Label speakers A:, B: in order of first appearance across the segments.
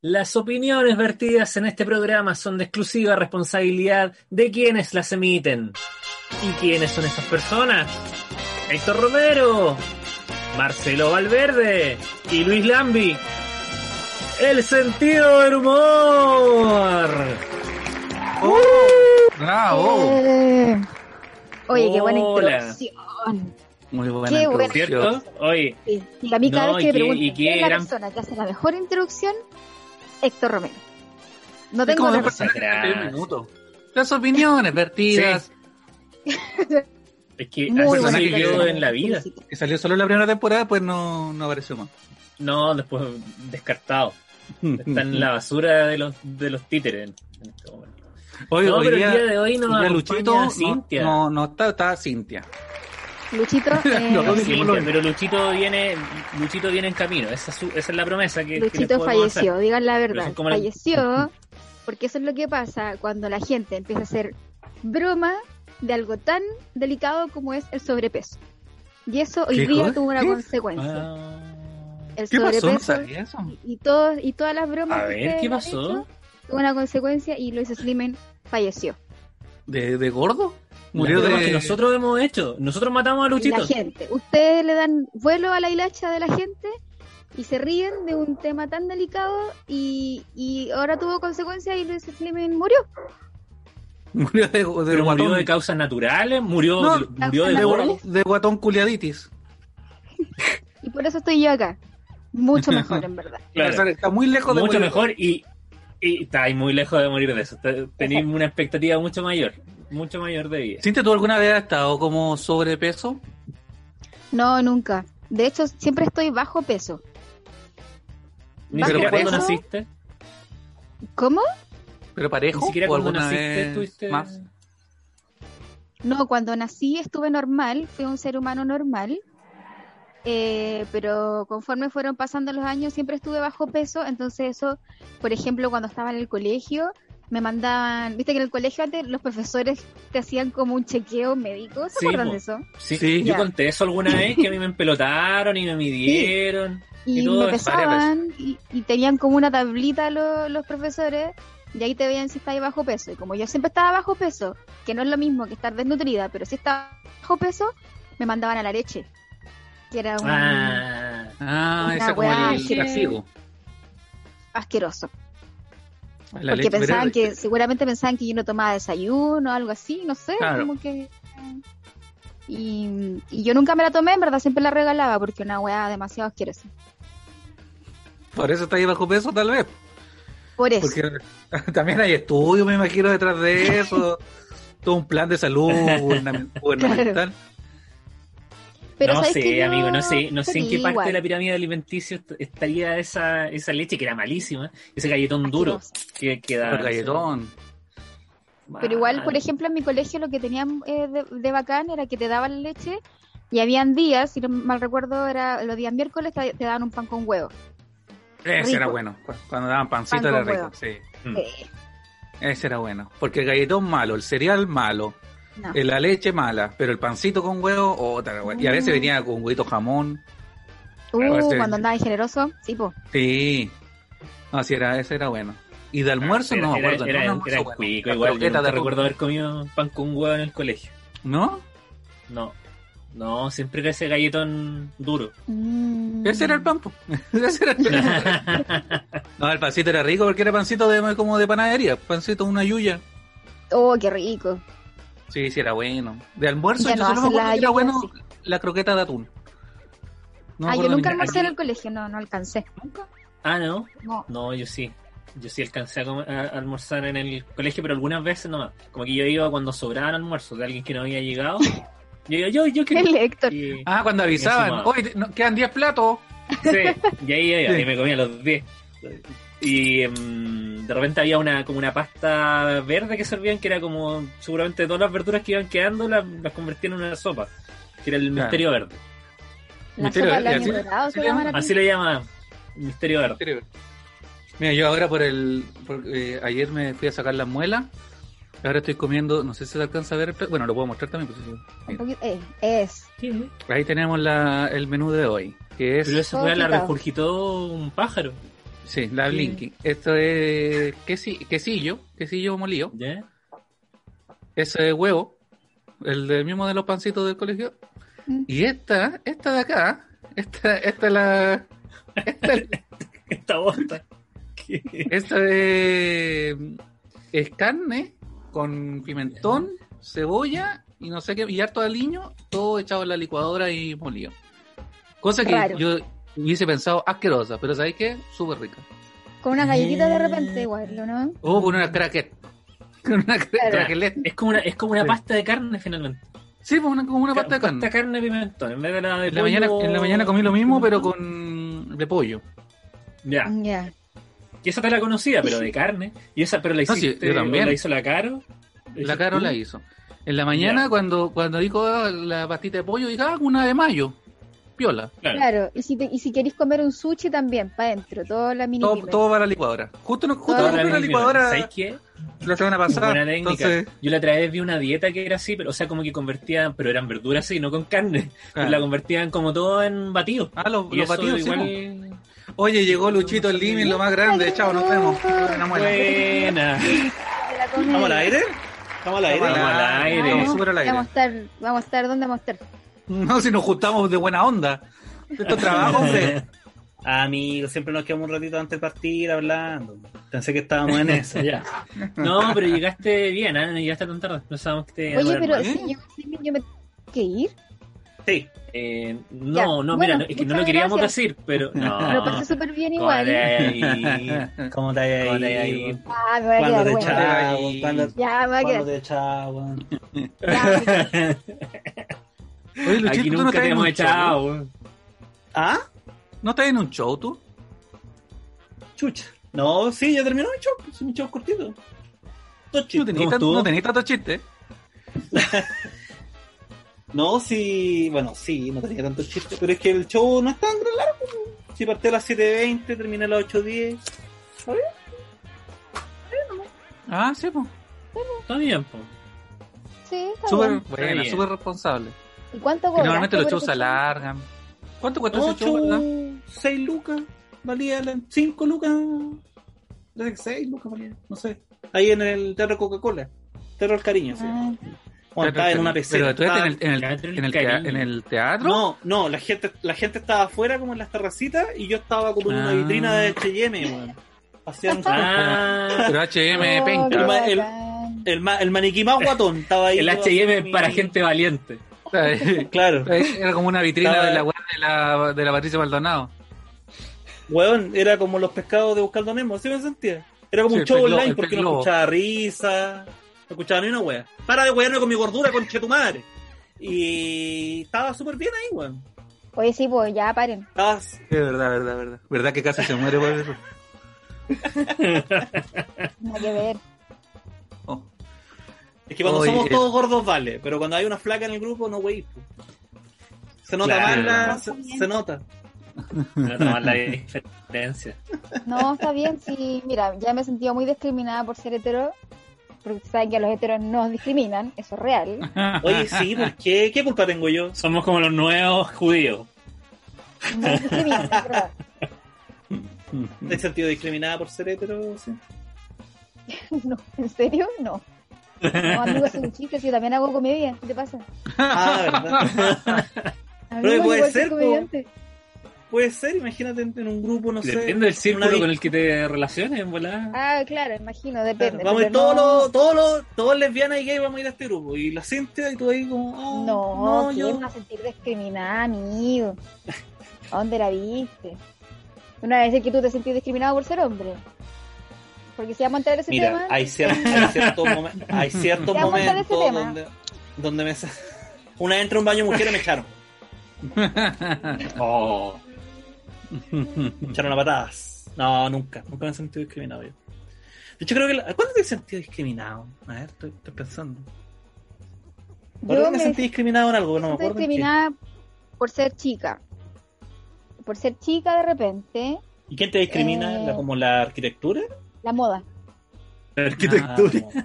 A: Las opiniones vertidas en este programa son de exclusiva responsabilidad de quienes las emiten. ¿Y quiénes son estas personas? Héctor Romero, Marcelo Valverde y Luis Lambi. El sentido del humor.
B: ¡Oh! ¡Bravo!
C: Eh. Oye, qué buena
A: Ah, oh. Hola.
C: introducción.
B: Muy buena
C: Qué buena.
B: introducción.
A: ¿Cierto? Oye,
C: Sí. Y a mí cada
A: No,
C: vez
A: y
C: que
A: qué-
C: me
A: y
C: preguntan
A: qué
C: quién es la
A: gran-
C: persona que hace la mejor introducción, Héctor Romero. No
B: Es
C: tengo
B: como
C: otra
B: dos personas
C: persona.
B: que
A: gracias.
B: tienen un minuto. Las opiniones vertidas,
A: es que así
C: Muy buena
B: personaje
A: soy
B: que-
A: yo
C: introducción.
A: en la vida.
C: Felicito.
B: que salió solo en la primera temporada, pues no, no apareció más.
A: No, después descartado. Está en la basura de los, de los títeres en- en este momento.
B: Hoy,
A: no,
B: hoy
A: pero
B: día,
A: el día de hoy nos
B: hoy día
A: acompaña
B: Luchito no-
A: Cintia.
B: no, no, está, está Cintia.
C: Luchito, eh,
B: Lo
A: No,
B: único
A: Cintia,
B: bueno.
A: pero Luchito viene, Luchito viene en camino. Esa es, su- esa es la promesa que, que le
C: Luchito
A: podemos
C: falleció,
A: hacer.
C: digan la
A: Pero
C: verdad.
A: son como la-
C: Falleció porque eso es lo que pasa cuando la gente empieza a hacer broma de algo tan delicado como es el sobrepeso. Y eso hoy
B: ¿Qué
C: día
B: cosa?
C: tuvo una
B: ¿Qué?
C: consecuencia.
A: Ah.
C: El
B: ¿Qué pasó? No
C: sobrepeso
B: sabía eso.
C: y, y todos- y todas las bromas.
A: A
C: que
A: ver,
C: ustedes
A: ¿qué
C: han
A: pasó?
C: hecho tuvo una consecuencia y Luis Slimen falleció.
B: ¿De, de gordo?
A: Murió
B: Murió de...
A: que nosotros hemos hecho. Nosotros matamos a
C: Y
A: Luchito.
C: La gente. Ustedes le dan vuelo a la hilacha de la gente y se ríen de un tema tan delicado y, y ahora tuvo consecuencias y Luis Slimen murió.
B: Murió de, de
A: Pero
B: guatón.
A: murió de causas naturales, murió,
B: No,
A: de- murió de
C: causas
B: de
A: gordo.
B: guatón- de guatón culiaditis.
C: Y por eso estoy yo acá. Mucho mejor, en verdad.
A: Claro.
B: O sea, está muy lejos de
A: mucho
B: morir.
A: mejor y, y estáis muy lejos de morir de eso. Te- Tenéis una expectativa mucho mayor, mucho mayor de vida.
B: ¿Cintia, tú alguna vez has estado como sobrepeso?
C: No, nunca. De hecho, siempre estoy bajo peso.
A: Ni
C: Bajo
B: Pero
A: siquiera cuando
B: por eso-
A: naciste,
C: ¿Cómo?
B: ¿Pero
A: ni
B: parejo?
A: siquiera
B: ¿O
A: cuando
B: alguna
A: naciste
B: vez
A: tuviste
B: más?
C: No, cuando nací estuve normal, fui un ser humano normal. Eh, pero conforme fueron pasando los años, siempre estuve bajo peso. Entonces, eso, por ejemplo, cuando estaba en el colegio, me mandaban. Viste que en el colegio antes los profesores te hacían como un chequeo médico. ¿Se
A: Sí,
C: acuerdan
A: po.
C: de eso?
A: Sí,
B: Sí.
A: yo
C: Ya.
A: conté eso alguna vez que a mí me empelotaron y me midieron. Y
C: y
A: todo
C: me
A: es
C: pesaban y, y tenían como una tablita lo- los profesores y ahí te veían si estabas bajo peso. Y como yo siempre estaba bajo peso, que no es lo mismo que estar desnutrida, pero si estaba bajo peso, me mandaban a la leche. Que era un
A: Ah,
B: Ah,
C: Una
B: esa como el
C: weá que-
B: castigo.
C: asqueroso.
B: La
C: porque
B: leche, pero-
C: pensaban que, seguramente pensaban que yo no tomaba desayuno o algo así, no sé,
B: Claro.
C: como que... Y, y yo nunca me la tomé, en verdad, siempre la regalaba porque una weá demasiado asquerosa.
B: Por eso está ahí bajo peso, tal vez.
C: Por eso.
B: Porque también hay estudios, me imagino, detrás de eso. Todo un plan de salud gubernamen- gubernamental.
C: Pero
A: no
C: ¿sabes
A: sé,
C: que yo
A: amigo, no sé, no sé en qué
C: sería
A: parte
C: igual,
A: de la pirámide alimenticia est- estaría esa, esa leche que era malísima, ese galletón duro
C: asquerosa.
A: que queda.
B: Pero galletón.
C: Pero igual, por ejemplo, en mi colegio lo que tenían eh, de, de bacán era que te daban leche y habían días, si no mal recuerdo, era los días miércoles te, te daban un pan con huevo.
B: Ese era
C: rico.
B: bueno. Cu- Cuando daban pancito
C: Pan
B: era
C: con
B: rico.
C: huevo.
B: Sí,
A: Mm.
C: Eh,
B: ese era bueno. Porque el galletón malo, el cereal malo,
C: no.
B: eh, la leche mala, pero el pancito con huevo, otra weá. Y a veces
C: Mm.
B: venía con huevito jamón.
C: Uh,
B: parece-
C: cuando andabas generoso, sí, po.
B: Sí. No, sí, era, ese era bueno. Y de almuerzo
A: era,
B: no me
A: era,
B: acuerdo.
A: era-
B: no,
A: era
B: almuerzo bueno.
A: cuico,
B: Las
A: igual. Yo
B: croquetas
A: nunca
B: de
A: recuerdo
B: atún.
A: haber comido pan con huevo en el colegio.
B: ¿No?
A: No, no, siempre era ese galletón duro.
C: Mm.
B: Ese era el pan. po. Ese era el No, el pancito era rico porque era pancito de, como de panadería. Pancito, una yuya.
C: Oh, qué rico.
B: Sí, sí, era bueno. De almuerzo,
C: Ya
B: yo
C: no
B: solo me
C: hacen
B: acuerdo
C: la
B: que era
C: yuya
B: bueno la croqueta de atún. No me
C: ah, yo
B: acuerdo
C: nunca
B: ni-
C: almorcé en el colegio, no, no alcancé.
A: ah, no,
C: No.
A: no, yo sí. Yo sí alcancé a, comer- a almorzar en el colegio, pero algunas veces nomás. Como que yo iba cuando sobraban almuerzos de alguien que no había llegado. Yo iba, yo, yo quiero.
C: El Héctor.
A: Y-
B: Ah, cuando avisaban.
A: Encima.
B: Hoy te- no, quedan 10 platos.
A: Sí, y ahí, ahí, ahí
B: Sí.
A: me comía los 10. Y mm, de repente había una como una pasta verde que servían, que era como seguramente todas las verduras que iban quedando las, las convertían en una sopa, que era el
B: Claro.
A: misterio verde.
C: La
B: Misterio,
C: sopa de
B: ¿y
C: labios
B: así-
C: dorados
B: así
C: se
B: le
C: llaman
B: llaman?
C: aquí.
A: Así le llama misterio verde.
B: Mira, yo ahora por el. por- eh, ayer me fui a sacar las muelas. Ahora estoy comiendo. No sé si se alcanza a ver. el pla- Bueno, lo puedo mostrar también. pues, sí.
C: Un poquito- eh, es.
B: Ahí tenemos la, el menú de hoy. Que es.
A: Pero esa
C: Todo
A: weá la
C: picado.
A: regurgitó un pájaro.
B: Sí, la Blinking. Esto es quesi- quesillo, quesillo molido.
A: ¿Ya?
B: Ese huevo, el del mismo de los pancitos del colegio.
C: Mm.
B: Y esta, esta de acá, esta, esta es la. Esta,
A: Esta bosta. ¿Qué?
B: esta es, es carne con pimentón, cebolla y no sé qué, y harto de aliño, todo echado en la licuadora y molido. Cosa que
C: Raro.
B: yo hubiese pensado asquerosa, pero ¿sabéis qué? Súper rica.
C: Con una galletita de
A: Mm.
C: repente, igual, ¿o ¿no?
B: O con una craquet. Con una cra-
C: Claro.
B: craquelet.
A: Es como una, es como una
B: Sí.
A: pasta de carne finalmente.
B: Sí, pues una, como una pasta de carne.
A: Pasta carne pimentón. En vez de la de
B: En la, mañana,
A: pollo-
B: en la mañana comí lo mismo, pero con de pollo.
A: Ya.
C: Mm, Ya.
A: Y esa te la conocía, pero de carne. Y esa, pero la
B: No, sí,
A: hiciste,
B: yo también.
A: o la hizo la Caro.
B: La Caro la
A: hizo.
B: hizo. En la mañana,
A: Ya.
B: cuando, cuando dijo ah, la pastita de pollo, dije, ah, una de mayo. Piola.
A: Claro.
C: Claro, y si, te- y si queréis comer un sushi también, para adentro, toda la mini
B: Todo,
C: pimer.
B: todo para la licuadora. Justo, no- justo
C: Todo
B: no
C: para
B: compré una
A: misma.
B: licuadora
A: ¿Sabes qué?
B: la semana pasada.
A: Buena técnica.
B: Entonces,
A: Yo la otra vez vi una dieta que era así, pero, o sea, como que convertían, pero eran verduras así, no con carne. Pero La convertían como todo en batido.
B: ah, los,
A: Y
B: los
A: eso
B: batidos. sí,
A: igual-
B: po. Oye, llegó Luchito el Living, lo más grande. Chao, nos vemos. Una muela.
A: Buena.
C: Te la comes.
D: ¿Vamos al aire? ¿Vamos al aire?
A: Vamos al aire.
B: Estamos súper al aire.
C: Vamos a estar, vamos a estar, ¿dónde vamos a estar?
B: No, si nos juntamos de buena onda. Esto es trabajo, hombre.
D: Amigos, siempre nos quedamos un ratito antes de partir hablando. Pensé que estábamos en eso.
A: Ya. No, pero llegaste bien, ¿eh? llegaste tan tarde. Pensábamos que te
C: Oye,
A: demorar
C: pero
A: más.
C: si yo, yo me tengo que ir.
D: Sí.
A: Eh, no,
C: Ya,
A: no,
C: bueno,
A: mira, no- es que no
C: muchas
A: lo queríamos
C: gracias.
A: decir, pero.
B: Ah.
A: No,
C: Lo pasé súper bien igual.
A: Igual.
D: ¿Cómo te
A: ¿Cómo
D: hay
A: te hay
D: ahí?
A: ahí?
C: Ah, me voy a
D: ¿Cuándo
C: quedar
D: te
C: buena.
D: echaba?
B: Ahí.
D: ¿Cuándo
C: Ya, me voy a
D: cuándo
C: quedar.
D: te echaba?
C: ya, me-
B: Oye, Luchito,
A: Aquí
B: ¿tú no
A: nunca
B: estás
A: te
B: en
A: hemos
B: un show?
A: echado.
D: ¿Ah?
B: ¿No estás en un show tú?
D: Chucha. No, sí, ya terminó mi show. Es un show cortito. Dos
B: No
D: chistes.
B: tenías
A: ¿Cómo
B: tan-
A: estuvo?
B: no tenías tantos chistes.
D: No, sí, bueno, sí, no tenía tantos chistes, pero es que el show no es tan gran largo. Si partí a las 7.20, terminé a las 8.10.
B: Ah, sí, pues.
A: Está bien, po.
C: Sí, está
B: Súper
C: bien.
A: Está
B: buena,
A: bien.
B: súper responsable.
C: ¿Y cuánto
B: Que
C: cobras?
B: normalmente
C: ¿Tú
B: los
C: por
B: shows se
C: tu show?
B: alargan. ¿Cuánto cuesta ese
D: Ocho,
B: show, verdad?
D: 6 lucas, valía 5 lucas, 6 lucas valía, no sé. Ahí en el Teatro Coca-Cola, Teatro del Cariño, sí.
C: Ah,
D: Bueno, estaba en una
B: Pero
D: pecera.
B: tú estás
D: estaba-
B: en el, en el,
A: Teatro
B: en el,
A: del
B: tea-
A: Cariño.
B: en el teatro.
D: No, no, la gente, la gente estaba afuera como en las terracitas y yo estaba como en una
B: Ah.
D: vitrina de H&M, weón. Hacían un-
A: Ah,
B: Pero HM
C: oh,
B: penca.
C: qué
D: El ma- el-
C: bacán.
D: el, ma- el maniquí más guatón estaba ahí.
A: el
D: Yo
A: HM
D: así,
A: para
D: mi-
A: gente valiente.
D: Claro.
B: Era como una vitrina
D: Estaba-
B: de la weá de la, de la Patricia Maldonado.
D: Weón, era como los pescados de Buscando Nemo, así me sentía. Era
B: Sí,
D: como un
B: el
D: show
B: pez lobo,
D: online
B: el
D: porque
B: pez
D: no
B: lobo.
D: escuchaba risa, no escuchaba ni una wea. Para de wearme con mi gordura, conche tu madre. Y estaba súper bien ahí, weón.
C: Oye, sí, pues ya paren.
D: Estabas...
B: Es verdad, verdad, verdad. ¿Verdad que casi se muere por eso?
C: Nada que ver.
B: Oh.
D: Es que cuando
B: Oye,
D: somos
B: eh.
D: todos gordos vale, pero cuando hay una flaca en el grupo no wey. Se nota
A: Claro.
D: más la... Se, se nota.
A: No tomar la diferencia.
C: No, está bien, sí. Mira, ya me he sentido muy discriminada por ser hetero. Porque saben que a los heteros nos discriminan, eso es real.
D: Oye, sí, ¿por qué? ¿Qué culpa tengo yo?
A: Somos como los nuevos judíos.
C: Nos discriminan, es verdad.
D: ¿Te has sentido discriminada por ser hetero? Sí.
C: No, ¿en serio? No. No, amigo, es un chiste, si yo también hago comedia, ¿qué te pasa?
D: Ah, verdad.
C: Amigo,
D: puede
C: igual soy
D: ser, po.
C: comediante.
D: Puede ser, imagínate en, en un grupo, no sé.
A: Depende del círculo
D: una
A: con el que te relaciones, en volada.
C: Ah, claro, imagino, depende.
D: Vamos a ir
C: pero
D: todos
C: no-
D: los, todos los, todos lesbianas y gays vamos a ir a este grupo. Y la Cintia y tú ahí como, ah,
C: No,
D: no,
C: ¿quién
D: yo.
C: va a sentir discriminada, amigo? ¿A dónde la viste? Una vez que tú te sentís discriminado por ser hombre. Porque si vamos a entrar en ese tema,
D: Mira, hay, cier- hay ciertos momen- hay ciertos
C: Ya vamos a hacer
D: momentos
C: ese tema.
D: donde, donde me sa- una vez entré a un baño de mujeres me echaron,
A: Oh.
D: me echaron a patadas. No, nunca, nunca me he sentido discriminado yo. De hecho creo que la- ¿cuándo te has sentido discriminado? A ver, estoy, estoy pensando. ¿Cuándo
C: yo
D: me
C: me
D: sentí discriminado en algo? No me
C: siento
D: acuerdo. en qué.
C: discriminada por ser chica. Por ser chica de repente,
D: ¿Y quién te discrimina?
C: Eh.
D: ¿La, como la arquitectura?
C: la moda.
A: Arquitectura.
D: Ah, como-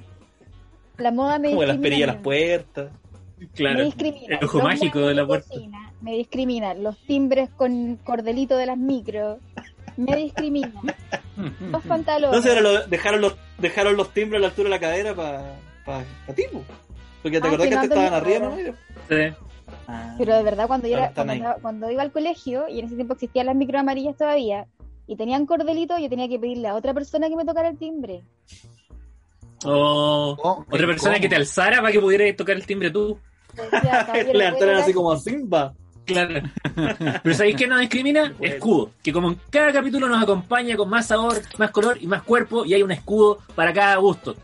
C: La moda me
D: como las perillas de
C: discrimina.
D: las puertas.
A: claro.
C: Me discrimina.
A: El ojo
C: Los
A: mágico
C: muebles
A: de la puerta.
C: cocina, me discriminan los timbres con cordelito de las micro. Me discriminan. Los pantalones.
D: Entonces ahora lo- dejaron, los, dejaron los timbres a la altura de la cadera para pa, pa ti, po. Porque te
C: Ah,
D: acordás que
C: que no
D: antes
C: andan-
D: estaban arriba, ¿no? Mira.
A: Sí.
D: Ah.
C: Pero de verdad, cuando yo
D: Ahora
C: era-
D: están
C: cuando,
D: ahí.
C: andaba- cuando iba al colegio, y en ese tiempo existían las micro amarillas todavía, y tenían cordelito, yo tenía que pedirle a otra persona que me tocara el timbre.
A: O
B: Oh, qué
A: otra persona
B: incómodo.
A: que te alzara para que pudieras tocar el timbre tú.
C: Le decía, "Caballero,
D: Le
C: ¿puede
D: entraron
C: tocar?".
D: así como a Simba.
A: Claro. Pero ¿sabéis qué nos discrimina?
D: Bueno.
A: Escudo. Que como en cada capítulo nos acompaña con más sabor, más color y más cuerpo, y hay un escudo para cada gusto.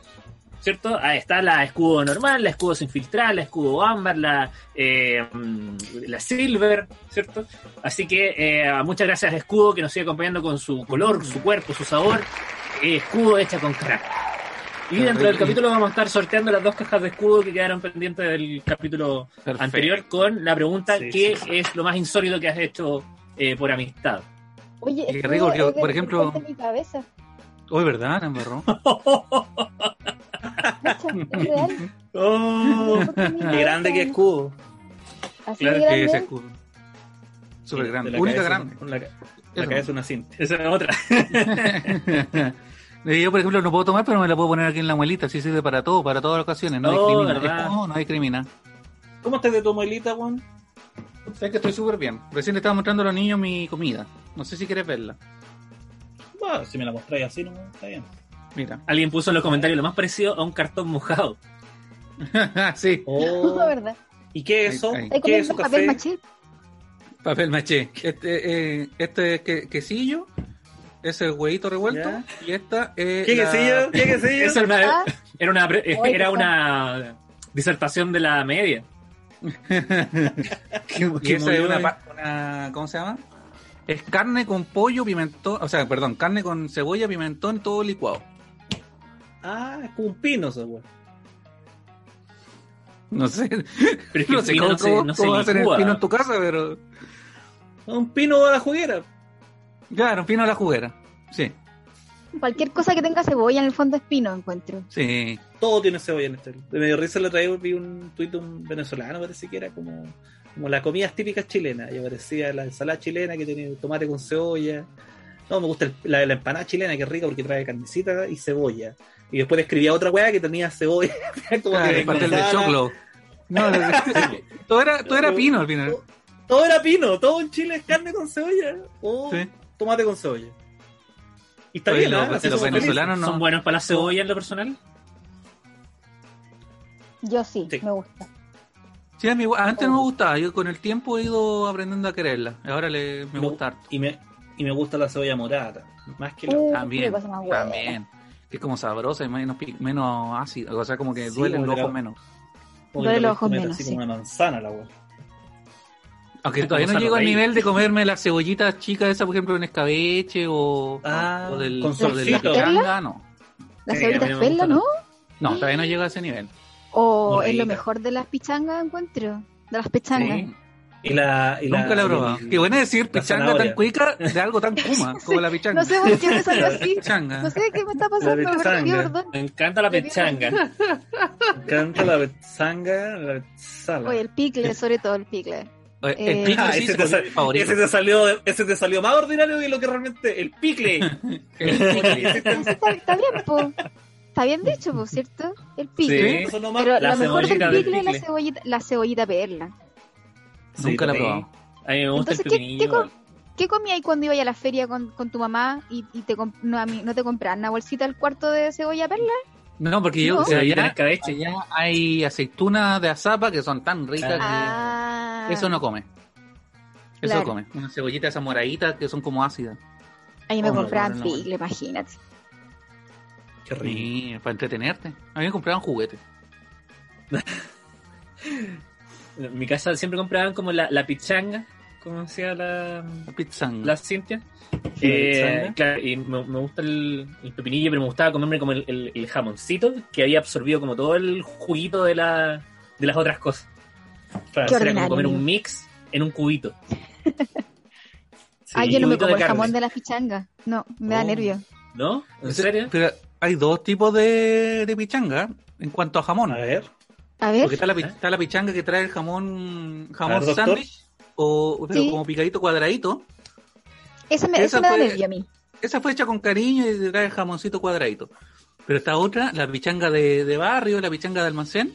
A: ¿Cierto? Ahí está la escudo normal, la escudo sin filtrar, la escudo ámbar, la, eh, mm, la silver, ¿cierto? Así que eh, muchas gracias a Escudo que nos sigue acompañando con su color, su cuerpo, su sabor. Eh, escudo hecha con carácter. Y dentro del
B: Terrible.
A: capítulo vamos a estar sorteando las dos cajas de escudo que quedaron pendientes del capítulo
B: Perfecto.
A: anterior con la pregunta
D: Sí,
A: qué
D: sí.
A: es lo más insólito que has hecho eh, por amistad.
C: Oye,
B: Qué
C: esto
B: rico, porque,
C: es del
B: por ejemplo-
C: recorte de mi cabeza.
B: Uy, ¿verdad? Me embarró.
C: Cacha, Es real.
D: Oh, qué grande que escudo.
C: Así
A: Claro
C: de
B: Que ese
C: grande.
B: escudo. Súper
D: Sí,
B: grande.
D: de la
B: Única
D: cabeza-
B: grande.
D: con La, ca- la
B: Eso.
D: cabeza una cinta.
A: Esa es otra.
B: Eh, Yo, por ejemplo, no puedo tomar, pero me la puedo poner aquí en la muelita. Así sirve para todo, para todas las ocasiones. No
A: Oh,
B: discrimina.
A: ¿verdad?
B: Escudo, no discrimina.
D: ¿Cómo estás de tu muelita, Juan?
B: Sabes que estoy súper bien. Recién le estaba mostrando a los niños mi comida. No sé si quieres verla.
D: Bueno, si me la mostráis así, no, está bien.
B: Mira.
A: Alguien puso en los comentarios lo más parecido a un cartón mojado.
B: sí,
C: No, verdad.
D: Oh. ¿Y qué es eso?
B: Ahí, ahí.
C: Estoy
D: ¿Qué es
C: comiendo
D: eso,
C: papel
D: café?
C: maché.
B: papel maché. Este, eh, este es que- quesillo. Ese es huevito revuelto.
D: Ya.
B: Y esta es.
D: ¿Qué
B: la-
D: quesillo? ¿Qué quesillo?
A: Esa era una,
C: Ah,
A: era una, pre-
C: Ay, qué
A: era una disertación de la media.
B: Y
A: que
B: esa es
A: murió
B: una,
A: ahí.
B: pa- una- ¿Cómo se llama? Es carne con pollo, pimentón. O sea, perdón, carne con cebolla, pimentón, todo licuado.
D: Ah, es como un pino esa weá.
B: No sé,
A: Pero es que
B: no
A: el
B: sé
A: pino
B: cómo,
A: no se-
B: cómo-
A: no se
B: cómo hacen el
A: licúa.
B: pino en tu casa, pero.
D: Un pino a la juguera.
B: Claro, un pino a la juguera. Sí,
C: cualquier cosa que tenga cebolla en el fondo es pino, encuentro.
B: sí.
D: Todo tiene cebolla en este. De medio risa le traí, vi un tuit de un venezolano, parece que era como, como las comidas típicas chilenas. Y aparecía la ensalada chilena que tiene tomate con cebolla. No, me gusta el- la, la empanada chilena, que es rica porque trae carnicita y cebolla. Y después escribía otra weá que tenía cebolla. como
B: Claro,
D: que
B: el pastel de
D: engordaba.
B: choclo. No, todo, era, todo era pino al final.
D: Todo era pino, todo en Chile es carne con cebolla. O
B: Sí.
D: tomate con cebolla. Y está
B: Oye,
D: bien,
B: lo-
D: ¿ah? Así
B: los
D: somos felices.
B: venezolanos no.
A: ¿Son buenos para la cebolla en lo personal?
C: Yo sí,
D: Sí.
C: me gusta.
B: Sí, a mí igual- antes no me gustaba, yo con el tiempo he ido aprendiendo a quererla. Ahora le, me
D: No,
B: gusta harto.
D: Y me, y me gusta la cebolla morada. Más que la
C: Uh,
B: También,
C: qué cosa más buena.
B: también. Que es como sabrosa y menos, pi- menos ácida. O sea, como que
D: Sí,
B: duele el
D: como que
B: ojo
D: la-
B: menos.
D: como
C: Duele
D: que la
C: los ojos
D: cometa,
C: menos,
D: Así
C: sí.
D: como una manzana la weá.
B: Aunque
A: Es
B: todavía
A: como
B: no llego al
A: saludable.
B: nivel de comerme las cebollitas chicas esas, por ejemplo, en escabeche o,
D: Ah,
B: o del,
D: con
B: o de la
D: solcito.
B: pichanga, no.
C: La
A: Sí,
C: cebollita
A: a mí
C: es
A: me gusta
C: perla, ¿no?
B: No, todavía no llego a ese nivel.
C: O
D: Muy
C: es lo
D: rica.
C: mejor de las pichangas, encuentro. De las pichangas.
B: Sí.
D: Y la, y
B: Nunca la he probado.
D: y-
B: Qué bueno decir
D: la
B: pichanga tan
D: zanahoria.
B: cuica de algo tan kuma como la pichanga.
C: No sé por qué me salió así.
B: Pichanga.
C: No sé qué me está pasando,
D: La
C: me
D: pichanga.
C: perdí, perdón.
A: Me encanta la pechanga.
D: Me encanta la betzanga, la betzala.
C: Oye, el picle, sobre todo el picle.
B: Oye,
C: Eh,
B: El pico
D: Ah,
B: sí
D: ese,
B: se
D: te
B: volvió
D: sa-
B: mi favorito.
D: ese te salió, ese te salió más ordinario que lo que realmente el picle.
B: El pico.
C: Eso está, está bien, po. Está bien dicho, por cierto. El picle.
A: Sí.
D: Eso nomás.
C: Pero
A: La
C: lo mejor del
A: cebollita
C: picle,
A: del
C: es la
A: picle.
C: cebollita, la cebollita perla.
D: Sí,
B: Nunca la he
D: sí.
B: probado.
A: A mí me gusta
C: Entonces,
A: el
C: ¿qué-
A: pepinillo.
C: qué co- ¿Qué comías cuando ibas a la feria con, con tu mamá y, y te comp- no, a mí- no te compraban una bolsita al cuarto de cebolla perla?
B: No, porque yo
C: No.
B: o sea,
A: Cebollita en
B: allá,
A: escabeche.
B: allá hay aceitunas de azapa que son tan ricas
C: Ah,
B: que eso no come. Eso
C: Claro.
B: come. Unas cebollitas esas moraditas que son como ácidas.
C: A mí me
B: Oh, no,
C: compraban
B: no, no.
C: picle, imagínate.
D: Qué rico.
B: Sí, para entretenerte. A mí me compraban juguetes.
A: En mi casa siempre compraban como la, la pichanga, como decía la,
B: La pizzanga.
A: la Cintia.
D: Sí, la
A: Eh,
D: pichanga.
A: claro, y me, me gusta el, el pepinillo, pero me gustaba comerme como el, el- el jamoncito que había absorbido como todo el juguito de, la, de las otras cosas.
D: Claro,
A: Era como
C: Qué ordinario.
A: comer un mix en un cubito.
C: Ah, yo no me
A: juguito de
C: como el
A: carne.
C: jamón de las pichangas. No, me da
A: Oh.
C: nervio.
A: ¿No? ¿En
B: Ese-
A: serio?
B: Pero hay dos tipos de, de pichanga en cuanto a jamón.
D: A ver. ¿Eh?
C: A
B: Porque
C: ver,
B: está la, pi- está la pichanga que trae el jamón
D: A
B: jamón
D: ver, doctor.
B: sándwich, o, pero
C: Sí.
B: como picadito cuadradito.
E: Esa me,
B: Esa
E: esa me da
B: fue-
E: nervio a mí.
B: Esa fue hecha con cariño y trae jamoncito cuadradito. Pero esta otra, la pichanga de, de barrio, la pichanga de almacén,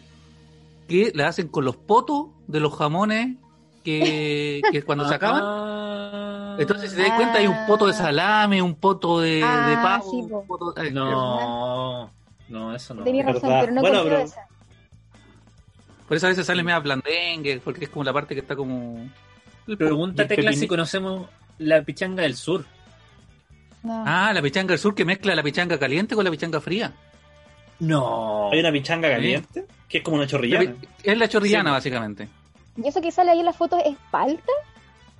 B: que la hacen con los potos de los jamones que, que cuando se acaban.
A: Ah.
B: Entonces, si te das cuenta, hay un poto de salame, un poto de, de
E: Ah,
B: pavo.
E: sí, po.
B: un poto de-
A: No, no, eso no.
E: Tenía razón,
D: verdad.
E: pero no
D: Bueno,
E: compré
D: pero-
E: esa.
B: Por eso a veces sale media blandengue, porque es como la parte que está como.
A: Pregúntate,
B: Bien
A: Clas, si
B: pequeñi-
A: conocemos la pichanga del sur.
E: No.
B: Ah, la pichanga del sur que mezcla la pichanga caliente con la pichanga fría.
A: No.
D: Hay una pichanga caliente, que es como una
B: La
D: chorrillana.
B: pi- es la chorrillana,
A: Sí.
B: básicamente.
C: Y eso que sale ahí en las fotos es palta.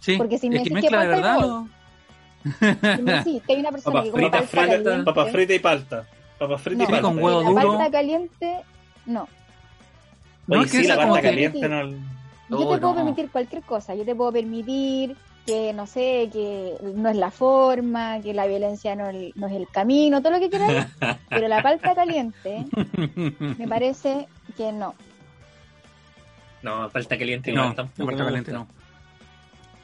B: Sí,
C: Porque si me
B: es que
C: decís
B: mezcla
C: que
B: de
C: falta
B: verdad. ¿no?
C: el Y me decís que hay una persona
A: Papas
C: que come
D: Papas
C: palta
A: fritas,
C: caliente.
D: fritas papas fritas y palta. Papas fritas
C: No.
D: y palta.
B: Con huevo
C: la
B: duro.
C: palta caliente, no.
D: Oye,
B: No, es que
D: sí,
B: esa
D: la
B: como
D: palta
B: que-
D: caliente no...
C: Yo
B: Oh,
C: te puedo
B: no.
C: permitir cualquier cosa. Yo te puedo permitir que, no sé, que no es la forma, que la violencia no, el- no es el camino, todo lo que quieras. pero la palta caliente, me parece que no.
A: No, palta caliente
B: No,
A: igual
B: la
A: tampoco
B: palta
A: me
B: caliente
A: gusta.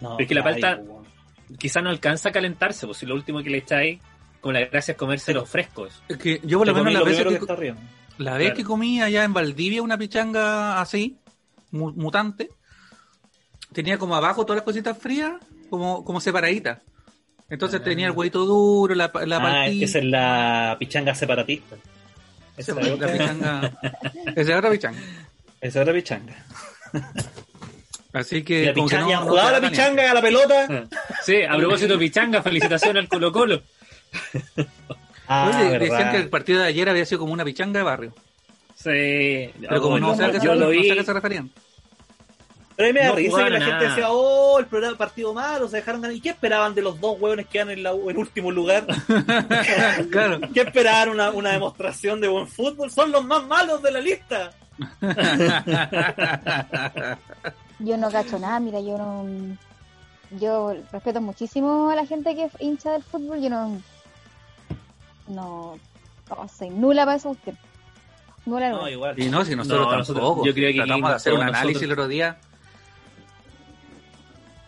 B: no.
D: no,
A: Es que la
D: nadie,
A: palta-
D: po, weón.
A: Quizá no alcanza a calentarse, pues si lo último que le echáis, con la gracia es comerse los frescos.
B: Es que yo por
D: Te
B: lo menos
D: comí
B: la
D: lo
B: vez
D: primero
B: que,
D: que está arriba.
B: la vez
A: Claro.
B: que comí allá en Valdivia una pichanga así, mu- mutante, tenía como abajo todas las cositas frías, como, como separaditas. Entonces
A: Ah.
B: tenía el huevito duro, la, pa- la
D: ah, es que
B: paltita,
D: esa es la pichanga separatista. Esa es la
B: la
D: otra-
B: pichanga. Esa es otra pichanga.
D: esa es otra pichanga.
B: Así
D: Y
B: que.
D: la
B: como Eh, que
D: pichanga,
B: no- no
D: jugaba
B: se
D: la
B: da
D: pichanga a la pelota.
A: Sí, a propósito de pichanga, felicitaciones al Colo Colo.
D: Ah,
B: Oye, decían
D: verdad.
B: que el partido de ayer había sido como una pichanga de barrio.
A: Sí,
B: Pero como no,
A: yo-
B: sé a qué se,
A: yo lo
B: no sé
A: vi.
B: a qué se referían.
D: Pero a mí me da
A: No
D: risa que
A: jugaban
D: la
A: a
D: gente
A: nada.
D: decía, oh, el programa partido malo, se dejaron ganar. ¿Y qué esperaban de los dos hueones que van en, la, en último lugar?
B: claro.
D: ¿Qué esperaban? Una, una demostración de buen fútbol. Son los más malos de la lista.
C: Yo no cacho nada, mira, yo no. Yo respeto muchísimo a la gente que es hincha del fútbol, yo no. No. no soy nula para esa cuestión. Nula, nula.
D: No, igual.
B: y no, si nosotros
A: No, nosotros-
B: tampoco.
A: yo creo que
B: Tratamos de hacer un
A: nosotros-
B: análisis el otro día.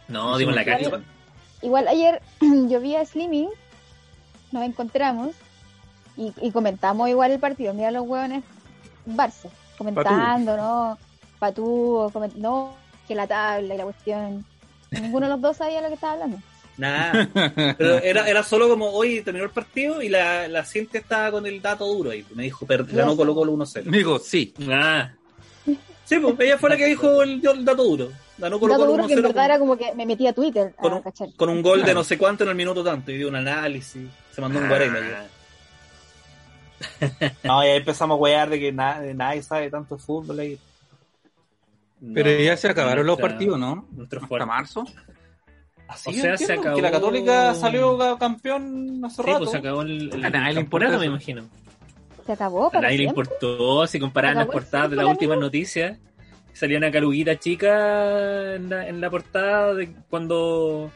A: No, dimos la
C: Claro.
A: cara.
C: Igual ayer yo vi a Slimming, nos encontramos y, y comentamos igual el partido. Mira los hueones Barça, comentando, ¿no? Patú, coment- no, que la tabla y la cuestión. Ninguno de los dos sabía lo que estaba hablando.
D: Nada. Pero era, era solo como, oye, terminó el partido y la, la Cintia estaba con el dato duro ahí. Me dijo, per- ganó Colo Colo 1-0.
B: Digo, sí.
A: Ah,
D: Sí, pues ella fue la que dijo el, el dato duro. Ganó Colo
C: Dato
D: Colo
C: duro que en
D: 1-0
C: verdad
D: con,
C: era como que me metí a Twitter
D: con
C: a
D: un-
C: cachar.
D: con un gol de no sé cuánto en el minuto tanto. Y dio un análisis. Se mandó un
A: ah,
D: guarema. yo. Ah. No, y ahí empezamos a wear de que na- de nadie sabe tanto de fútbol. ahí.
B: Pero
D: No,
B: ya se acabaron los
A: nuestra-
B: partidos, ¿no?
A: nuestro
B: Hasta
A: fuerte.
B: marzo.
D: Así
A: o
D: yo
A: sea,
D: entiendo,
A: se acabó-
D: Que la Católica salió ca- campeón
A: Sí,
D: hace rato.
A: pues se acabó el, el
B: A nadie le importa
A: campeonato,
B: eso.
A: me imagino.
C: Se acabó
A: A
C: para
A: nadie le
C: siempre.
A: importó, si comparaban las
C: Acabó el
A: portadas de las
C: fútbol,
A: últimas noticias, salía una caluguita chica en la, en la portada de cuando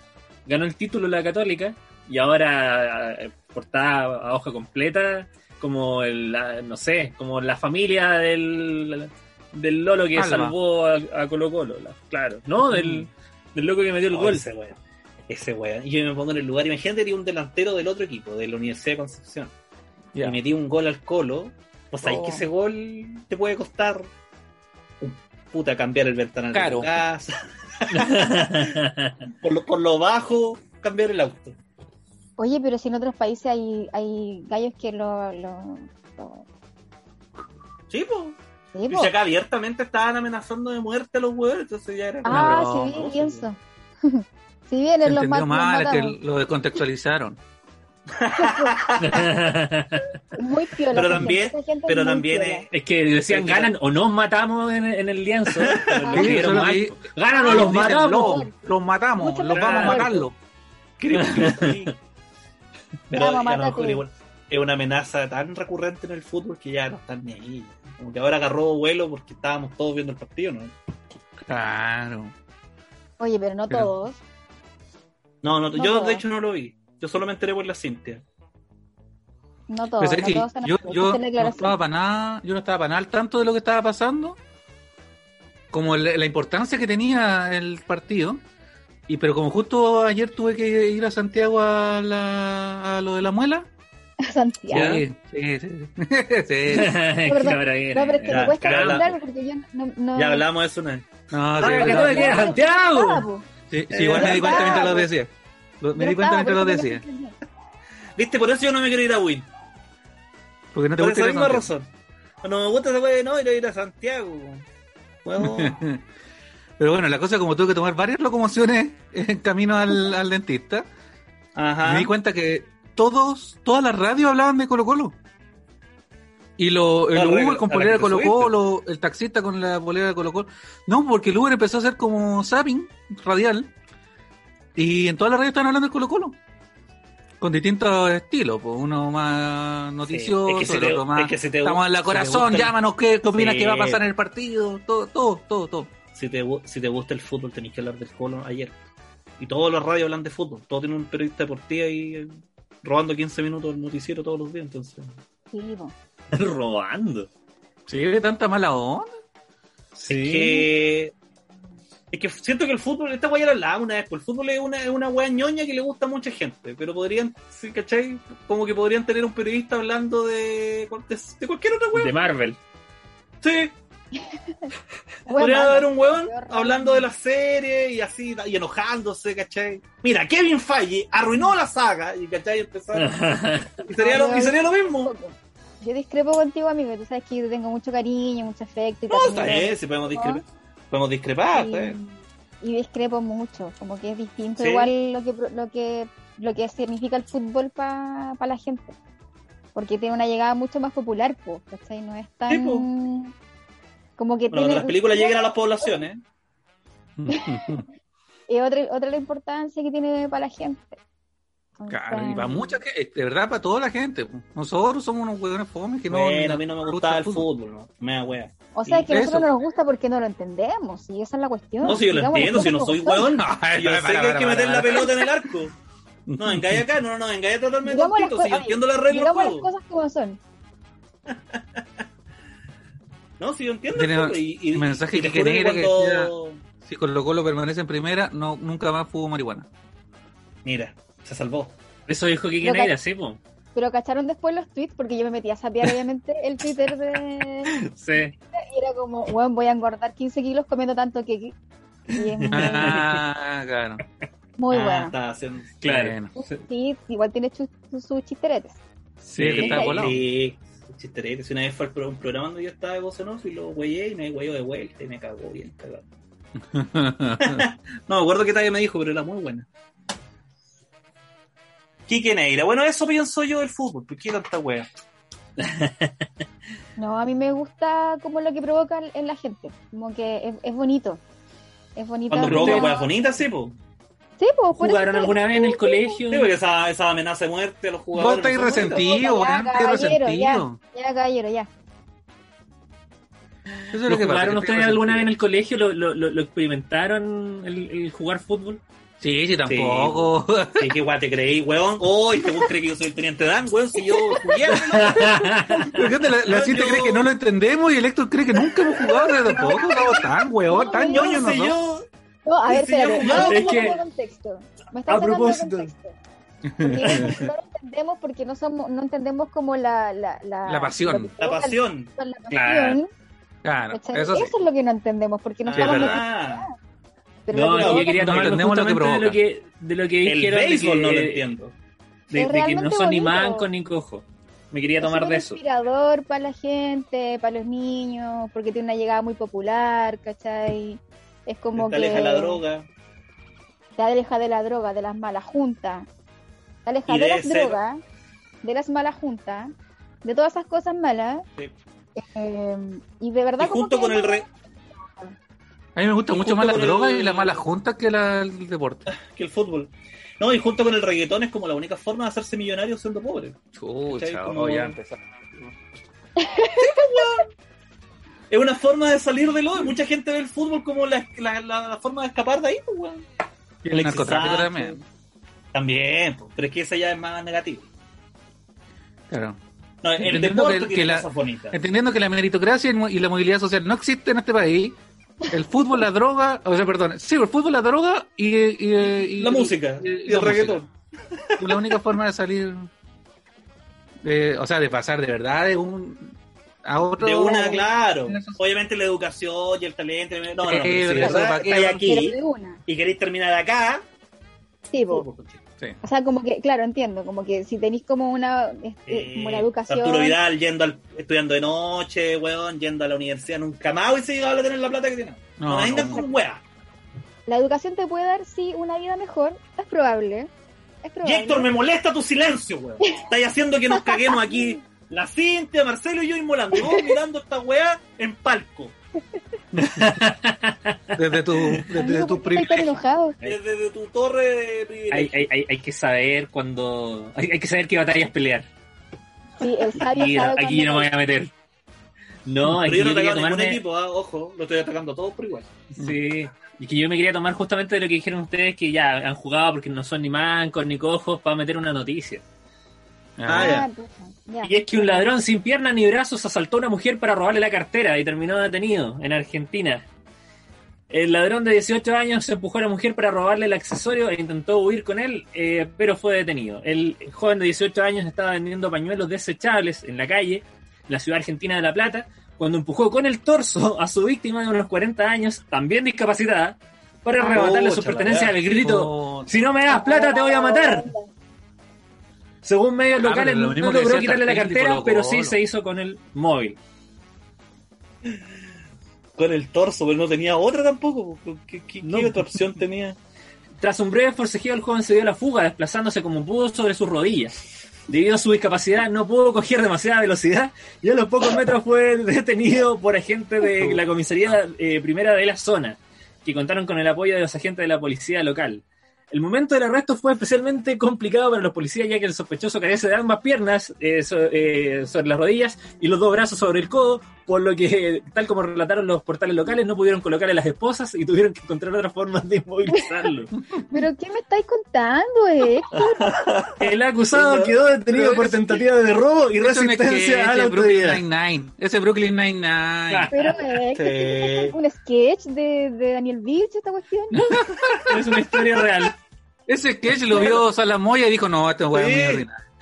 A: ganó el título la Católica, y ahora eh, portada a hoja completa, como el, la- no sé, como la familia del, del Lolo que
B: Álava.
A: salvó a, a Colo Colo, la- claro, ¿no? Del, del loco que metió el
D: Oh,
A: gol.
D: Ese weón. Ese weón. Y yo me pongo en el lugar. Imagínate, sería un delantero del otro equipo, de la Universidad de Concepción.
B: Ya.
D: Y metí un gol al Colo. Pues sabéis
B: Oh.
D: que ese gol te puede costar. un Puta, cambiar el ventanal
B: Caro.
D: de tu casa. por, lo, por lo bajo, cambiar el auto.
C: Oye, pero si en otros países hay, hay gallos que lo. lo, lo-
D: Sí, pues. po.
C: sí,
D: Y
C: po.
D: si acá abiertamente estaban amenazando de muerte a los huevos, entonces ya era. como-
C: Ah,
B: No,
C: sí,
D: no, sí.
C: pienso. Si vienen los,
B: Entendió
C: mat- los
B: mal, este, que
C: matamos.
B: lo descontextualizaron.
C: Muy piola.
D: Pero
C: esa
D: también-
C: gente, esa gente
D: Pero
C: es muy
D: también
C: piola.
D: es,
A: Es que decían,
D: Sí,
A: ganan o nos matamos en, en el lienzo. pero lo
C: Sí,
A: dijeron
B: solo
A: mal.
B: que-
A: Ganan o los
B: Dicen,
A: matamos.
B: "Lo- Los matamos,
C: Mucho
B: los
D: mejor.
B: vamos a matarlo.
D: Creo que sí. Pero
C: Vamos,
D: a lo mejor
C: mátate.
D: igual es una amenaza tan recurrente en el fútbol que ya no están ni ahí. Como que ahora agarró vuelo porque estábamos todos viendo el partido, ¿no?
B: Claro.
C: Oye, pero no
B: Pero-
C: todos.
D: No, no,
C: No,
D: yo
C: no.
D: de hecho no lo vi. Yo solo me enteré por la Cintia.
C: No
B: Pero
C: todos.
D: pues
B: sabes
C: no
B: que
C: todos están
B: yo,
C: afuera,
B: yo
C: existe la
B: no
C: aclaración.
B: estaba para nada, yo no estaba para nada al tanto de lo que estaba pasando, como la, la importancia que tenía el partido, Y pero como justo ayer tuve que ir a Santiago a, la, a lo de la muela.
C: Santiago.
B: Sí, sí, sí. Sí.
C: perdón.
A: Cabrera.
C: No, pero es que me
D: Ya,
C: cuesta
D: ya hablamos.
C: hablar porque yo no. no
D: Ya hablamos de eso una vez.
B: No, sí,
A: Ah, que
B: no,
A: tú me quieres,
C: no,
A: Santiago.
C: estaba, po.
B: sí, sí, igual me di cuenta mientras lo decía. Lo- me
C: Yo
B: di cuenta
C: estaba,
B: mientras lo
C: por eso no
B: decía.
C: les entendí.
D: Viste, por eso yo no me quiero ir a Win.
B: Porque no te
D: Por
B: gusta
D: esa
B: ir a
D: misma
B: Santiago.
D: razón. No me gusta esa wea de no ir a ir a Santiago. Bueno,
B: Pero bueno, la cosa como tuve que tomar varias locomociones en camino al, al dentista,
D: ajá.
B: me di cuenta que todos, todas las radios hablaban de Colo Colo. Y lo, el
D: Ah,
B: Uber
D: regla-
B: con
D: a la
B: polera de
D: que te
B: Colo
D: subiste.
B: Colo, el taxista con la polera de Colo Colo. No, porque el Uber empezó a hacer como zapping radial. Y en todas las radios estaban hablando de Colo Colo. Con distintos estilos, pues, uno más
D: Sí,
B: noticioso,
D: es que si
B: el
D: te-
B: otro más...
D: es que si te-
B: Estamos en la
D: si te
B: corazón,
D: gusta el-
B: llámanos, ¿qué, qué opinas
D: Sí.
B: que va a pasar en el partido? Todo, todo, todo, todo.
D: si te, gu- si te gusta el fútbol, tenés que hablar del Colo ayer. Y todos los radios hablan de fútbol. Todos tienen un periodista deportivo ahí eh, robando 15 minutos del noticiero todos los días. Entonces,
C: Sí, po.
A: Robando.
B: Sí, de tanta mala onda.
A: Sí.
D: que. Es que siento que el fútbol, esta weá ya la hablábamos una vez, pues el fútbol es una, es una weá ñoña que le gusta a mucha gente, pero podrían, sí, ¿cachai? Como que podrían tener un periodista hablando de, de, de cualquier otra weá.
A: De Marvel.
D: Sí,
C: Bueno,
D: Podría haber un weón
C: Peor raro.
D: hablando de la serie y así, y enojándose, ¿cachai? Mira, Kevin Feige arruinó la saga, y ¿cachai? Empezar, y, sería lo, y sería lo mismo.
C: tampoco. Yo discrepo contigo, amigo. Tú sabes que yo te tengo mucho cariño, mucho afecto. Y
D: No,
C: te
D: está
C: admiro.
D: bien, si podemos discrepar. Podemos discrepar, está bien.
C: y, y discrepo mucho, como que es distinto
D: Sí.
C: igual lo que pro- lo que lo que significa el fútbol para la gente. Porque tiene una llegada mucho más popular, po, ¿cachai? No es tan
D: po.
C: como que
D: Bueno, cuando
C: tiene
D: las películas lleguen a las poblaciones,
C: es otra otra la importancia que tiene para la gente.
B: Claro, y
C: Entonces,
B: para mucha gente, de verdad, para toda la gente. po. Nosotros somos unos huevones fomes que no.
D: bueno, a mí no me gustaba el
B: gusta
D: fútbol, no, mea wea.
C: O sea, es que a
B: Eso.
C: nosotros no nos gusta porque no lo entendemos, y esa es la cuestión.
D: No, si yo lo
C: Digamos las
D: entiendo, si
C: cosas
D: no
C: como
D: soy
C: son.
D: weón,
B: Ay,
D: yo
B: para,
D: sé
B: para,
D: que hay que
B: para,
D: meter
B: para,
D: la
B: para.
D: pelota en el arco. No, vengáis acá, no, no, vengáis a tratarme de
C: Digamos las
D: tontito, si yo
C: cosas-
D: entiendo las reglas del
C: Digamos las
D: juego.
C: cosas como son.
D: No, si yo entiendo
B: Tiene
D: el juego, y, y,
B: un mensaje
D: y te
B: que
D: juro
B: genera que
D: cuando-
B: Si Colo Colo permanece en primera, no, nunca más fumo marihuana.
D: Mira, se salvó.
A: Eso dijo que
C: Lo
A: quién
C: que-
A: era, sí, po.
C: Pero cacharon después los tweets porque yo me metí a sapear obviamente el Twitter de
A: Sí.
C: y era como, weón, voy a engordar 15 kilos comiendo tanto que y es muy,
B: Ah, claro.
C: muy
D: Ah,
C: bueno.
D: está haciendo-
A: Claro.
B: Bueno.
C: Sí, igual tiene sus sus chisteretes.
A: Sí,
B: es que está volado.
D: Sí, chisterete. Si una vez fue al pro- un programa donde yo estaba de voz en off y lo güeyé y me güeyó de vuelta y me cagó bien cagado. No me acuerdo qué talla me dijo, pero era muy buena. Quique Neira. Bueno, eso pienso yo del fútbol. ¿Por qué tanta wea?
C: No, a mí me gusta como lo que provoca en la gente, como que es, es bonito. Es bonito.
D: Cuando provoca weas bonitas, sí, po.
C: Sí, pues, por
A: ¿Jugaron
C: eso
A: alguna vez en el colegio?
D: Sí, porque esa, esa amenaza de muerte a los
B: Vos
D: jugadores.
B: estáis
D: no son bonitas.
B: resentido,
C: Ya,
B: weón. Estáis
C: caballero,
B: resentido.
C: Ya, caballero, ya.
B: Eso es
A: ¿Lo
B: lo que pasa.
A: jugaron
B: que
A: ustedes
B: estáis
A: alguna vez en
B: resentido.
A: el colegio? ¿Lo, lo, lo, lo experimentaron el, el jugar fútbol?
B: Sí, sí, tampoco.
D: Sí, qué guay te creí, weón. Hoy te vos crees que yo soy el teniente Dan, weón. Si yo jugué,
B: Fíjate, la, la
D: No,
B: gente
D: yo-
B: cree que no lo entendemos y el Héctor cree que nunca hemos jugado pero tampoco. Estamos tan huevón, tan
D: yo,
B: ñoños
D: si
B: nosotros.
D: yo.
C: No, a
D: Sí,
C: ver,
D: sí, ya
C: espérate.
D: jugaba,
A: es
C: me estás
A: que-
C: sacando de contexto. Me estás
A: a
C: sacando de
A: propósito.
C: contexto. Porque no lo entendemos porque no somos, no entendemos como la, la, la,
B: La pasión.
C: lo que
D: La
C: provoca el
D: pasión.
C: fútbol, la
A: Claro.
C: pasión,
B: Claro,
C: ¿cachai?
B: eso sí.
C: es lo que no entendemos porque no
B: Sí, es
C: estamos
B: verdad.
D: Ah,
C: pero lo
A: No,
C: que
A: es que yo
C: provoca-
A: quería
B: No
A: tomarlo
B: entendemos lo que
A: justamente de lo que, de lo que
D: el
A: dijeron de
D: béisbol no lo
A: que- de,
D: entiendo.
C: Es
A: de que no
C: realmente
A: son ni
C: bonito.
A: manco ni cojo. Me quería
C: es
A: tomar
C: súper
A: de eso.
C: inspirador para la gente, para los niños, porque tiene una llegada muy popular, ¿cachai? Es como
D: te
C: que
D: aleja la droga.
C: te aleja de la droga, de las malas juntas, te aleja
D: Y
C: de,
D: de
C: las
D: ser-
C: drogas, de las malas juntas, de todas esas cosas malas.
D: Sí.
C: Eh, y de verdad
D: Y
C: como
D: junto
C: que
D: con
C: no-
D: el re-
B: A mí me gusta
D: Y
B: mucho
D: justo
B: más las
D: con el-
B: drogas y las malas juntas que la- el deporte.
D: que el fútbol. No, y junto con el reggaetón es como la única forma de hacerse millonario siendo pobre.
B: Chucha,
D: como- pues,
B: oh, ya empezó.
D: Es una forma de salir del hoyo. Mucha gente ve el fútbol como la, la- la- la forma de escapar de ahí, pues, weón.
B: Y el
D: Alexis
B: narcotráfico
D: Sánchez.
B: también.
D: También, pues, pero es que esa ya es más negativa.
B: Claro.
D: No, el
B: Entendiendo
D: deporte
B: que-
D: tiene
B: que la-
D: cosas bonitas.
B: Entendiendo que la meritocracia y mo- y la movilidad social no existe en este país, El fútbol, la droga, o sea, perdón, sí, el fútbol, la droga y, y- y-
D: la
B: y-
D: música y,
B: y-
D: el
B: la
D: reggaetón.
B: música. Es La única forma de salir, de- o sea, de pasar de verdad de un a otro.
D: De una, claro.
B: Eso sí.
D: Obviamente la educación y el talento. No, no, no.
B: Sí,
D: pero si de
B: pero eso
D: verdad
B: para qué,
D: estáis
B: ¿no?
C: Pero
D: aquí
C: de una.
D: y queréis terminar acá.
C: Sí, po.
B: Sí.
C: O sea, como que, claro, entiendo, como que si tenéis como una, este, como una
D: eh,
C: educación.
D: Arturo Vidal yendo al, estudiando de noche, weón, yendo a la universidad nunca más y se llegaba a tener la plata que tiene. No,
B: No,
D: vengan
B: no.
D: con weá.
C: La educación te puede dar, sí, una vida mejor, es probable. Es probable.
D: Y Héctor, me molesta tu silencio, weón. Estáis haciendo que nos caguemos aquí. La Cintia, Marcelo y yo inmolando. Y vos mirando esta weá en palco.
B: Desde tu, desde
C: Amigo,
B: tu
C: ¿por qué estáis tan
B: privilegio.
C: enojado?
D: Desde desde tu torre de
A: Hay,
D: privilegio.
A: hay, hay, hay que saber cuando. Hay, hay que saber qué batallas pelear.
C: Sí, el sabio
A: Aquí,
C: sabe
A: aquí yo no
C: cuándo-
A: me voy a meter. No,
D: Pero
A: aquí
D: yo
A: yo
D: no
A: quería
D: atacaba a ningún
A: tomarme.
D: equipo, ah, ojo, lo estoy atacando a todos por igual.
A: Sí. Y que yo me quería tomar justamente de lo que dijeron ustedes que ya han jugado porque no son ni mancos ni cojos para meter una noticia.
B: Ah,
D: ya.
C: Ah, puta, ya.
A: Y es que un ladrón sin piernas ni brazos asaltó a una mujer para robarle la cartera y terminó detenido en Argentina. El ladrón de 18 años empujó a la mujer para robarle el accesorio e intentó huir con él, eh, pero fue detenido. El joven de 18 años estaba vendiendo pañuelos desechables en la calle, en la ciudad argentina de La Plata, cuando empujó con el torso a su víctima de unos 40 años, también discapacitada, para
C: Oh,
A: arrebatarle sus
D: chala,
A: pertenencias
D: ya.
A: al grito:
B: Oh,
A: Si no me das plata, te voy a matar. Según medios
B: Ah,
A: locales,
B: pero lo
A: no
B: mismo que
A: logró
B: decía
A: quitarle la
B: Tardelli
A: cartera,
B: Colo
A: pero sí
B: Colo.
A: se hizo con el móvil.
D: Con el torso, pero no tenía otra tampoco. po. ¿Qué, qué-
A: No.
D: qué otra opción tenía?
A: Tras un breve forcejeo, el joven se dio la fuga, desplazándose como pudo sobre sus rodillas. Debido a su discapacidad, no pudo coger demasiada velocidad y a los pocos metros fue detenido por agentes de la comisaría eh, primera de la zona, que contaron con el apoyo de los agentes de la policía local. El momento del arresto fue especialmente complicado para los policías, ya que el sospechoso carece de ambas piernas eh, so- eh, sobre las rodillas y los dos brazos sobre el codo, por lo que, tal como relataron los portales locales, no pudieron colocarle las esposas y tuvieron que encontrar otras formas de inmovilizarlo.
C: Pero ¿qué me estáis contando, eh? Héctor?
A: El acusado quedó detenido por tentativa de robo y
B: Eso no es que
A: resistencia a la
B: ese Brooklyn
A: autoridad.
B: Nine-Nine. Ese Brooklyn Nine-Nine.
C: Pero, Héctor, ¿qué es un sketch de, de Daniel Birch esta cuestión?
A: Es una historia real.
B: Ese sketch lo vio Salamoya y dijo, no, este weón es muy
D: Sí.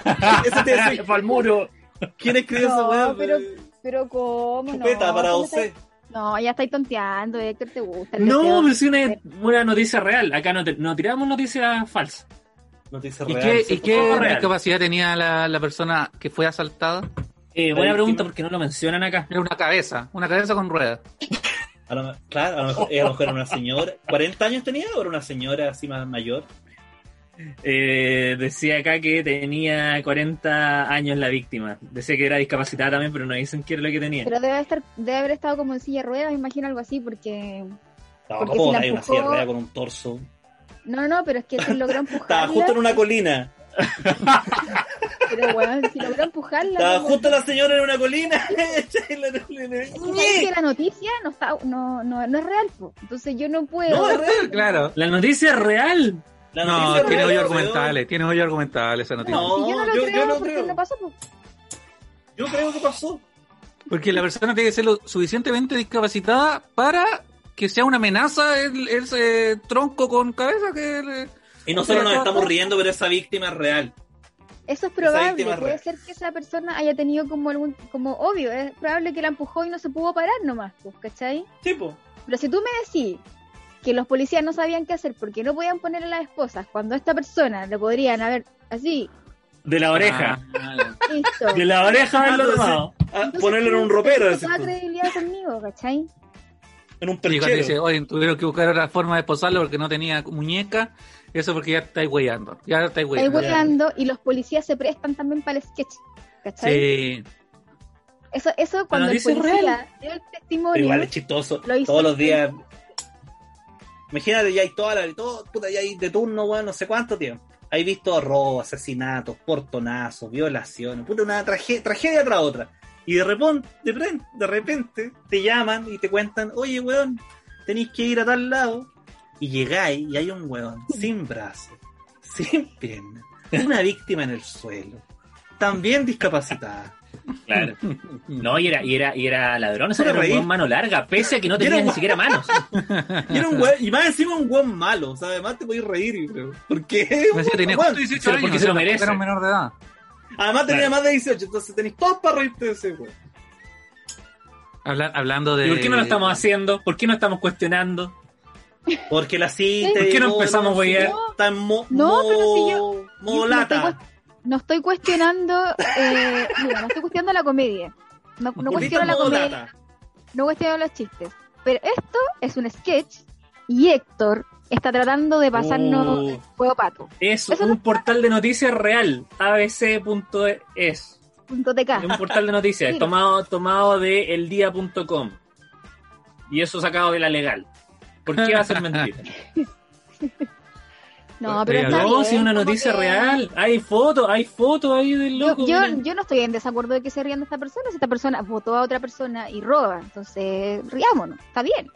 B: ordinario.
D: Eso te decía,
A: Fue al muro.
D: ¿Quién escribió
C: No,
D: esa weá?
C: pero- Pero ¿cómo no?
D: Chupeta para
C: ¿Cómo
D: José.
C: estáis- No, ya estáis tonteando, Héctor, te gusta. el
A: No,
C: deseo.
A: pero es una, una noticia real. Acá no, te- no tiramos noticias falsas.
D: Noticia
B: ¿Y
D: real.
B: qué,
D: sí,
B: ¿Y
D: por
B: qué
D: favor.
A: real.
B: discapacidad tenía la, la persona que fue asaltada?
A: Eh, buena
D: La
A: pregunta
D: víctima.
A: porque no lo mencionan acá.
B: Era una cabeza, una cabeza con ruedas.
D: A lo, claro, a lo, mejor, eh, a lo mejor era una señora. ¿40 años tenía o era una señora así más mayor?
A: Eh, decía acá que tenía 40 años la víctima. Decía que era discapacitada también, pero no dicen qué era lo que tenía.
C: Pero debe, estar, debe haber estado como en silla de ruedas, me imagino algo así, porque...
D: No,
C: Porque
D: ¿cómo
C: si la
D: hay una
C: empujó-
D: sierra con un torso?
C: No, no, pero es que si logró empujarla...
D: Estaba justo en una colina.
C: Pero, bueno, si logró empujarla...
D: Estaba
C: no-
D: justo la señora en una colina. Y la-
C: Tú sabes que la noticia no está no, no, no es real, po. entonces yo no puedo.
D: No, es real.
B: Claro.
A: La noticia es real.
D: La
B: no,
D: noticia
B: tiene
D: real,
B: hoyo
D: weón.
B: argumentales, tiene hoyo argumentales esa noticia.
D: No.
C: si yo no lo
D: yo- yo
C: creo,
D: no
C: ¿por qué
D: creo.
C: no pasó? po?
D: Yo creo que pasó.
B: Porque la persona tiene que ser lo suficientemente discapacitada para que sea una amenaza el- ese tronco con cabeza que... le-
D: Y nosotros nos estamos riendo, pero esa víctima es real.
C: Eso es
D: Esa
C: probable,
D: víctima es
C: puede
D: real.
C: ser que esa persona haya tenido como algún, como obvio, es probable que la empujó y no se pudo parar nomás, po, ¿cachai?
D: Tipo.
C: Pero si tú me decís que los policías no sabían qué hacer porque no podían poner a las esposas cuando a esta persona le podrían haber así,
A: De la oreja.
B: Ah, ya.
C: listo.
A: De la oreja
D: Ah,
A: haberlo
D: entonces-
A: tomado.
D: Ah,
C: Entonces,
D: ponerlo en un
C: tú
D: ropero,
C: tienes
D: decís
C: toda
D: tú.
C: credibilidad conmigo, ¿cachai?
D: en un
B: Y cuando dice,
D: perchero.
B: oye, tuvieron que buscar otra forma de posarlo porque no tenía muñeca, eso porque ya estáis weyando. Ya estáis
C: Ahí
B: weyando.
C: hueando y los policías se prestan también para el sketch, ¿cachai?
B: Sí.
C: Eso, eso cuando el
A: dice
C: policía dio el
D: Pero
C: testimonio.
D: igual es chistoso.
C: Lo hizo
D: Todos los
C: bien.
D: días. Imagínate, ya hay toda la. Todo, puta, ya hay de turno, weón, no sé cuánto tiempo. Hay visto robos, asesinatos, portonazos, violaciones, puta, una tragedia, tragedia tras otra. Y de repente, de, pren- de repente te llaman y te cuentan, oye, weón, tenéis que ir a tal lado. Y llegáis y hay un weón sin brazo, sin pierna, una víctima en el suelo, también discapacitada.
A: Claro. No, y era, y era, y era ladrón, o sea,
D: Pura
A: era un
D: raíz.
A: weón mano larga, pese a que no
D: Era
A: tenía
D: un
A: ni siquiera manos.
D: Y, era un weón- y más encima un weón malo. O sea, además te podías reír, bro. ¿Por qué?
B: Me decía, tenía
D: Weón,
B: justo 18
A: pero
B: años,
A: porque se lo
B: era-
A: merece.
B: Era un menor de edad.
D: Además tenía
A: Claro.
D: más de 18, entonces tenés todos para reírte de ese weón.
B: Habla- hablando de.
A: ¿Y por qué no lo estamos haciendo? ¿Por qué no estamos cuestionando?
D: Porque la cita.
A: ¿Por qué no empezamos a huevear?
D: Está en mo,
E: No,
D: mo-
E: pero si yo-
D: modo
E: yo-
D: lata.
E: yo tengo- No estoy cuestionando, eh, mira, no estoy cuestionando la comedia. No, no
B: Listo,
D: Pulito
E: cuestiono la
D: modo
E: comedia,
D: lata.
E: no cuestiono los chistes. Pero esto es un sketch y Héctor está tratando de pasarnos
A: Uh.
E: el juego pato.
A: Es
E: Eso
A: un portal de noticias real, abc.es.
E: Punto
A: Es
E: TK.
A: un portal de noticias,
E: Mira.
A: tomado, tomado de eldia.com. Y eso sacado de la legal. ¿Por qué va a ser mentira?
E: No, pero está
A: no,
E: bien,
A: si es una
E: como
A: noticia
E: que-
A: real. Hay fotos, hay fotos ahí del
E: Yo,
A: loco.
E: yo,
A: miren.
E: yo no estoy en desacuerdo de que se rían de esta persona. Si esta persona votó a otra persona y roba, entonces riámonos, está bien.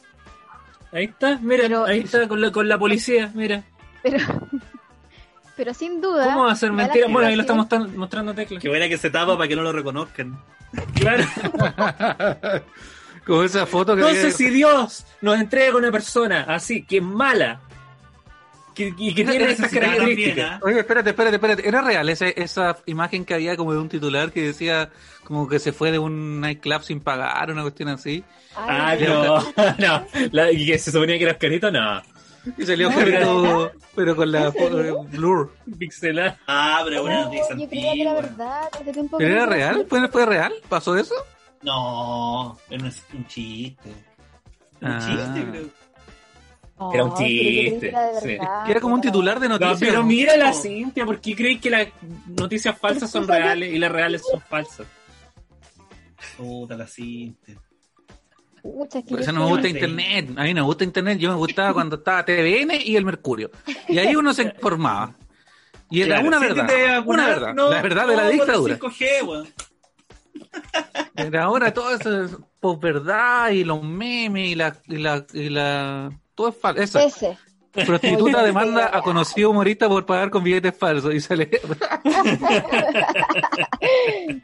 A: Ahí está, mira,
E: Pero-
A: ahí está con la, con la policía, mira.
E: Pero, pero sin duda.
A: ¿Cómo va a ser
E: da la
A: mentira? Bueno, ahí lo
E: sensación-
A: estamos tan- mostrando teclas.
D: Qué buena que se tapa para que no lo reconozcan.
A: Claro.
B: Con esa foto que.
A: Entonces, si Dios nos entrega una persona así, que es mala, que, y que tiene estas características.
B: Oye, espérate, espérate, espérate. ¿Era real ese- esa imagen que había como de un titular que decía como que se fue de un nightclub sin pagar, una cuestión así?
A: Ah,
E: Ay,
A: no, no. La- y que se suponía que era Oscarito, no.
B: Y salió
A: No,
B: Oscarito, pero con la
C: ¿En serio?
B: eh, blur.
A: Pixelar.
D: Ah, pero
C: No,
D: buena noticia.
C: yo creía que era
D: antigua.
C: verdad. hace tiempo que
B: ¿Pero era
C: no-
B: real? ¿Fue, fue real? ¿Pasó eso?
D: No, era un, un chiste. Un
B: Ah.
D: chiste, creo.
C: No,
A: Era un
C: pero yo creí que
A: chiste,
C: era de
A: sí.
C: verdad,
B: Que era como un
C: no.
B: titular de
A: No,
B: noticias.
A: pero
B: ¿no?
A: mira la Cintia, ¿por qué crees que las noticias falsas son reales y las reales son falsas?
D: Puta, la cinta.
C: Pucha, es que
B: Por
C: yo
B: eso no me
C: soy-
B: gusta
D: Sí.
B: internet. A mí no me gusta internet. Yo me gustaba cuando estaba TVN y el Mercurio. Y ahí uno se informaba. Y era
D: Claro,
B: una
D: si
B: verdad.
D: te debes
B: una
D: vacunar,
B: verdad.
D: no,
B: la verdad de la
D: no, por el
B: dictadura.
D: 5G, weón.
B: Pero ahora todo eso es posverdad y los memes y la. Y la, y la todo es falso. Esa.
C: Ese.
B: Prostituta
C: Oye,
B: demanda a conocido humorista por pagar con billetes falsos. Y sale.
D: Muy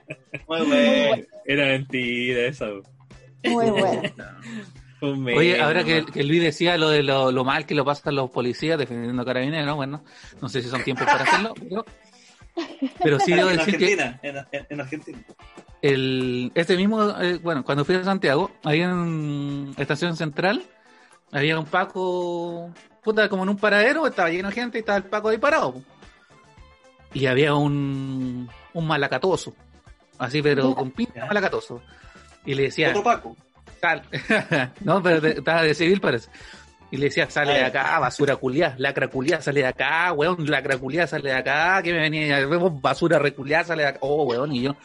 D: bueno.
A: Era mentira esa. bo.
C: Muy bueno.
A: Fue un meme,
B: Oye, ahora que,
A: nomás.
B: que Luis decía lo de lo, lo mal que lo pasan los policías defendiendo a carabineros, bueno, no sé si son tiempos para hacerlo, pero, pero sí debo
D: en
B: decir que
D: Argentina, en, en- en Argentina.
B: el, este mismo, eh, bueno, cuando fui a Santiago, ahí en Estación Central, había un Paco, puta, como en un paradero, estaba lleno de gente y estaba el Paco ahí parado. po. Y había un, un malacatoso, así, pero
C: Ya.
B: con pinta
D: Ya.
B: de malacatoso. Y le decía,
D: Otro Paco.
B: sal. no, pero de- estaba de civil, parece. Y le decía, sale de
D: Ah,
B: acá, basura culiá, lacra culiá, sale de acá, weón, lacra culiá, sale de acá, que me venía, vemos basura reculiá, sale de acá, oh, weón, y yo.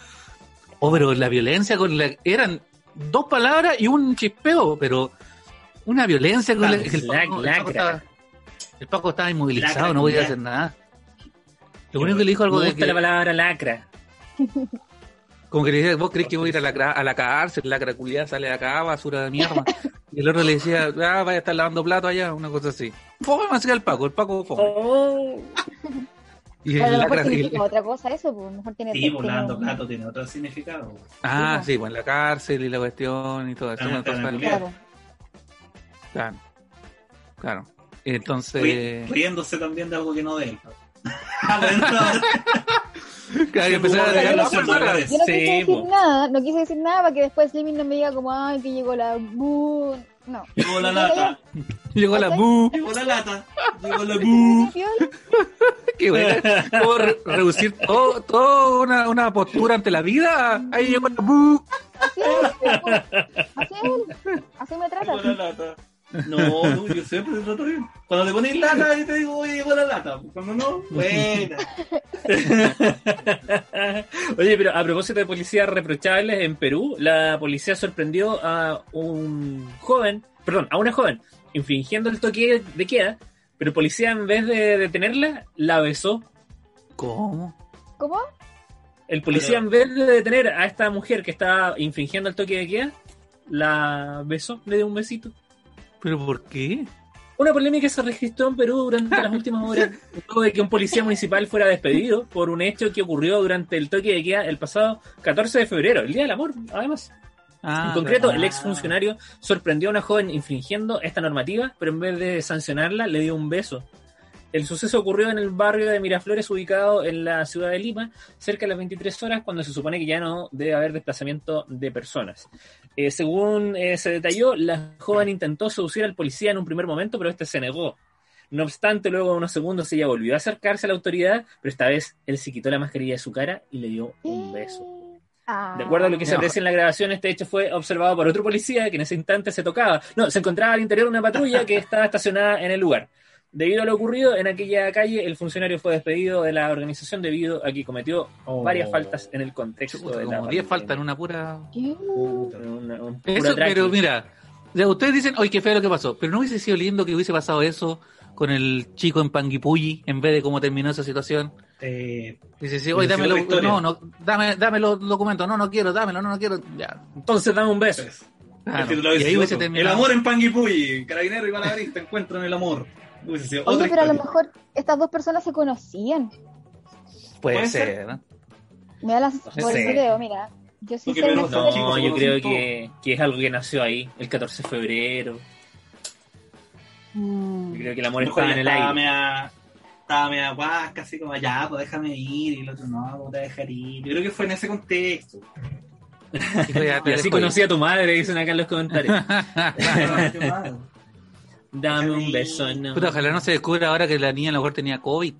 B: Oh, pero la violencia con la... Eran dos palabras y un chispeo, pero una violencia con la...
A: Vamos,
B: que el,
A: lac-
B: Paco, el Paco
A: lacra.
B: estaba, el Paco estaba inmovilizado,
D: Lacra
B: no podía
D: culiá.
B: hacer nada. Lo único que le dijo algo
A: Me
B: de
A: gusta
B: que-
A: la palabra lacra.
B: como que le decía, vos crees que voy a ir a la, cra- a la cárcel, la craculidad sale de acá, basura de mierda. Y el otro le decía, ah, vaya a estar lavando plato allá, una cosa así. Fome más que el Paco, el Paco fome.
A: Oh.
B: Y
C: Pero a
B: el
C: lo mejor
B: lacra-
C: significa
B: el-
C: otra cosa eso, pues a lo mejor tiene...
D: Sí,
C: tiene-
D: volando plato tiene otro significado. weón.
B: ah, sí, pues en la cárcel y la cuestión y todo eso.
D: Ah,
B: una cosa-
D: claro.
C: Claro.
B: claro, claro. Entonces,
D: Ri- Riéndose también de algo que no de él. Ah, Bueno,
B: claro, y empezaba a
D: Humor de
B: regalar
D: la
B: las
D: relación
B: palabras.
D: laboral.
C: Yo no
A: Sí, pues.
C: quise decir
A: po.
C: nada, no quise decir nada para que después Slimming no me diga como, ay, que llegó la... bu-". No.
D: Llegó la lata.
B: Llegó la bu,
D: Llegó la lata. Llegó la
C: Yo
D: bu.
C: dije,
B: qué bueno. Cómo re- reducir todo, todo una, una postura ante la vida. Ahí llegó la bu.
C: Así es, po. así es, así me
D: Llegó la
C: tratas.
D: lata. No, no, yo siempre te trato bien. Cuando te pones lata, yo te digo, oye, llegó la lata. pues, Cuando no, buena.
A: Oye, pero a propósito de policías reprochables en Perú, la policía sorprendió a un joven, perdón, a una joven, infringiendo el toque de queda, pero el policía en vez de detenerla, la besó.
B: ¿Cómo?
C: ¿Cómo?
A: El policía en vez de detener a esta mujer que estaba infringiendo el toque de queda, la besó, le dio un besito.
B: ¿Pero por qué?
A: Una polémica se registró en Perú durante las últimas horas, luego de que un policía municipal fuera despedido por un hecho que ocurrió durante el toque de queda el pasado 14 de febrero, el Día del Amor, además.
B: Ah,
A: en concreto,
B: verdad.
A: el exfuncionario sorprendió a una joven infringiendo esta normativa, pero en vez de sancionarla, le dio un beso. El suceso ocurrió en el barrio de Miraflores, ubicado en la ciudad de Lima, cerca de las 23 horas, cuando se supone que ya no debe haber desplazamiento de personas. Eh, según eh, se detalló, la joven intentó seducir al policía en un primer momento, pero este se negó. No obstante, luego de unos segundos ella volvió a acercarse a la autoridad, pero esta vez él se quitó la mascarilla de su cara y le dio un beso.
C: Ah.
A: De acuerdo a lo que se
B: No.
A: dice en la grabación, este hecho fue observado por otro policía que en ese instante se tocaba. No, se encontraba al interior de una patrulla que estaba estacionada en el lugar. Debido a lo ocurrido en aquella calle, el funcionario fue despedido de la organización debido a que cometió
B: Oh.
A: varias faltas en el contexto
B: Chuta,
A: de la
B: como 10
A: pandemia.
B: faltan, una pura.
C: ¿Qué?
A: En una- un puro
B: Eso,
A: atraque.
B: pero mira, ya ustedes dicen, oye, qué feo lo que pasó, pero no hubiese sido lindo que hubiese pasado eso con el chico en Panguipulli en vez de cómo terminó esa situación.
D: Eh,
B: Dice, sí, oye,
D: Hubiese
B: dame,
D: sido otra
B: los-
D: historia.
B: no, no, dame, dame los documentos, no, no quiero, dámelo, no, no quiero. Ya,
A: Entonces dame un beso.
D: pues,
B: claro.
D: el titular
B: Y ahí
D: hubiese
B: hubiese
D: sido otro. El
B: terminado.
D: amor en Panguipulli, carabinero y palabrista encuentran el amor. Hubiese sido
C: Oye,
D: otra
C: pero a lo
D: historia.
C: mejor estas dos personas se conocían.
B: Puede
D: puede
B: ser. ¿no?
C: Me da las
A: No
C: por
A: sé.
C: el video, mira. Yo sí
D: Porque
C: sé una
D: vemos
C: historia-
D: chicos,
A: No, yo
D: conocen
A: creo
D: todo.
A: que, que es algo que nació ahí, el 14 de febrero.
C: Mm.
A: Yo creo que el amor
D: Mejor
A: estaba en
D: ella
A: el
D: estaba
A: aire.
D: Media, estaba media guasca, así como, ya, pues déjame ir. Y el otro, no, ¿cómo te voy a dejar ir? Yo creo que fue en ese contexto.
A: Y así conocí a tu madre, dicen acá en los comentarios. Dame un beso, no.
B: Puta, ojalá no se descubra ahora que la niña a lo mejor tenía COVID.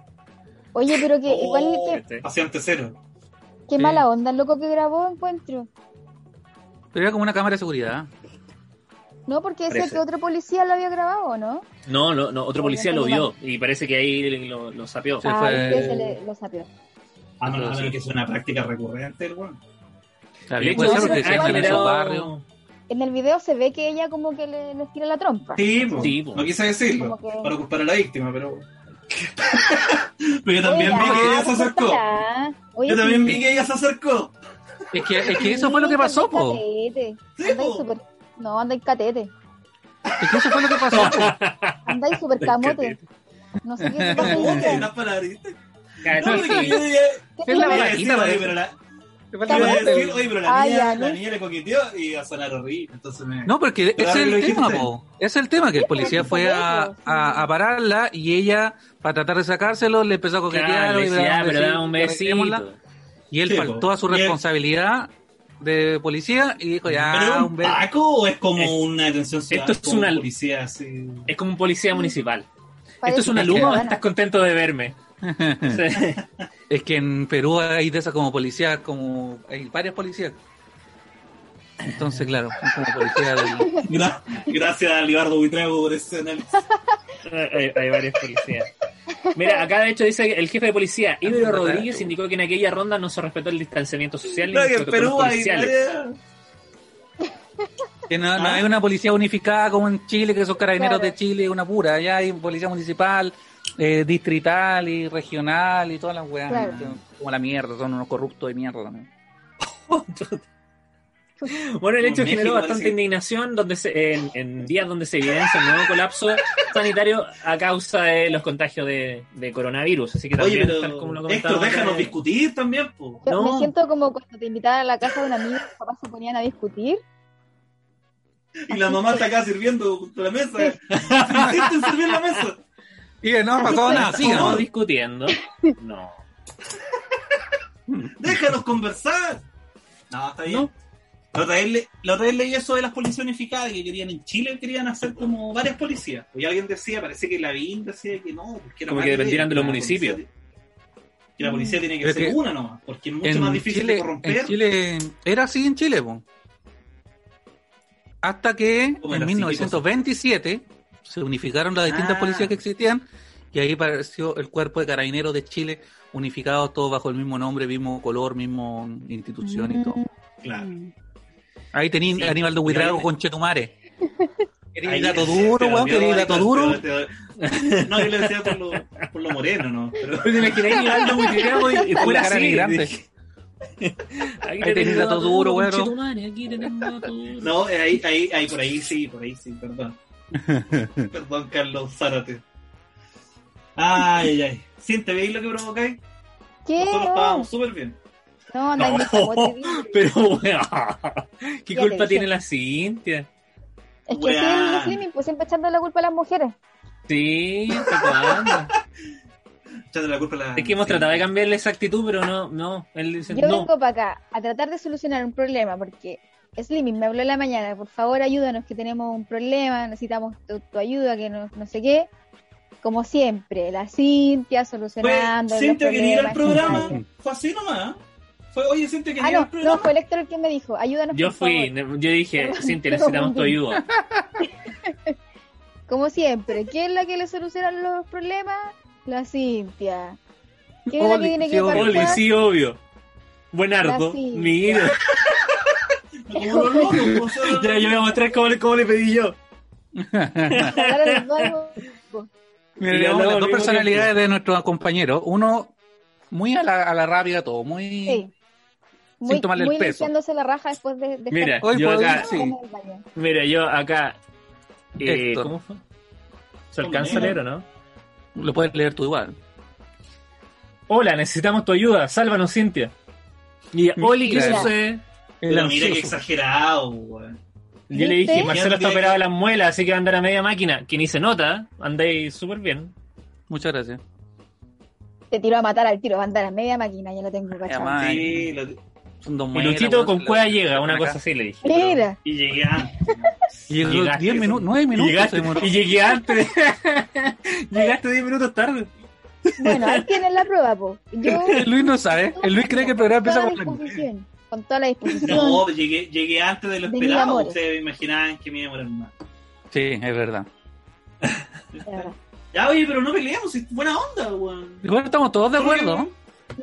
C: Oye, pero
D: Oh,
C: que igual que-
A: Este.
D: Paciente cero.
C: Qué
B: Sí.
C: mala onda el loco que grabó Encuentro.
B: Pero era como una cámara de seguridad.
C: No, porque decía
A: Parece.
C: que otro policía lo había grabado, ¿no?
A: No, no, no, otro policía lo vio y parece que ahí lo, lo sapeó.
B: Sí,
C: ah,
B: fue-
C: que se le, lo sapió.
D: A menos, Ah, a
B: Sí.
D: menos que es una práctica recurrente, el weón.
B: También
A: hecho,
B: puede ser
A: eso
B: porque
A: ha
C: se llama
B: siempre en esos
A: generado-
B: barrios.
C: En el video se ve que ella como que le, le tira la trompa.
D: Sí, po.
A: Sí, pues. po.
D: no quise decirlo,
C: Como que-
D: para culpar a la víctima, pero... pero yo también vi que ella se acercó.
C: córtala. Oye,
D: Yo también
C: sí,
D: vi que ella se acercó.
B: Es que, es que eso fue lo que pasó, po.
C: andáis catete.
D: Sí,
C: Andáis
D: po.
C: súper- No, andáis catete.
B: Es que eso fue lo que pasó, po.
C: Andáis súper camote. No sé qué se pasa.
D: Uy,
C: ahí,
D: hay
C: pero-
D: una palabrita.
A: Cacho,
D: No, porque yo llegué-
C: ¿Qué
B: Es la
C: tiene?
D: iba a
B: vaquita,
D: decir, oye,
B: parece.
D: pero la-
A: Ah,
D: iba a decir,
B: Camote.
D: oye, pero la
C: Ah,
D: niña-
C: ya,
D: la
C: ¿no?
D: niña le coqueteó y iba a sonar horrible, entonces me...
B: No, porque ese es
D: Claro, lo
B: el tema,
D: dijiste.
B: po. Ese es el tema, que el
A: pues,
B: policía fue a, a, a pararla y ella, para tratar de sacárselo, le empezó a coquetear.
A: claro,
B: y
A: decía,
B: le daba un
A: pero
B: besito,
A: dame un
B: arreglémosla.
A: besito.
B: Y él
D: Sí,
B: faltó
D: po.
B: a su
D: Y él-
B: responsabilidad de policía y dijo, ya,
D: ¿Pero
B: un
D: un
B: beso.
D: Paco o es como
A: Es-
D: una detención ciudadana?
A: esto es
D: como
A: una-
D: policía así.
A: Es como un policía municipal. ¿Esto
C: Parece
A: es una
C: que
A: luma o
C: gana.
A: estás contento de verme? O sea,
B: Es que en Perú hay de esas como policías, como hay varias policías. Entonces, claro, son como policías del-
D: Gra- gracias a Libardo Buitrago por ese análisis.
A: hay, hay varios policías. Mira, acá de hecho dice que el jefe de policía, Ibero Rodríguez, indicó que en aquella ronda no se respetó el distanciamiento social ni
D: No,
A: los
D: que en
A: protocolos
D: Perú hay
A: policiales.
D: área-
B: que no, no
D: Ah.
B: hay una policía unificada como en Chile, que son carabineros
C: Claro.
B: de Chile, una pura. Allá hay policía municipal, eh, distrital y regional y todas las weas.
C: Claro.
B: Entonces, Como la mierda, son unos corruptos de mierda también.
A: Bueno, el hecho
D: México,
A: generó
D: parece
A: bastante
D: que-
A: indignación donde se- en, en días donde se evidencia un nuevo colapso sanitario a causa de los contagios de, de coronavirus. Así que
D: Oye,
A: también, tal como lo eh,
D: pero
A: comentaba
D: Héctor, déjanos
A: antes,
D: discutir también, po.
C: Yo
A: No.
C: Me siento como cuando te invitaban a la casa de un amigo, los papás se ponían a discutir.
D: Y la mamá está acá sirviendo junto a la mesa.
C: Sí.
D: Insiste en servir la mesa.
B: Y no, pasó nada,
A: ¿Estamos
B: sigan.
A: discutiendo. No.
D: Déjanos conversar. No, está bien.
A: No.
D: La otra, vez le- la otra vez leí eso de las policías unificadas que querían en Chile, querían hacer como varias policías. Y alguien decía, parece que la BIN decía que no, porque era
A: Como
D: más
A: que dependieran de los
D: la policía
A: municipios.
D: te- Que la policía tiene que
B: Creo
D: ser
B: Mm. que
D: una nomás, porque es mucho
B: en
D: más difícil
B: Chile,
D: de corromper.
B: en Chile- era así en Chile, po. hasta que
D: ¿Cómo era
B: en
D: así?
B: 1927 se unificaron las distintas
D: Ah.
B: policías que existían y ahí apareció el cuerpo de carabineros de Chile unificados todos bajo el mismo nombre, mismo color, mismo institución y todo.
D: Claro.
C: Mm.
B: Ahí tenía
D: Sí.
B: Aníbal de Huitrago
D: Ahí-
B: con Chetumare.
D: Ahí-
B: Quería dato duro,
D: te
B: weón,
D: dolió,
B: quería dato
D: te-
B: duro.
D: te- te- No, yo le decía por lo, por lo moreno, ¿no? Pero
A: Pues ¿Te imaginas mirando muy tirado y y
B: Con
A: fuera
B: la cara
A: así?
B: migrante.
A: Aquí
B: Ahí tenés dato duro, bueno.
A: conchetumare, Aquí tenés dato duro.
D: No, eh, ahí, ahí, ahí, por ahí sí, por ahí sí, perdón. Perdón, Carlos Zárate. Ay, ay, ay. Siente, ¿veis lo que provocáis?
C: ¿Qué?
D: Nosotros estábamos súper bien.
C: No, anda
A: No.
C: en esta weá, te digo.
A: Pero, weón, ¿qué
C: Ya te
A: culpa
C: dije.
A: tiene la Cintia?
C: Es que
D: Weá.
C: ese es el slimming, pues siempre echando la culpa a las mujeres.
A: Sí, ¿hasta cuándo?
D: Echándole la culpa a la.
A: Es que hemos
D: sí.
A: tratado de cambiarle esa actitud, pero no, no. Él dice,
C: Yo
A: no.
C: vengo para acá a tratar de solucionar un problema porque Slimming me habló en la mañana, por favor ayúdanos que tenemos un problema, necesitamos tu, tu ayuda, que no, no sé qué. Como siempre, la Cintia
D: Fue
C: solucionando. los
D: Cintia que ir al
C: problemas,
D: programa.
C: etcétera.
D: Fue así nomás. ¿ah? Fue, oye, Cintia que
C: Ah,
D: ir al
C: no, no,
D: programa.
C: fue el Héctor el que me dijo, ayúdanos
A: Yo
C: por
A: fui,
C: favor.
A: yo dije, Cintia, necesitamos tu ayuda.
C: Como siempre, ¿quién es la que le soluciona los problemas? La Cintia. ¿Quién es la
B: Oli,
C: que tiene
B: sí,
C: que
B: Oli.
C: partir?
A: Oli, sí, obvio. Buenardo,
C: La Cintia.
A: mira.
D: Como los locos, como se-
A: Ya, yo voy a mostrar cómo le, cómo le pedí yo.
C: Hablar a los dos al mismo
B: Mira,
A: Y
B: digamos,
A: hablamos
B: las
A: al
B: dos
A: mismo
B: personalidades de nuestros compañeros. Uno muy a la, a la rápida todo, muy...
C: Sí. Muy,
B: Sin tomarle el
C: muy
B: peso.
C: limpiándose la raja después de, de
A: Mira,
B: Hoy
A: yo
B: podría-
A: acá,
B: sí.
C: en el baño.
A: mira, yo acá. eh,
B: Héctor.
A: ¿Cómo fue? ¿Se alcanza a leer o no?
B: Lo puedes leer tú igual.
A: Hola, necesitamos tu ayuda. Sálvanos, Cintia. Y Oli, ¿qué
B: Mira.
A: sucede?
D: Pero
B: El
D: mira que
B: ansioso.
D: exagerado, weón.
A: Yo le
C: ¿Viste?
A: dije, Marcelo está
D: Bien,
A: operado de
D: bien.
A: las muelas, así que va a andar a media máquina. Que ni se nota, andáis súper bien.
B: Muchas gracias.
C: Te tiró a matar al tiro, va a andar a media máquina, ya lo tengo cachado.
B: Además,
D: Sí, lo-
B: Son dos
A: Y
B: muelas,
A: Luchito
B: weón,
A: con
B: la-
A: cueva llega,
B: la-
A: una
B: acá.
A: cosa así le dije.
C: Mira,
D: y llegué antes.
B: Y llegó
A: Llegaste,
B: 10 minutos, 9
A: Y
B: minutos.
A: llegaste-
B: se demoró.
A: y llegué antes. Llegaste 10 minutos tarde.
C: bueno, ahí tienen la prueba, po. Yo,
B: El Luis no sabe. El Luis cree que el programa
C: con
B: empieza
C: toda la
B: con la...
C: disposición, con toda la disposición.
D: No, llegué, llegué antes de lo
C: De
D: esperado.
C: Miramores.
D: Ustedes me imaginaban que me iba a demorar más.
B: Sí, es verdad.
C: de verdad.
D: Ya, oye, pero no peleamos. es buena onda, weón.
B: Igual estamos todos de acuerdo. ¿no?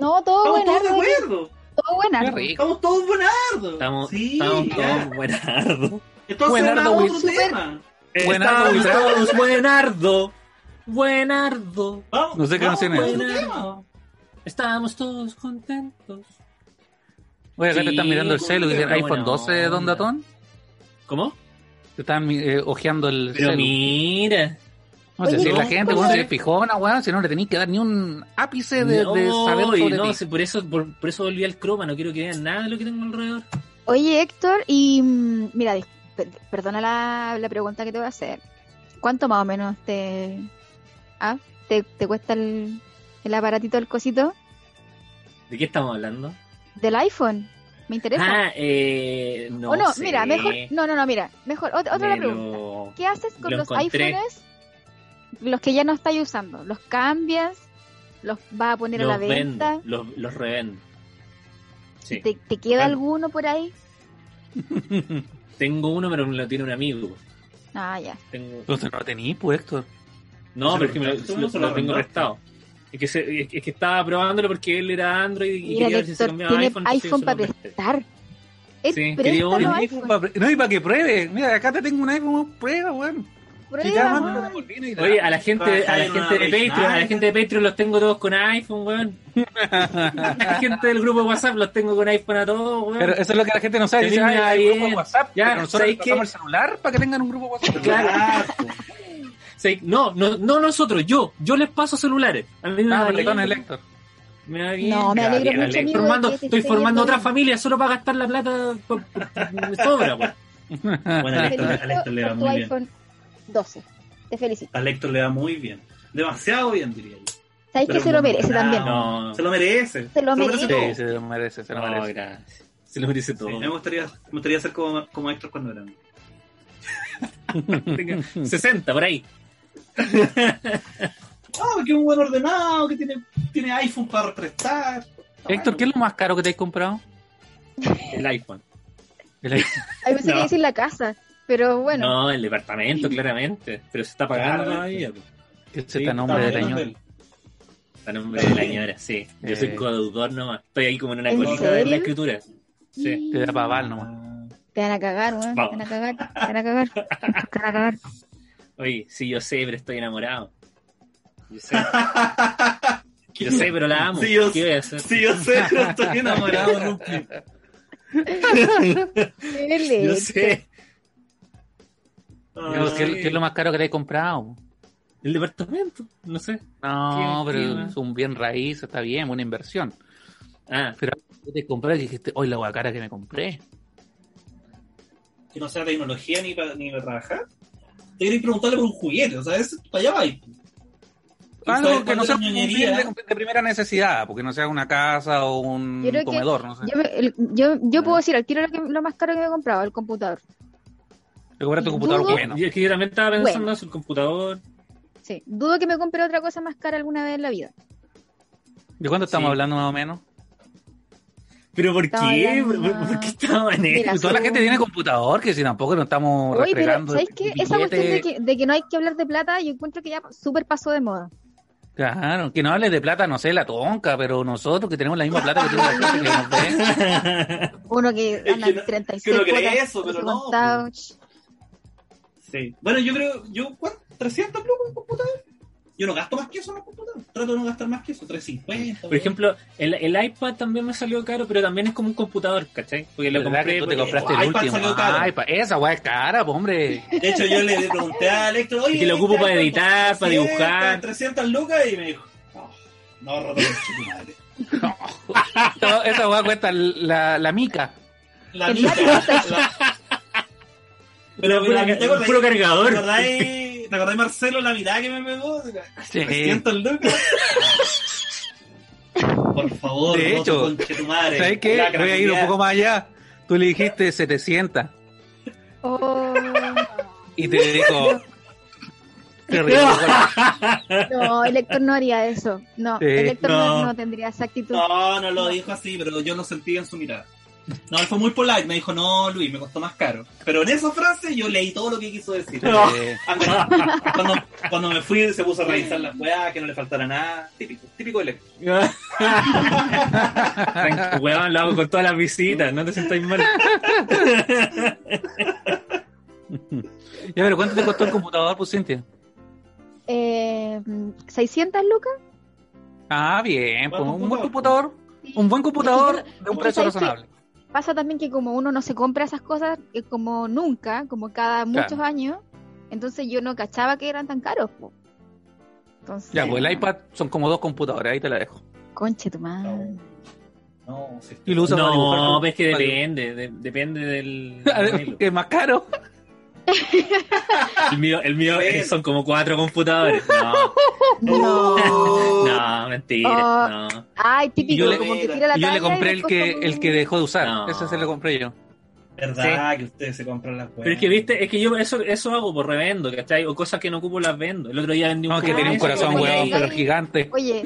C: No, todo
D: Estamos
C: buena,
D: todos de acuerdo.
C: todo buena.
B: Qué rico.
D: Estamos todos buenardos.
A: Estamos,
D: sí,
A: estamos
D: ya.
A: todos buenardo.
D: Entonces,
B: buenardo,
D: vamos a otro
B: Wilson.
D: tema.
B: Buenardo,
A: Estamos todos buenardo. Buenardo.
D: Vamos,
B: No sé qué
D: vamos
B: canción es.
D: a otro tema.
A: Estamos todos contentos.
B: Oye, acá
A: Sí,
B: te están mirando el celu y
A: qué
B: el iPhone
A: buena
B: 12, Don
A: onda.
B: Datón.
A: ¿Cómo?
B: Te están eh, ojeando el
A: Pero
B: celu.
A: mira.
B: No sé
C: Oye,
B: si es la
C: no,
B: gente,
C: ¿cómo
B: bueno, si
A: es?
B: es fijona, weón, si no le tenéis que dar ni un ápice de, de
A: No,
B: saber
A: y
B: sobre
A: no,
B: ti.
A: si por eso, por, por eso volví al croma, no quiero que vean nada de lo que tengo alrededor.
C: Oye, Héctor, y mm, mira, dis- per- perdona la, la pregunta que te voy a hacer. ¿Cuánto más o menos te, ah, te, te cuesta el, el aparatito, el cosito
A: ¿De qué estamos hablando?
C: del iPhone? Me interesa.
A: Ah, eh, no
C: o no,
A: sé.
C: mira, mejor, no, no, no, mira, mejor, ot- otra
A: Me
C: la pregunta.
A: lo-
C: ¿Qué haces con
A: lo
C: los
A: encontré.
C: iPhones, los que ya no estáis usando? ¿Los cambias? ¿Los vas a poner a la
A: Los
C: venta?
A: vendo, los, los revendo. Sí.
C: ¿Te, te queda
A: Bueno.
C: alguno por ahí?
A: Tengo uno, pero me lo tiene un amigo.
C: Ah, ya.
A: Tengo...
B: Entonces no lo tenéis, pues, Héctor.
C: Ah,
A: No, pero
D: ¿Se lo
A: es que me lo,
D: prestaste?
A: lo-
D: ¿No se
A: lo
D: lo
A: tengo
D: arrendaste?
A: prestado. Es que, se- es- es que estaba probándolo porque él era Android y
C: Mira,
A: quería ver si se
C: Héctor,
A: cambiaba a
C: tiene
A: iPhone. entonces
C: iPhone,
A: yo se lo
C: para
A: presté.
C: prestar.
A: Sí, quería
C: Sí, préstalo
A: un
C: iPhone.
B: Pa- No, y para que pruebe. Mira, acá te tengo un iPhone, prueba, weón.
C: Prueba,
B: Y te la mando
C: weón.
B: la cortina y la-
A: Oye, a la gente, a la
D: Ay, no,
A: gente de
D: no, no,
A: Patreon, a la
D: no.
A: gente de Patreon los tengo todos con iPhone, weón. A la gente del grupo de WhatsApp los tengo con iPhone a todos, weón.
B: Pero eh, eso es lo que la gente no sabe. Dice,
A: Tenía
B: ah, hay un
A: bien.
B: grupo de WhatsApp.
A: Ya,
B: pero nosotros
A: ¿sabes
B: les pasamos
A: qué?
B: el celular para que tengan un grupo de WhatsApp.
A: Claro.
D: Ah,
A: Sí, no, no, no nosotros, yo, yo les paso celulares. A mí me
B: Ah,
A: va bien.
B: perdón, el Héctor.
A: Me va bien.
C: No, me alegro
A: Gabriela,
C: mucho,
A: le-
C: amigo,
A: formando-
C: de que te
A: Estoy
C: esté
A: formando
C: yendo
A: otra
C: bien.
A: familia solo para gastar la plata. por- por- Me sobra, pues. weón.
B: Ah.
D: bueno, al Héctor, al
C: felicito
D: Héctor le va
C: por tu
D: muy bien.
C: iPhone 12. Te felicito.
D: Al Héctor le va muy bien. Demasiado bien, diría yo.
C: Sabes
D: Pero
C: que se lo
D: no,
C: merece
D: no,
C: también.
A: No.
D: Se lo merece.
C: Se lo merece.
D: todo.
B: Sí, se lo merece, se lo
A: No,
B: merece.
A: gracias. Se lo merece
D: Sí,
A: todo.
D: me, gustaría, me gustaría ser como, como Héctor cuando era.
A: Tenga 60 por ahí.
D: No, que Ah, un buen ordenado, que tiene, tiene iPhone para prestar.
B: Héctor, ¿qué es lo más caro que te has comprado?
A: El iPhone.
B: El iPhone.
C: Ahí pensé
A: No.
C: que decir la casa, pero bueno.
A: No, el departamento, claramente. Pero se está pagando pues.
D: Claro.
A: todavía.
B: Que se
A: Sí,
B: está a nombre del año.
A: A nombre de la señora, sí. Yo soy
B: Eh.
A: codeudor nomás. Estoy ahí como en una
C: ¿En
A: colita de la
C: serio?
A: escritura. Sí.
B: Te da paval nomás.
D: Ah,
C: Te van a cagar, weón. Te
A: Vamos.
C: van a cagar. Te van a cagar. Te van a cagar.
A: Oye, sí, yo sé, pero estoy enamorado. Yo sé. Yo sé, pero la amo.
D: Sí, yo
A: ¿Qué
D: sé.
A: voy a hacer?
D: Sí, yo sé, pero estoy enamorado. ¿no?
C: Dele,
A: Yo sé.
B: No, ¿qué, qué es lo más caro que te he comprado?
A: El departamento, no sé.
B: No,
A: ¿Qué-
B: pero
A: qué
B: es un bien raíz, está bien, una inversión.
A: Ah,
B: Pero ¿qué te compré que dijiste, hoy la guacara que me compré.
D: que no sea tecnología ni para ni pa trabajar. Te queréis preguntarle por un juguete, o sea, es para allá va. Y
B: Algo
D: sabes
B: que Ah, no
D: cuántas
B: sea un bien
D: ñoñerías-
B: de, de primera necesidad, porque no sea una casa o un
E: Yo creo que-
B: comedor, no sé.
E: yo-
C: Yo, me- el- yo, yo puedo decir al tiro lo, que- lo más caro que me he comprado, el computador.
B: Te compraste un computador
C: dudo-
B: bueno.
A: y es que yo también estaba pensando
C: Bueno.
A: en eso, el computador.
C: Sí, dudo que me compre otra cosa más cara alguna vez en la vida.
B: ¿De cuánto estamos
A: Sí.
B: hablando más o menos?
A: ¿Pero por
C: Estaba
A: qué?
C: hablando-
A: ¿Por, por qué estaba en
C: Mira,
A: eso?
B: Y toda la gente tiene computador, que si tampoco nos estamos
C: Oye, pero
B: restregando.
C: ¿sabes qué? Esa cuestión de
B: billetes.
C: que, de que no hay que hablar de plata, yo encuentro que ya súper pasó de moda.
B: Claro, que no hables de plata, no sé, la tonca, pero nosotros que tenemos la misma plata que tiene la gente que nos ve.
C: Uno que
D: que
C: anda en
D: no-
C: 36
D: que no cree
C: cuotas,
D: eso, pero
C: ese
D: no,
C: contado, ch,
D: Sí. Bueno, yo creo, yo, ¿cuánto? ¿300 plumas en computador? Yo no gasto más que eso en el computador. Trato de no gastar más que eso, 350.
A: Por ejemplo, el, el iPad también me salió caro, pero también es como un computador, ¿cachai? Porque lo
B: ¿Verdad
A: compré.
B: que tú te
A: porque-
B: compraste
D: Ay,
B: el
D: pa,
B: último.
D: salió caro.
B: Ay, pa, esa weá es cara, po, hombre.
D: de hecho yo le pregunté a Alex, oye,
A: Y que lo ocupo para
D: ¿cuánto?
A: editar, para
D: 300,
A: dibujar.
D: 300 lucas y me dijo, no, no, roto con tu madre.
B: No, esa weá cuesta la, la mica.
D: La
C: El
D: mica, la- Pero,
A: Pero
D: pero,
A: pura-
D: ¿te acordáis?
A: puro
D: ¿Te
A: cargador.
D: acordáis, te acordáis, Marcelo, la mirada que me pegó?
B: Sí.
D: 300 lucas. Por favor,
B: De
D: roto
B: hecho,
D: conche tu madre.
B: ¿Sabes qué?
D: Lacra,
B: Voy a ir un
D: culiá.
B: poco más allá. Tú le dijiste 700
C: oh,
B: y te dijo. Te ríes,
C: no, el Héctor no haría eso. No,
B: Sí,
C: el Héctor no.
A: no.
C: no tendría esa actitud.
D: No, no lo dijo así, pero yo lo sentí en su mirada. No, él fue muy polite, me dijo, no, Luis, me costó más caro. Pero en esa frase yo leí todo lo que quiso decir. Ah,
A: No.
B: Eh,
D: Cuando, cuando me fui se puso a revisar las weas, que no le faltara nada. Típico, típico de él.
A: Tranqui, Weón, lo hago con todas las visitas, no te sientas mal.
B: Ya, pero ¿cuánto te costó el computador, pues, Cintia?
C: Eh, 600 lucas.
B: Ah, bien, pues, un buen computador.
C: Sí.
B: Un buen computador de
C: Es
B: un
C: que
B: precio
C: sabes que-
B: razonable.
C: Pasa también que como uno no se compra esas cosas eh, como nunca, como cada
B: Claro.
C: muchos años, entonces yo no cachaba que eran tan caros. po. Entonces,
B: Ya, pues el iPad son como dos computadores, ahí te la dejo.
C: Conche tu madre.
D: No, sí.
B: Y lo usas para dibujar.
A: No,
B: como-
A: ves que
B: para
A: depende, de- depende del
B: dibujar.
A: modelo.
B: Que es más caro.
A: El mío, el mío es- son como cuatro computadores. No,
C: No.
A: no,
C: Ah,
A: mentira. No.
C: Ay, típico,
B: Yo le-
C: como que tira la
B: Y yo
C: talla
B: le
C: y
B: compré el
C: después
B: que,
C: como-
B: el que dejó de usar.
A: No.
B: Ese se lo compré yo.
D: Verdad que ustedes se compran las weas.
A: Pero es que viste, es que yo eso, eso hago por revendo, ¿cachai? O cosas que no ocupo las vendo. El otro día vendí un
B: No, que
A: juguete,
B: tenía un
A: eso,
B: corazón,
A: lo
C: Oye,
B: weón,
A: vendí.
B: pero
C: ahí-
B: gigante.
C: Oye,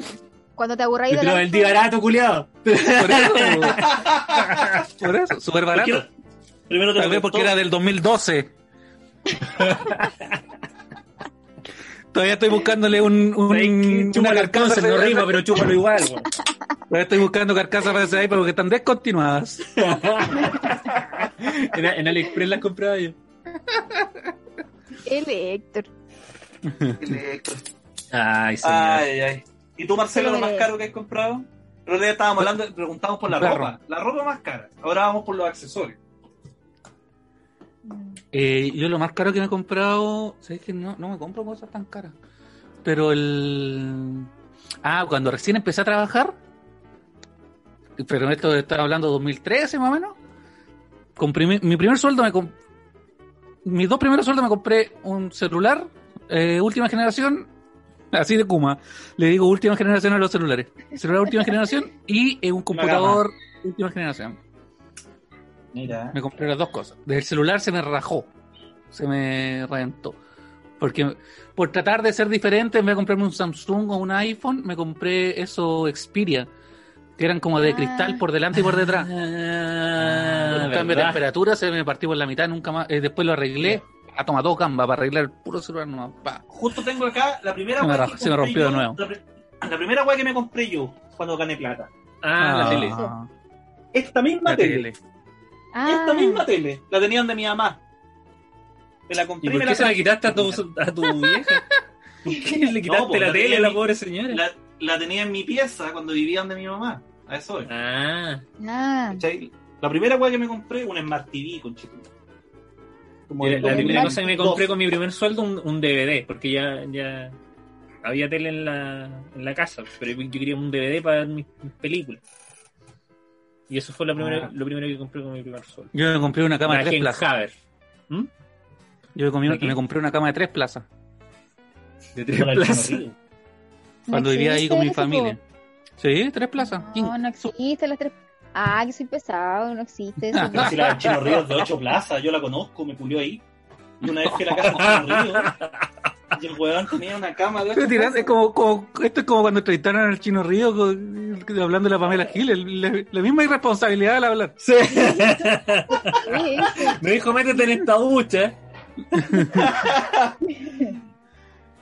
C: cuando te
A: Y
C: aburráis
A: te
C: de
A: lo
C: la
A: vendí barato, culiado.
B: Por eso. Por eso, súper barato.
D: Porque- Primero te
B: Tal vez porque era del 2012. Todavía estoy buscándole un, un-
A: Mm, Chupa el alcance, no
B: para-
A: rima, pero chúpalo igual. weón.
B: Todavía estoy buscando carcasas para ese iPad porque están descontinuadas.
A: en, en AliExpress las compraba yo.
C: El Héctor.
A: Ay, señor.
D: Ay, ay. ¿Y tú, Marcelo, lo más caro que has comprado? El otro día estábamos hablando, preguntamos por la
B: Claro.
D: ropa. La ropa más cara. Ahora vamos por los accesorios.
B: Eh, yo lo más caro que me he comprado, ¿sabes que no, no me compro cosas tan caras? Pero el... Ah, cuando recién empecé a trabajar, pero esto estaba hablando de 2013 más o menos, compré mi, mi primer sueldo, me comp- mis dos primeros sueldos me compré un celular, eh, última generación, así de Kuma, le digo última generación a los celulares, celular última generación y eh, un computador última generación.
D: Mira.
B: Me compré las dos cosas. Del celular se me rajó. Se me reventó. Porque por tratar de ser diferente, en vez de comprarme un Samsung o un iPhone, me compré eso Xperia, que eran como de
C: Ah.
B: cristal por delante y por detrás. Con
A: Ah,
B: un cambio de
A: ¿verdad?
B: temperatura se me partió por la mitad, nunca más. eh, después lo arreglé. A tomar dos gambas para arreglar el puro celular nomás. pa.
D: Justo tengo acá la primera
B: Se me
D: wea
B: rajó- se me rompió
D: yo-
B: de nuevo.
D: La, pri- la primera wea que me compré yo cuando gané plata.
A: Ah, la
B: Ah,
A: tele.
D: Esta misma
B: la
D: tele.
B: tele.
C: Ah,
D: Esta misma tele. La tenían de mi mamá. Me la compré
A: ¿Y
D: y,
A: por
D: me
A: qué
D: la
A: se la quitaste a tu, a tu vieja? ¿Por qué le quitaste
D: No, pues,
A: la
D: la
A: tele a
D: tenía
A: la
D: mi-
A: pobre señora?
D: la, la tenía en mi pieza cuando vivían de mi mamá. A eso voy.
A: Ah,
C: ah.
D: ¿Cachai? La primera weá que me compré, una Smart TV, con Como
A: Mira,
D: el
A: la primera
D: 2002.
A: cosa que me compré con mi primer sueldo un, un DVD, porque ya, ya había tele en la, en la casa, pero yo quería un DVD para ver mis, mis películas. Y eso fue la primera,
B: Ah.
A: lo primero que compré con mi primer sueldo.
B: Yo me compré una cama
A: Una
B: de tres
A: Ken
B: plazas.
A: Haber. ¿Mm?
B: Yo me, comí-
A: ¿De qué?
B: me compré una cama de tres plazas.
A: De
D: tres
A: tres
D: plazas.
A: plazas.
C: No
B: Cuando vivía ahí
C: existe
B: con mi
C: eso, po.
B: familia. Sí, tres plazas.
C: No,
B: King.
C: no existe las tres. Ah, que soy pesado, no existe eso.
D: Pero si la del Chino Ríos de ocho plazas, yo la conozco, me culió ahí. Y una vez que la casa del Chino Ríos, y el weón tenía una cama de ocho
B: Te tiras-
D: plazas.
B: es como, como- esto es como cuando entrevistaron al Chino Río con- hablando de la Pamela Gil, el- la, la misma irresponsabilidad al hablar.
A: Sí.
C: Sí, sí.
A: me dijo, métete en esta ducha.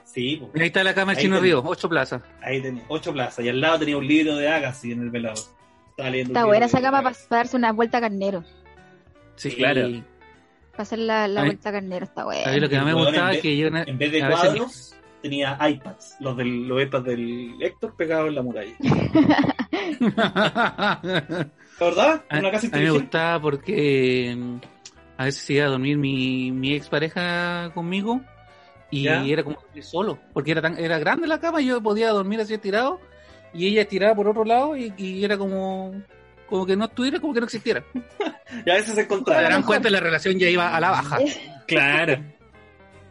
D: Sí, po.
B: Y Ahí está la cama del
D: Ahí
B: Chino
D: tenés.
B: Río, ocho plazas.
D: ahí tenía ocho plazas. Y al lado tenía un libro de Agassi en el velado. Estaba leyendo un
C: Está
D: libro
C: buena
D: de
C: esa cama para
D: Agassi.
C: darse una vuelta a carnero.
B: Sí,
A: claro.
C: Para hacer la, la
B: Ahí-
C: vuelta a carnero, está
B: A mí
C: buena.
B: lo que más me
D: Bueno,
B: gustaba
D: en
B: es que yo una-
D: En vez de
B: a veces-
D: cuadros, tenía iPads. Los, del, los iPads del Héctor pegados en la muralla. ¿La verdad?
B: A, a
D: Una casa
B: mí me
D: inteligente.
B: gustaba porque mm, a veces iba a dormir mi, mi expareja conmigo y
D: Ya.
B: era como dormir solo, porque era tan era grande la cama y yo podía dormir así estirado y ella estiraba por otro lado y, y era como como que no estuviera, como que no existiera.
D: Y a veces se
B: Se
D: encontraban.
B: darán cuenta, la relación ya iba a la baja.
A: Claro.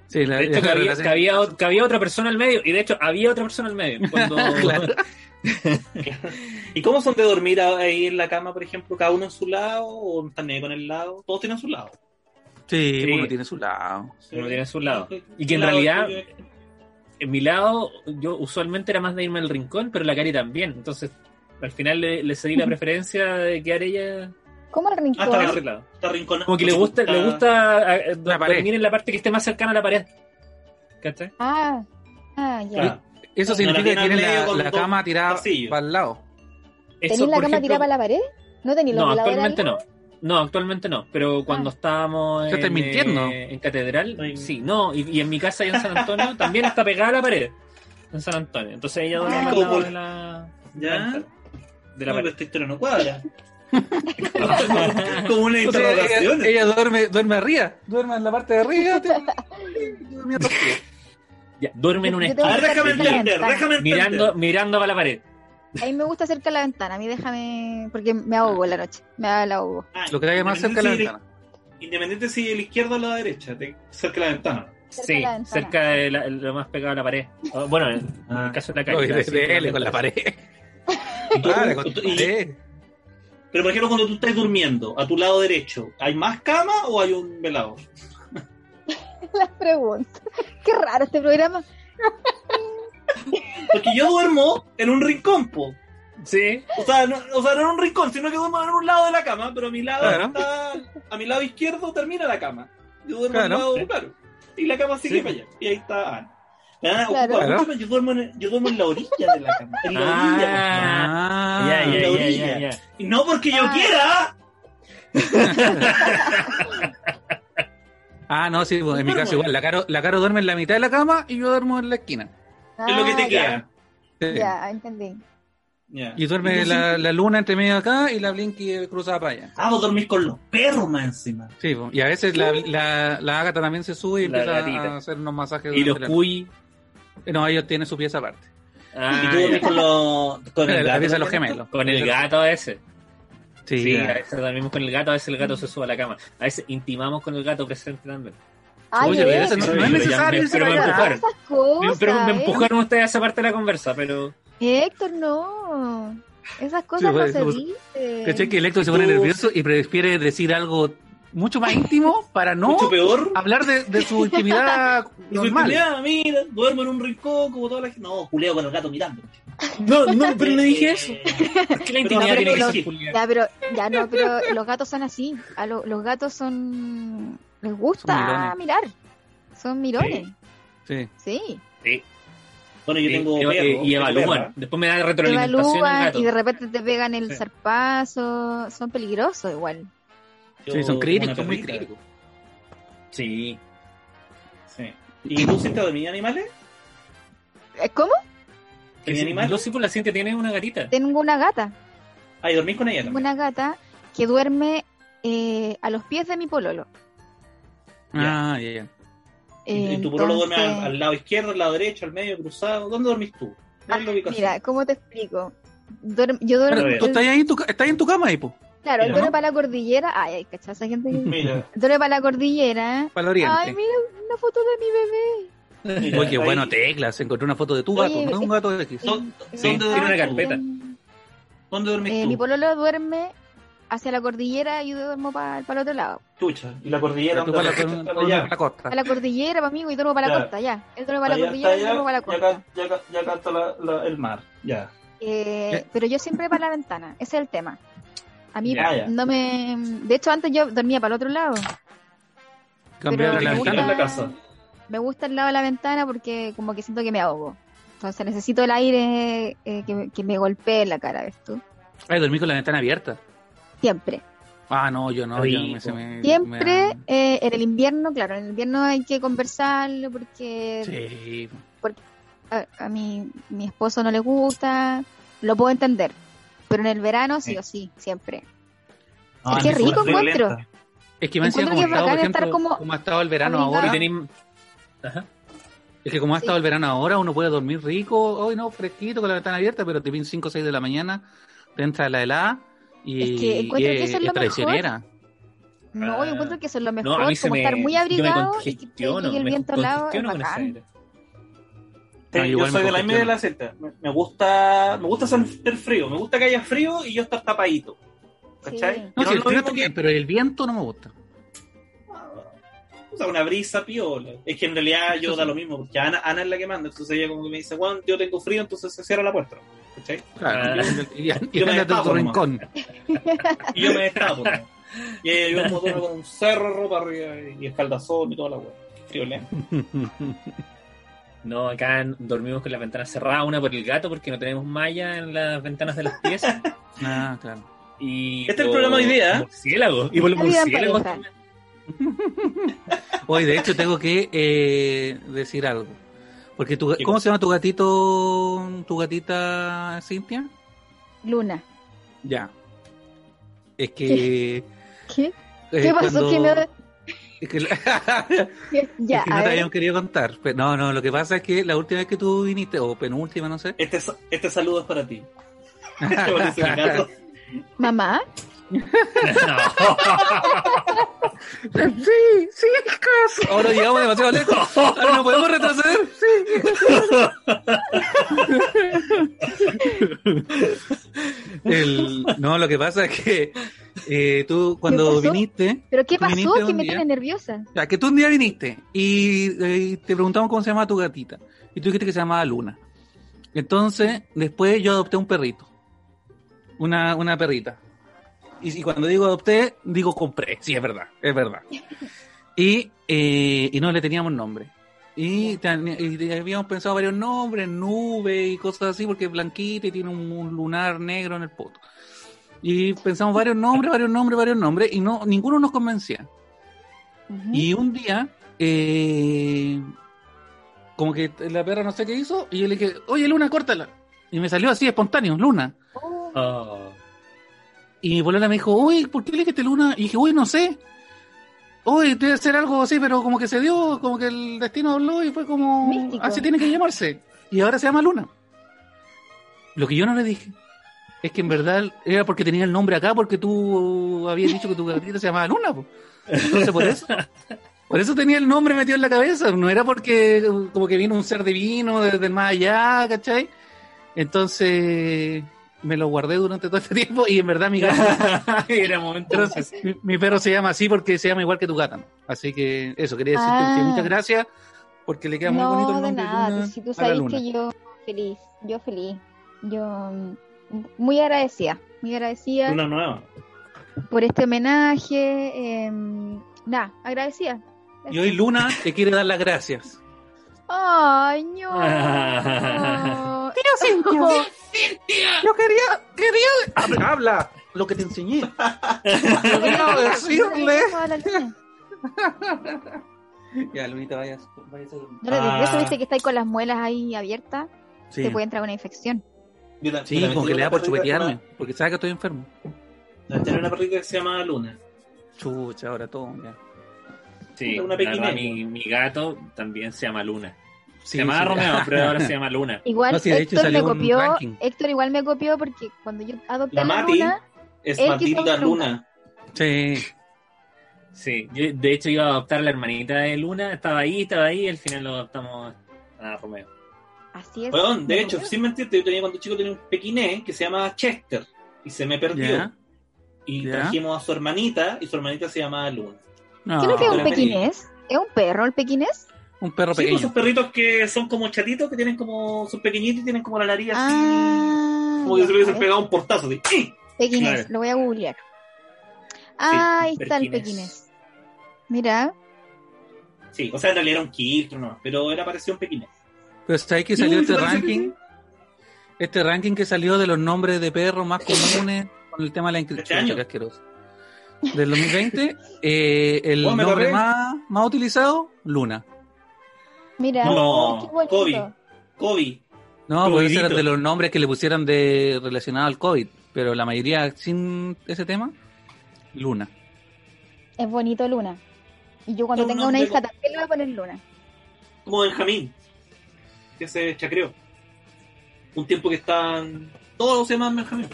B: Sí, la,
A: De hecho,
B: la
A: cabía,
B: relación-
A: cabía ot- cabía otra persona al medio. Y de hecho, había otra persona al medio. Cuando...
B: Claro.
D: ¿Y cómo son de dormir a- ahí en la cama, por ejemplo? ¿Cada uno en su lado? ¿O están ahí con el lado? Todos tienen su lado.
B: Sí,
A: Sí.
B: uno tiene su lado.
A: Uno tiene su lado. Y que
D: Un
A: en
D: lado
A: realidad,
D: tuyo.
A: en mi lado, yo usualmente era más de irme al rincón, pero la Cari también. Entonces, al final le, le cedí la preferencia de quedar ella
C: ¿Cómo el rincón?
D: Ah,
A: en
D: está
A: ese lado.
D: Está rinconado.
A: Como que le gusta, le gusta eh, do-
B: La pared.
A: dormir en la parte que esté más cercana a la pared. ¿Cachai?
C: Ah, ah, ya.
D: Claro.
B: Eso
D: No,
B: significa
D: la tiene
B: que tiene
D: al medio
B: la,
D: con
B: la
D: dos
B: cama tirada
D: pasillos.
B: para el lado.
C: ¿Tenís
A: Eso,
C: la
A: por
C: cama
A: ejemplo,
C: tirada para la pared? ¿No tenéis los
A: No,
C: veladores
A: actualmente
C: ahí? Ah.
A: no. No, actualmente no. Pero cuando estábamos
B: Ya estás
A: en,
B: mintiendo.
A: eh, en Catedral,
D: Ay.
A: sí, no. Y, y en mi casa y en San Antonio también está pegada a la pared. En San Antonio. Entonces ella duerme
C: Ah,
A: al lado
D: como-
A: de la, de
D: ¿Ya?
A: la
D: No, pero
A: pared.
D: esta historia no cuadra. Como una
B: O sea, eh, ella,
D: interrogación.
B: ella duerme, duerme arriba, duerme en la parte de arriba. te- duerme en los pies.
A: Ya, duerme en una
C: Yo tengo
D: A
A: esquina.
D: ver, déjame
C: Está bien,
D: entender,
C: está bien.
D: déjame entender.
A: mirando, mirando para la pared.
C: A mí me gusta cerca de la ventana. A mí déjame. Porque me ahogo en la noche. Me ahogo.
D: Ah,
B: Lo que haya más cerca de la
D: independiente
B: ventana.
D: si eres- Independiente si el izquierdo o la derecha, te- cerca de la ventana.
C: Cerca
A: sí,
C: de la ventana.
A: cerca de la- lo más pegado a la pared. O, Bueno, en, en el caso de la
B: No,
A: calle.
B: y Ah. de, de él con la pared. Claro, con la
D: y-
B: pared.
D: Pero por ejemplo, cuando tú estás durmiendo, a tu lado derecho, ¿hay más cama o hay un velado?
C: Las preguntas. Qué raro este programa.
D: Porque yo duermo en un rincón, po.
A: Sí,
D: O sea, no, o sea, no en un rincón, sino que duermo en un lado de la cama, pero a mi lado
B: Claro.
D: está- a mi lado izquierdo termina la cama. Yo duermo
B: Claro.
D: al lado, claro. Y la cama sigue
A: Sí.
D: para allá. Y ahí está Ana. La Ana ocupa
C: Claro.
D: mucho, pero yo duermo, en, yo duermo en la orilla de la cama. En la orilla.
A: Ah.
B: Ah,
A: ya, ya,
D: la
A: ya,
D: orilla.
A: ya, ya.
D: Y no porque yo
C: Ah.
D: quiera.
B: Ah, no, sí, pues, en mi caso igual. La Caro, la Caro duerme en la mitad de la cama y yo duermo en la esquina.
D: Es lo que te
C: Ah,
D: queda.
B: Sí.
C: Ya, ya, entendí.
D: Ya.
B: Y duerme
D: tú
B: la,
D: sí-
B: la luna entre medio acá y la Blinky cruzada para allá.
D: Ah, vos dormís con los perros más encima.
B: Sí, pues, y a veces la, la, la Agatha también se sube y
A: La
B: empieza
A: gatita.
B: a hacer unos masajes.
A: Y los
B: durante la-
A: cuy.
B: No, ellos tienen su pieza aparte.
D: Y
A: Ah,
D: tú
A: ya.
D: dormís con los. Con el
B: la
D: gato
B: pieza de los
D: también,
B: gemelos.
A: con el gato ese.
B: Sí,
A: Sí, a
B: la-
A: veces dormimos con el gato, a veces el gato se sube a la cama. A veces intimamos con el gato presente también.
C: Ay,
B: Oye,
C: ¿eh?
B: eso no,
A: sí,
B: no
A: pero
B: es
A: ya
B: necesario.
A: me-
B: eso
A: pero
B: no
A: me
B: es-
A: empujaron.
C: Esas cosas,
A: pero me
C: ¿eh?
A: empujaron ustedes a esa parte de la conversa, pero.
C: Héctor, no. Esas cosas
B: pues,
C: no
B: pues,
C: se dicen.
B: ¿Cachai que Electro se pone
D: Tú-
B: nervioso y prefiere decir algo mucho más íntimo para no
D: Mucho peor.
B: hablar de, de su intimidad
D: Ah, Y soy
B: normal?
D: culiada, mira, duermo en un rincón como toda la gente. No, culeo con el gato mirando.
A: No, no, pero no dije
D: Eh,
A: eso. Es que la
D: Pero
A: intimidad
D: ahora
A: tiene que
D: no
A: ser
D: lo-
A: culiada.
C: Ya, pero, ya no, pero los gatos son así. A lo- los gatos son. Les gusta
B: Son mirones.
C: mirar. Son mirones,
B: Sí.
C: sí.
A: Sí,
D: Bueno,
B: Eh,
D: yo
A: sí,
D: tengo.
A: y-
D: perro,
A: y,
D: tengo
A: evalúan.
D: perra.
A: Después me da
C: Te
A: retroalimentación el
C: evalúan
A: gato.
C: y de repente te pegan el
A: Sí.
C: zarpazo. Son peligrosos igual.
D: Yo
B: Sí, son
D: tengo
B: críticos,
D: una
B: muy
D: perrita.
B: críticos.
A: Sí.
D: Sí. ¿Y tú sientes dormir animales?
C: Eh, ¿Cómo?
D: ¿Tenía
A: Sí,
D: animales?
A: Yo sí por la ciencia tiene una gatita.
C: Tengo una gata.
D: Ah, y dormís con ella
C: Tengo
D: también.
C: una gata que duerme eh, a los pies de mi pololo.
B: Ah, ya. ya.
D: ¿Y tu puro duerme al, al lado izquierdo, al lado derecho, al medio, cruzado? ¿Dónde dormís tú?
C: Ah,
D: ¿Cuál es la ubicación?
C: Mira, ¿cómo te explico? Duerm- yo
B: Pero
C: duermo.
D: bien.
B: tú
C: él-
B: estás ahí, en tu ca- estás ahí en tu cama ahí, po.
C: claro, él
D: mira,
C: duerme
D: ¿no?
C: para la cordillera. Ay, ay, ¿cachai? Esa gente que-
D: Mira,
C: Duerme para la cordillera.
B: Para el oriente.
C: Ay, mira una foto de mi bebé.
D: mira,
B: Oye,
D: ahí-
B: bueno, teclas. Encontré una foto de tu
C: Oye, eh,
B: gato, no un gato de X.
D: ¿Dó-
C: Sí,
A: tiene
D: ¿Dónde
A: una
D: dormís tú?
A: carpeta.
D: ¿Dónde dormís
C: Eh,
D: tú?
C: mi pololo duerme hacia la cordillera y yo duermo para el otro lado.
D: Chucha, y la cordillera
B: Tú
D: ¿dónde
B: para la-
D: dormís?
B: para
D: Allá.
B: la costa.
C: Para la cordillera, para mí, y duermo para la
D: Ya.
C: costa, ya. Él duerme para la
D: Allá
C: cordillera y yo
D: está
C: duermo para la
D: allá,
C: costa.
D: y acá, y acá- y acá está la- la- el mar. Ya.
C: Eh,
B: ¿Qué?
C: pero yo siempre para la ventana, ese es el tema. A mí
D: Ya, ya.
C: no me... De hecho, antes yo dormía para el otro lado.
B: Cambiar
C: pero
B: la
C: me
D: gusta-
B: ventana.
D: la casa.
C: Me gusta el lado de la ventana porque como que siento que me ahogo. Entonces necesito el aire eh, que, que me golpee en la cara, ¿ves tú?
B: Ay, dormí con la ventana abierta.
C: Siempre.
B: Ah, no, yo no. yo
A: Rico.
B: me- se me-
C: Siempre
B: me da-
C: eh, en el invierno, claro, en el invierno hay que conversarlo porque
B: Sí.
C: a, a mi, mi esposo no le gusta, lo puedo entender. Pero en el verano sí o sí, siempre.
D: Ah,
C: qué
D: es
C: rico
D: una
C: encuentro.
D: violenta.
B: Es que me encima como ha
C: Encuentro que
B: estado, por
C: bacán
B: ejemplo,
C: estar como
B: como ha estado el verano
C: obligado.
B: ahora,
C: Y
A: Tenim- Ajá.
B: es que como ha
C: Sí.
B: estado el verano ahora, uno puede dormir rico, hoy no, fresquito, con la ventana abierta, pero te piden 5 o 6 de la mañana, te entra la helada y
C: Es que encuentro
B: y
C: que eso es lo mejor.
B: traicionera.
C: No,
A: Ah.
C: yo encuentro que eso es lo mejor,
A: No, a mí se
C: como
A: me,
C: estar muy
A: yo me
C: abrigado y que te
A: congestiono,
C: llegue el
A: me
C: viento al lado es
A: congestiono con esa
C: bacán.
A: aire.
D: Sí,
B: Ah,
D: yo
B: igual
D: soy
B: me
D: de la misma de la celta. Me, me gusta, me gusta sentir frío, me gusta que haya frío y yo estar tapadito. ¿Cachai?
C: Sí.
B: No, sí, el
D: Que es lo
B: frío
D: mismo
B: está
D: que-
B: bien, pero el viento no me gusta.
D: O sea, una brisa piola. Es que en realidad yo
B: Eso
D: da
B: sí.
D: lo mismo, porque Ana, Ana es la que manda. Entonces ella como que me dice, Juan, yo tengo frío, entonces se cierra la puerta. ¿Cachai?
B: Claro, y, y, y
D: Ah. Yo me
B: ándate a tu
D: destapo nomás.
B: rincón.
D: Y yo me destapo. ¿no? Y ella yo como todo con un cerro, ropa arriba y escaldazón y toda la weá. Frío, ¿no?
A: No, acá n- dormimos con la ventana cerrada, una por el gato, porque no tenemos malla en las ventanas de las piezas.
B: ah, claro.
A: Y
D: Este es el
A: por
D: programa hoy día, ¿eh?
A: Murciélago. Y por los
C: La vida en
A: murciélagos
C: pareja.
A: también.
B: Hoy, de hecho, tengo que eh, decir algo. Porque tu,
A: ¿Qué
B: ¿Cómo
A: cosa?
B: se llama tu gatito, tu gatita Cintia?
C: Luna.
B: Ya. Es que.
C: ¿Qué?
B: eh,
C: ¿Qué pasó?
B: cuando-
C: ¿Qué me-
B: es que la-
C: qué- Ya,
B: es que
C: a
B: no te
C: ver.
B: habían querido contar. Pero no, no, lo que pasa es que la última vez que tú viniste, o penúltima, no sé.
D: Este, sa- este saludo es para ti. Qué bonito el gato.
C: Mamá,
B: sí, sí, es caso. Ahora llegamos demasiado lejos. Ahora no podemos retroceder. Sí. El- no, lo que pasa es que eh, tú cuando
C: pasó?
B: viniste,
C: ¿pero qué
B: ¿Tú viniste
C: pasó? Que
B: un
C: me
B: día?
C: tiene nerviosa.
B: o sea, que tú un día viniste y eh, te preguntamos cómo se llamaba tu gatita. Y tú dijiste que se llamaba Luna. Entonces, después yo adopté un perrito. Una, una perrita. Y, y cuando digo adopté, digo compré. Sí, es verdad, es verdad. Y, eh, y no le teníamos nombre. Y, ten- y habíamos pensado varios nombres, nube y cosas así, porque es blanquita y tiene un, un lunar negro en el poto. Y pensamos varios nombres, varios nombres, varios nombres, y no ninguno nos convencía.
C: Ujú.
B: Y un día, eh, como que la perra no sé qué hizo, y yo le dije, oye Luna, córtala. Y me salió así espontáneo, Luna.
C: Oh,
A: Oh.
B: Y mi polola me dijo, uy, ¿por qué le dijiste Luna? Y dije, uy, no sé. Uy, debe ser algo así, pero como que se dio, como que el destino habló y fue como,
C: Místico.
B: así tiene que llamarse. Y ahora se llama Luna. Lo que yo no le dije es que en verdad era porque tenía el nombre acá, porque tú habías dicho que tu gatita se llamaba Luna. po. Entonces por eso, por eso tenía el nombre metido en la cabeza. No era porque eh, como que vino un ser divino desde el más allá, ¿cachai? Entonces me lo guardé durante todo este tiempo y en verdad mi gato
A: Era momento.
B: pero mi, mi perro se llama así porque se llama igual que tu gata. ¿no? Así que eso, quería decirte
C: Ah.
B: que muchas gracias porque le queda muy bonito
C: no,
B: el
C: de
B: nombre
C: nada.
B: Luna
C: pues si tú
B: a la
C: sabes
B: luna.
C: que yo feliz, yo feliz. Yo mm, muy agradecida, muy agradecida
D: Una nueva.
C: por este homenaje. em, nada, agradecida.
B: Y hoy Luna te quiere dar las gracias.
C: Ay, no.
A: Ah.
B: ¡Tío
C: Cintia!
B: Yo quería, quería... Habla, habla, lo que te enseñé. Yo quería decirle...
C: No le
B: Ya, Lunita, vayas, vayas a dormir.
D: Ah.
C: eso viste que está ahí con las muelas ahí abiertas,
B: Sí,
C: te puede entrar una infección.
D: Mira,
B: sí
D: mira,
B: como que
D: tenía
B: le da
D: una
B: por
D: perrita-
B: chupetearme, porque sabe que estoy enfermo.
D: una- Tenía una perrita que se llamaba Luna.
B: Chucha, ahora todo. ya.
A: Sí,
D: Una
A: la verdad,
D: pequineta.
A: mi, mi gato también se llama Luna.
B: Sí,
A: se llamaba
B: sí.
A: Romeo, pero ahora se llama Luna.
C: Igual
B: No, sí, de hecho
C: Héctor me
B: salió un
C: copió,
B: ranking.
C: Héctor igual me copió porque cuando yo adopté
D: La
C: a la
D: Mati.
C: Luna,
D: Es
C: Él
D: Matilda
C: quiso Luna.
D: Luna.
B: Sí.
A: Sí, yo de hecho iba a adoptar a la hermanita de Luna, estaba ahí, estaba ahí, y al final lo adoptamos a Romeo.
C: así es.
D: Weón, de
C: me
D: hecho,
C: copió.
D: sin mentirte, yo tenía cuando chico tenía un pequiné que se llamaba Chester y se me perdió.
B: ¿Ya?
D: Y
B: Ya.
D: trajimos a su hermanita y su hermanita se llamaba Luna.
B: No,
C: ¿Qué no que es un ¿eh?
D: Claramente.
C: pequinés? ¿Es un perro el pequinés?
B: un perro
D: Sí, pues,
B: pequeño.
D: esos perritos que son como chatitos, que tienen como, son pequeñitos y tienen como la nariz así.
C: Ah,
D: como que
C: ya,
D: se le hubiesen
C: a ver.
D: pegado un portazo. así. ¡Ih!
C: Pequinés,
A: Claro.
C: lo voy a googlear. Ah, ahí está
A: Perquinés.
C: el pequinés. Mira,
D: Sí, o sea, en realidad era un quiltro, no, pero era parecido a un pequinés.
B: Pero ¿sabes que salió
D: Sí,
B: este
D: se parece
B: ranking? Este ranking que salió de los nombres de perros más comunes con el tema de la
D: Este
B: inscripción.
D: año.
B: qué asqueroso. Del 2020, eh, el
D: Oh, me
B: nombre
D: agarré.
B: más, más utilizado, Luna.
C: mira.
D: No,
C: Ay, qué bonito.
D: Kobe. Kobe.
B: No, porque ese era
D: Ruidito.
B: de los nombres que le pusieran de relacionado al COVID, pero la mayoría sin ese tema, Luna.
C: Es bonito Luna. Y yo cuando
D: Es un
C: tenga una
D: nombre
C: hija
D: como-
C: también le voy a poner Luna.
D: como Benjamín, que se chacreó. Un tiempo que están todos se llaman Benjamín.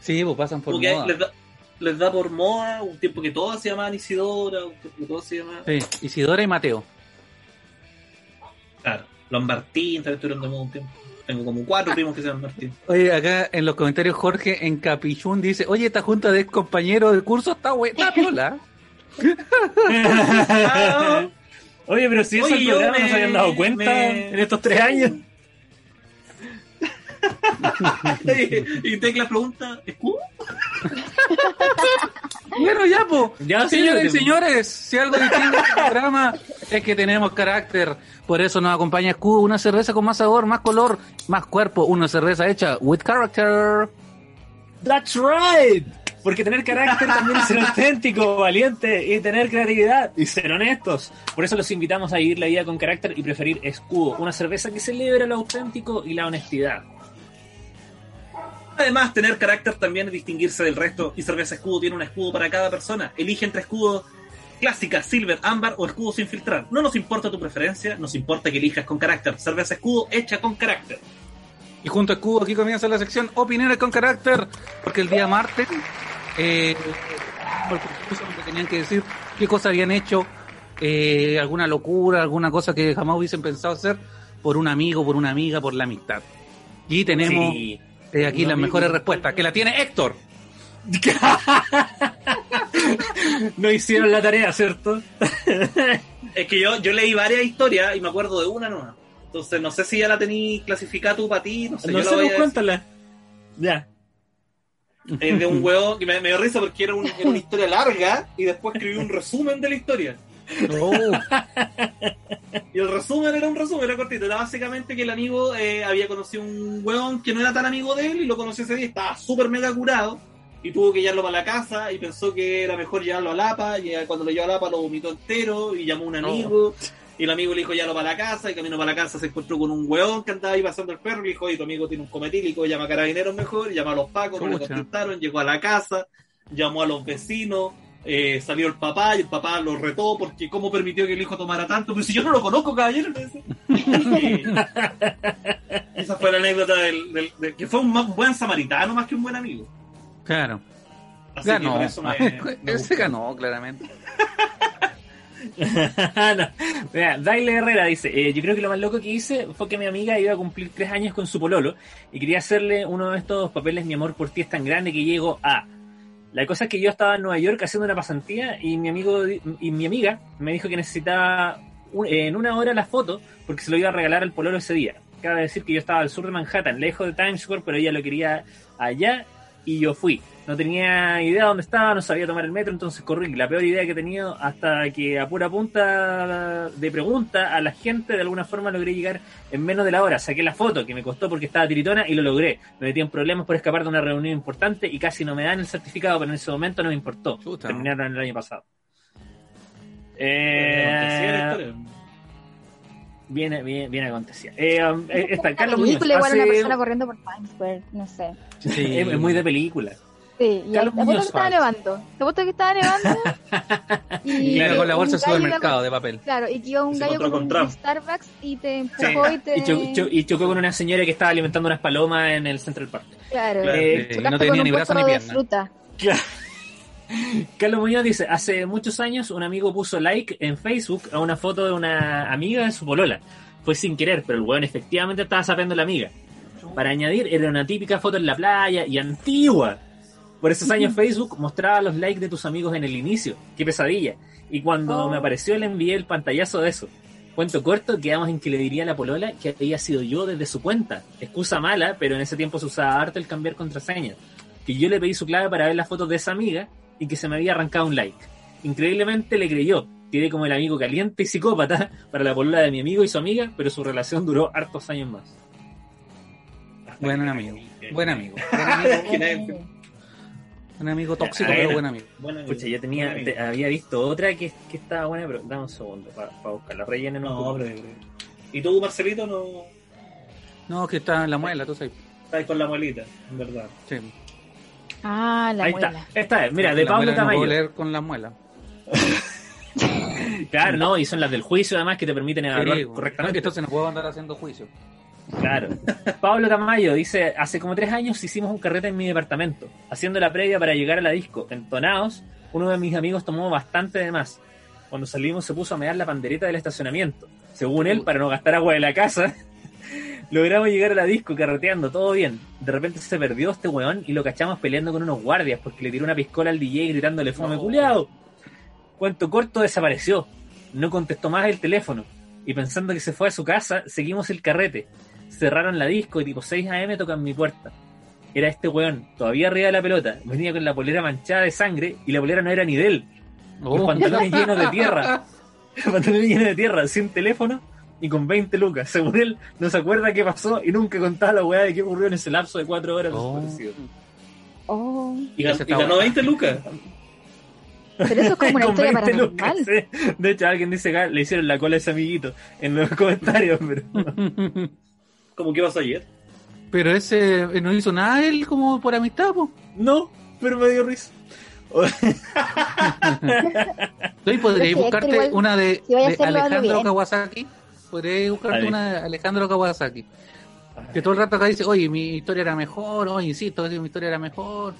B: Sí, pues pasan por
D: Como que
B: moda.
D: les da, les da por moda, un tiempo que todas se llamaban Isidora, un tiempo que todas se llamaban.
B: Sí, Isidora y Mateo.
D: Claro, los Martín, tal vez estuvieron de moda un tiempo. Tengo como cuatro primos que se llaman Martín.
B: Oye, acá en los comentarios Jorge en Capichún dice, oye, esta junta de compañeros de curso está buena, está piola.
D: Ah,
A: Oye, pero si eso
D: Oye,
A: el
D: yo
A: programa no
D: me-
A: se habían dado cuenta
D: me-
A: en estos tres años.
D: y, y Tecla pregunta, ¿escudo?
B: Bueno, ya, pues.
A: Ya,
B: Señores y
A: sí,
B: señores, si algo distingue este programa es que tenemos carácter. Por eso nos acompaña Q, una cerveza con más sabor, más color, más cuerpo, una cerveza hecha with character.
A: That's right. Porque tener carácter también es ser auténtico, valiente y tener creatividad y ser honestos. Por eso los invitamos a vivir la vida con carácter y preferir Escudo, una cerveza que celebra lo auténtico y la honestidad.
D: Además, tener carácter también es distinguirse del resto. Y Cerveza Escudo tiene un escudo para cada persona. Elige entre escudo clásica, silver, ámbar o escudo sin filtrar. No nos importa tu preferencia, nos importa que elijas con carácter. Cerveza Escudo hecha con carácter.
B: Y junto a Q, aquí comienza la sección Opiniones con carácter, porque el día martes, eh, por concurso donde tenían que decir qué cosas habían hecho, eh, alguna locura, alguna cosa que jamás hubiesen pensado hacer por un amigo, por una amiga, por la amistad. Y tenemos
A: Sí.
B: eh, aquí
A: Un
B: las
A: amigo.
B: mejores respuestas, que la tiene Héctor.
A: No hicieron la tarea, ¿cierto?
D: Es que yo, yo leí varias historias y me acuerdo de una nomás. Entonces, no sé si ya la tení clasificada tú para ti. No sé,
A: No
D: yo la
A: sé,
D: voy
A: pues,
D: a decir.
A: cuéntala. Ya.
D: Es de un huevo que me, me dio risa porque era, un- era una historia larga y después escribí un resumen de la historia.
B: Oh,
D: Y el resumen era un resumen, era cortito. Era básicamente que el amigo eh, había conocido un huevón que no era tan amigo de él y lo conoció ese día. Estaba súper mega curado y tuvo que llevarlo para la casa y pensó que era mejor llevarlo a Lapa. Y eh, cuando lo llevó a Lapa lo vomitó entero y llamó a un amigo. Y el amigo le dijo, llévalo para la casa. Y camino para la casa se encontró con un huevón que andaba ahí pasando el perro. Y le dijo, oye, tu amigo tiene un cometílico, llama a carabineros mejor. Llama a los pacos, no le
B: Chucha.
D: contestaron. Llegó a la casa, llamó a los vecinos. Eh, salió el papá y el papá lo retó porque cómo permitió que el hijo tomara tanto. Pero si yo no lo conozco, caballero. le decía. Y Esa fue la anécdota del, del- del- que fue un ma- buen samaritano más que un buen amigo.
B: Claro,
D: Así que
B: ganó.
D: por eso me- me
B: Ese
D: gusta.
B: ganó, claramente.
A: No. Mira, Daile Herrera dice, eh, yo creo que lo más loco que hice fue que mi amiga iba a cumplir tres años con su pololo y quería hacerle uno de estos papeles Mi amor por ti es tan grande que llego a... La cosa es que yo estaba en Nueva York haciendo una pasantía y mi amigo di- y mi amiga me dijo que necesitaba un- en una hora la foto porque se lo iba a regalar al pololo ese día. Cabe decir que yo estaba al sur de Manhattan, lejos de Times Square, pero ella lo quería allá y yo fui. No tenía idea dónde estaba, no sabía tomar el metro, entonces corrí. La peor idea que he tenido hasta que a pura punta de pregunta a la gente de alguna forma logré llegar en menos de la hora. Saqué la foto que me costó porque estaba tiritona y lo logré. Me metí en problemas por escapar de una reunión importante y casi no me dan el certificado, pero en ese momento no me importó.
B: Chuta.
A: Terminaron el año pasado.
D: Así era la
A: Eh,
D: historia.
A: viene, viene, viene acontecida. Eh, um, eh, está,
C: Una
A: Carlos Muñoz.
C: película, igual una
A: hace-
C: persona corriendo por Times Square, no sé.
B: Sí.
A: es, es muy de película.
C: Sí,
A: Carlos
C: y te apuesto
A: Muñoz
C: que estaba
A: Fans.
C: nevando. Te apuesto que estaba nevando. y
E: Y
B: Y
D: Claro.
B: con la
E: un
B: bolsa de
E: gallo iba
B: supermercado de papel.
E: con- Claro, y que iba un
D: Se
E: gallo
D: encontró
E: con,
D: con
E: un
D: Trump.
E: Starbucks y te empujó y te...
A: Y, cho- cho- y chocó con una señora que estaba alimentando unas palomas en el Central Park.
E: Claro.
D: Claro.
A: Eh,
B: Sí,
E: chocaste
B: no tenía
E: con
B: ni
E: un
B: brazo ni
E: poco de
B: pierna.
E: fruta.
A: Carlos Muñoz dice, hace muchos años un amigo puso like en Facebook a una foto de una amiga de su polola. Fue sin querer, pero el weón efectivamente estaba sapeando a la amiga. Para añadir, era una típica foto en la playa y antigua. Por esos años Facebook mostraba los likes de tus amigos en el inicio. Qué pesadilla. Y cuando
E: Oh.
A: me apareció le envié el pantallazo de eso. Cuento corto, quedamos en que le diría a la polola que había sido yo desde su cuenta. Excusa mala, pero en ese tiempo se usaba harto el cambiar contraseña. Que yo le pedí su clave para ver las fotos de esa amiga y que se me había arrancado un like. Increíblemente le creyó. Quedé como el amigo caliente y psicópata para la polola de mi amigo y su amiga, pero su relación duró hartos años más.
B: Buen amigo. Buen amigo.
D: Que nadie-
B: Un amigo tóxico,
A: A ver.
B: pero buen amigo.
D: bueno,
A: Pucha, yo tenía,
D: bueno,
A: te- había visto otra que, que estaba buena, pero dame un segundo para buscarla. Rellenen un
D: No,
A: poco.
D: hombre. ¿Y tú, Marcelito, no
B: No, que está en la muela, tú sabes.
D: estás con la muelita, en verdad?
B: Sí.
E: Ah, la
A: Ahí
E: muela.
A: está. Esta es, mira, de
B: La
A: Pablo
B: muela no
A: Tamayo.
B: puedo leer con la muela.
A: Claro, no, y son las del juicio además que te permiten evaluar
B: Sí, bueno. Ah,
A: correctamente.
B: Entonces no puedo andar haciendo juicio.
A: Claro. Pablo Tamayo dice, hace como tres años hicimos un carrete en mi departamento, haciendo la previa para llegar a la disco. Entonados, uno de mis amigos tomó bastante de más. Cuando salimos se puso a mear la pandereta del estacionamiento. Según él, para no gastar agua de la casa, logramos llegar a la disco carreteando, todo bien. De repente se perdió este weón y lo cachamos peleando con unos guardias porque le tiró una piscola al DJ gritándole fome
B: No.
A: culiao. Cuento corto desapareció. No contestó más el teléfono. Y pensando que se fue a su casa, seguimos el carrete. Cerraron la disco y tipo 6 AM tocan mi puerta. Era este weón, todavía arriba de la pelota. Venía con la polera manchada de sangre y la polera no era ni de él. Los
B: Oh.
A: pantalones llenos de tierra. Los pantalones llenos de tierra, sin teléfono y con 20 lucas. Según él, no se acuerda qué pasó y nunca contaba la weá de qué ocurrió en ese lapso de 4 horas. de
B: Oh.
A: desaparecido.
E: Oh,
B: Ese
D: Y, gan- y
B: está
D: ganó
B: bueno.
D: 20 lucas.
E: pero eso es como una
A: Con
E: historia
A: 20
E: paranormal.
A: lucas,
B: ¿eh?
A: sí. De hecho, alguien dice que le hicieron la cola a ese amiguito en los comentarios, pero...
D: Como que pasó ayer.
B: Oh. Pero ese eh, no hizo nada él como por amistad, po.
A: No, pero me dio risa.
B: Entonces, podríais
E: Pero es que
B: buscarte
E: igual,
B: una de,
E: si vaya a
B: de
E: hacerlo, hazlo
B: Alejandro
E: bien.
B: Kawasaki. Podríais buscarte
A: Vale.
B: una de Alejandro Kawasaki. Que todo el rato acá dice, oye, mi historia era mejor, oye, insisto, mi historia era mejor.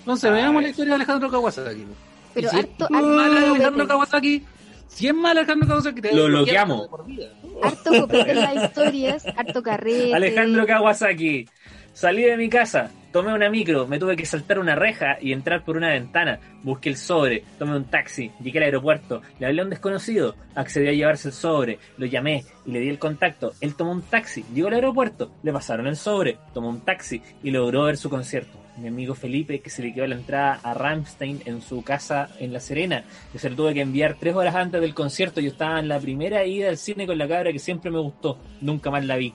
B: Entonces,
D: Ay.
B: veamos la historia de Alejandro Kawasaki. po.
E: Pero
B: Y si
E: harto,
B: es mala
E: harto,
B: Uh, Alejandro
E: copete,
B: Kawasaki, si es mala Alejandro Kawasaki, te
A: Lo
B: bloquean
A: bloqueamos.
B: de por vida.
E: harto copete en las historias, harto carrete.
A: Alejandro Kawasaki. Salí de mi casa, tomé una micro, me tuve que saltar una reja y entrar por una ventana. Busqué el sobre, tomé un taxi, llegué al aeropuerto, le hablé a un desconocido, accedió a llevarse el sobre, lo llamé y le di el contacto. Él tomó un taxi, llegó al aeropuerto, le pasaron el sobre, tomó un taxi y logró ver su concierto. Mi amigo Felipe, que se le quedó la entrada a Rammstein en su casa en La Serena, que se lo tuve que enviar tres horas antes del concierto. Yo estaba en la primera ida al cine con la cabra que siempre me gustó, nunca más la vi.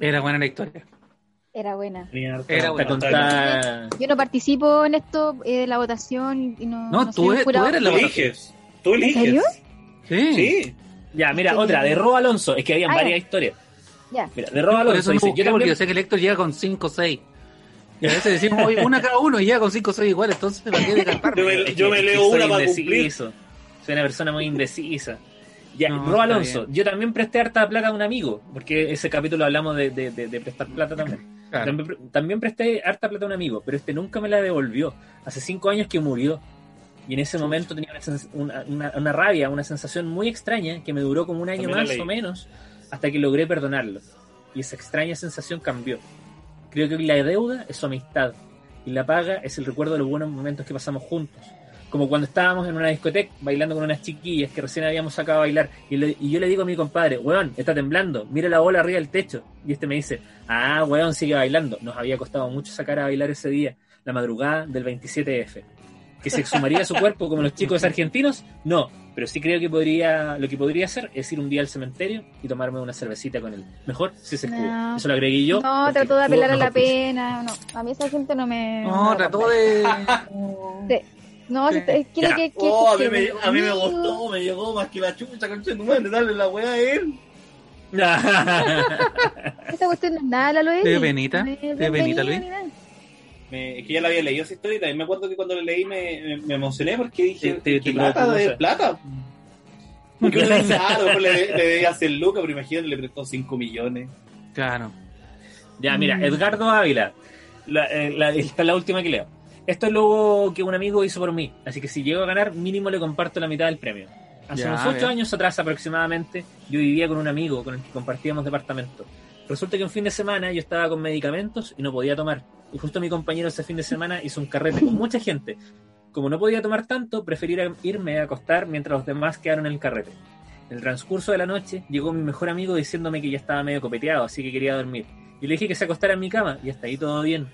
B: Era buena la historia.
E: Era buena.
B: Era
A: Era
B: bueno.
A: contar.
E: Yo no participo en esto eh, de la votación y no.
B: No, tú
E: soy un
B: eres- tú
E: jurado.
B: eres
D: Tú
B: la-
D: eliges. Tú eliges.
E: serio?
B: Sí.
D: Sí.
A: Ya, mira, otra de Rob Alonso. Es que había
E: Ah,
A: varias historias.
E: Ya.
A: Mira, de Rob
B: Por
A: Alonso
B: eso no
A: dice:
B: busqué,
A: Yo
B: porque
A: también.
B: yo sé que el Héctor llega con 5 o 6. Y a veces decimos, oye, una cada uno y llega con 5 o 6 igual, entonces ¿para qué
D: Yo
B: decantarme?
D: me-
A: Es que-
D: me
A: es que
D: leo
A: soy
D: una para
A: indeciso. Soy una persona muy indecisa. Ya,
B: No,
A: Rob
B: está
A: Alonso, yo también presté harta plata a un amigo, porque ese capítulo hablamos de, de- de- de prestar plata también.
B: Claro.
A: también. pre- También presté harta plata a un amigo, pero este nunca me la devolvió. Hace cinco años que murió. Y en ese momento tenía una, sens- una- una- una rabia, una sensación muy extraña que me duró como un año
D: También la
A: más
D: leí.
A: o menos hasta que logré perdonarlo. Y esa extraña sensación cambió. Creo que la deuda es su amistad y la paga es el recuerdo de los buenos momentos que pasamos juntos. Como cuando estábamos en una discoteca bailando con unas chiquillas que recién habíamos sacado a bailar y, le- y yo le digo a mi compadre, weón, está temblando, mira la bola arriba del techo. Y este me dice, ah, weón, sigue bailando. Nos había costado mucho sacar a bailar ese día, la madrugada del 27F que se exhumaría su cuerpo como los chicos argentinos, no. Pero sí creo que podría, lo que podría hacer es ir un día al cementerio y tomarme una cervecita con él. Mejor si se escudo.
E: No.
A: Eso lo agregué yo.
E: No,
A: porque
E: trató de
A: escudo
E: apelar a
A: no
E: la
A: justicia.
E: pena. No, a mí esa gente no me. no
B: No,
E: me
B: trató
E: compra.
B: de.
E: No,
B: Sí.
E: si te- quiere
A: Ya.
E: que. que-
D: Oh, a mí,
E: que-
D: me, a mí me
E: Amigo.
D: gustó, me llegó más que la chucha, concha de tu madre, dale la weá a él.
E: Esa cuestión no es nada, la Loeli.
B: ¿Te dio penita?
E: Me-
B: ¿Te dio
E: bienvenida,
B: penita, Luis?
E: ni nada.
F: me- es que ya la había leído esa historia y también me acuerdo que cuando la leí me, me- me emocioné porque dije,
D: Te- te-
F: ¿qué
D: te
F: plata?
D: produce.
F: ¿De plata? Porque uno dice, ah, a lo mejor le, le debía hacer lucas, pero imagínate, le prestó 5 millones.
B: Claro.
A: Ya, mira,
B: Mm.
A: Edgardo Ávila. La, eh, la- esta es la última que leo. Esto es lo que un amigo hizo por mí, así que si llego a ganar, mínimo le comparto la mitad del premio. Hace
B: Ya,
A: unos ocho
B: bien.
A: años atrás aproximadamente, yo vivía con un amigo con el que compartíamos departamento. Resulta que un fin de semana yo estaba con medicamentos y no podía tomar. Y justo mi compañero ese fin de semana hizo un carrete con mucha gente. Como no podía tomar tanto, preferí ir- irme a acostar mientras los demás quedaron en el carrete. En el transcurso de la noche llegó mi mejor amigo diciéndome que ya estaba medio copeteado, así que quería dormir. Y le dije que se acostara en mi cama y hasta ahí todo bien.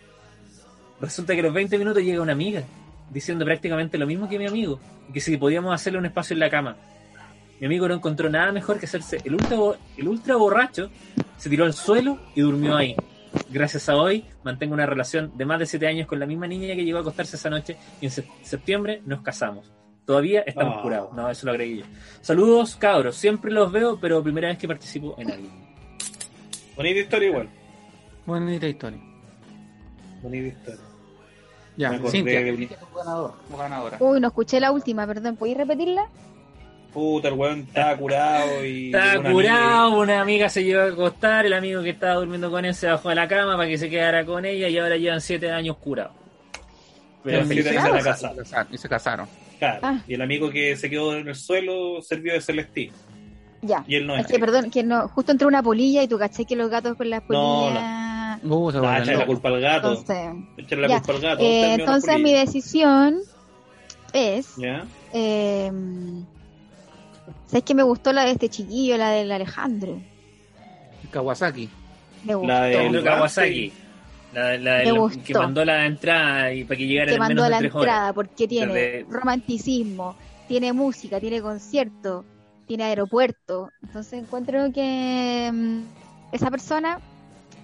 A: Resulta que a los 20 minutos llega una amiga diciendo prácticamente lo mismo que mi amigo y que si podíamos hacerle un espacio en la cama. Mi amigo no encontró nada mejor que hacerse el ultra, bo- el ultra borracho, se tiró al suelo y durmió ahí. Gracias a hoy mantengo una relación de más de 7 años con la misma niña que llegó a acostarse esa noche y en sep- septiembre nos casamos. Todavía estamos
F: Ah.
A: curados. No, eso lo agregué yo. Saludos, cabros. Siempre los veo, pero primera vez que participo en algo.
F: Bonita historia igual.
B: Bonita historia.
F: Bonita historia.
B: Ya,
F: Me acordé
B: Cintia.
F: de un-
B: Cintia, tu ganador o ganadora.
C: Uy, no escuché la última, perdón. ¿Podéis repetirla?
F: Puta, el weón estaba curado y...
A: Estaba
F: una
A: curado, una amiga se llevó a acostar, el amigo que estaba durmiendo con él se bajó de la cama para que se quedara con ella y ahora llevan siete años curado.
F: Pero
B: Sí,
F: sí,
B: se
F: la hizo la
B: casaron,
F: casa.
B: se casaron, Y se casaron.
F: Claro.
C: Ah.
F: Y el amigo que se quedó en el suelo sirvió de Celestí.
C: Ya.
F: Y él no
C: Es
F: es.
C: que, perdón, que no, justo entró una polilla y tú caché que los gatos con las
F: No,
C: polillas.
B: Uh, se
F: Ah,
B: volvieron
F: echarle la
B: locos.
F: culpa al gato.
C: Entonces,
F: Echarle la
C: Ya.
F: culpa al gato.
C: eh,
F: Usted es mío, no
C: entonces mi
F: pulilla.
C: decisión es.
F: ¿Ya?
C: Eh, ¿Sabes que me gustó la de este chiquillo, la del Alejandro?
B: Kawasaki.
C: Me gustó.
F: La de-
A: Pedro Kawasaki, la, la del-
C: Me gustó.
A: que mandó la entrada y para que llegara
C: que
A: en
C: mandó
A: menos
C: a
A: de
C: la
A: tres horas.
C: entrada porque tiene
A: Desde-
C: romanticismo, tiene música, tiene concierto, tiene aeropuerto. Entonces encuentro que mm, esa persona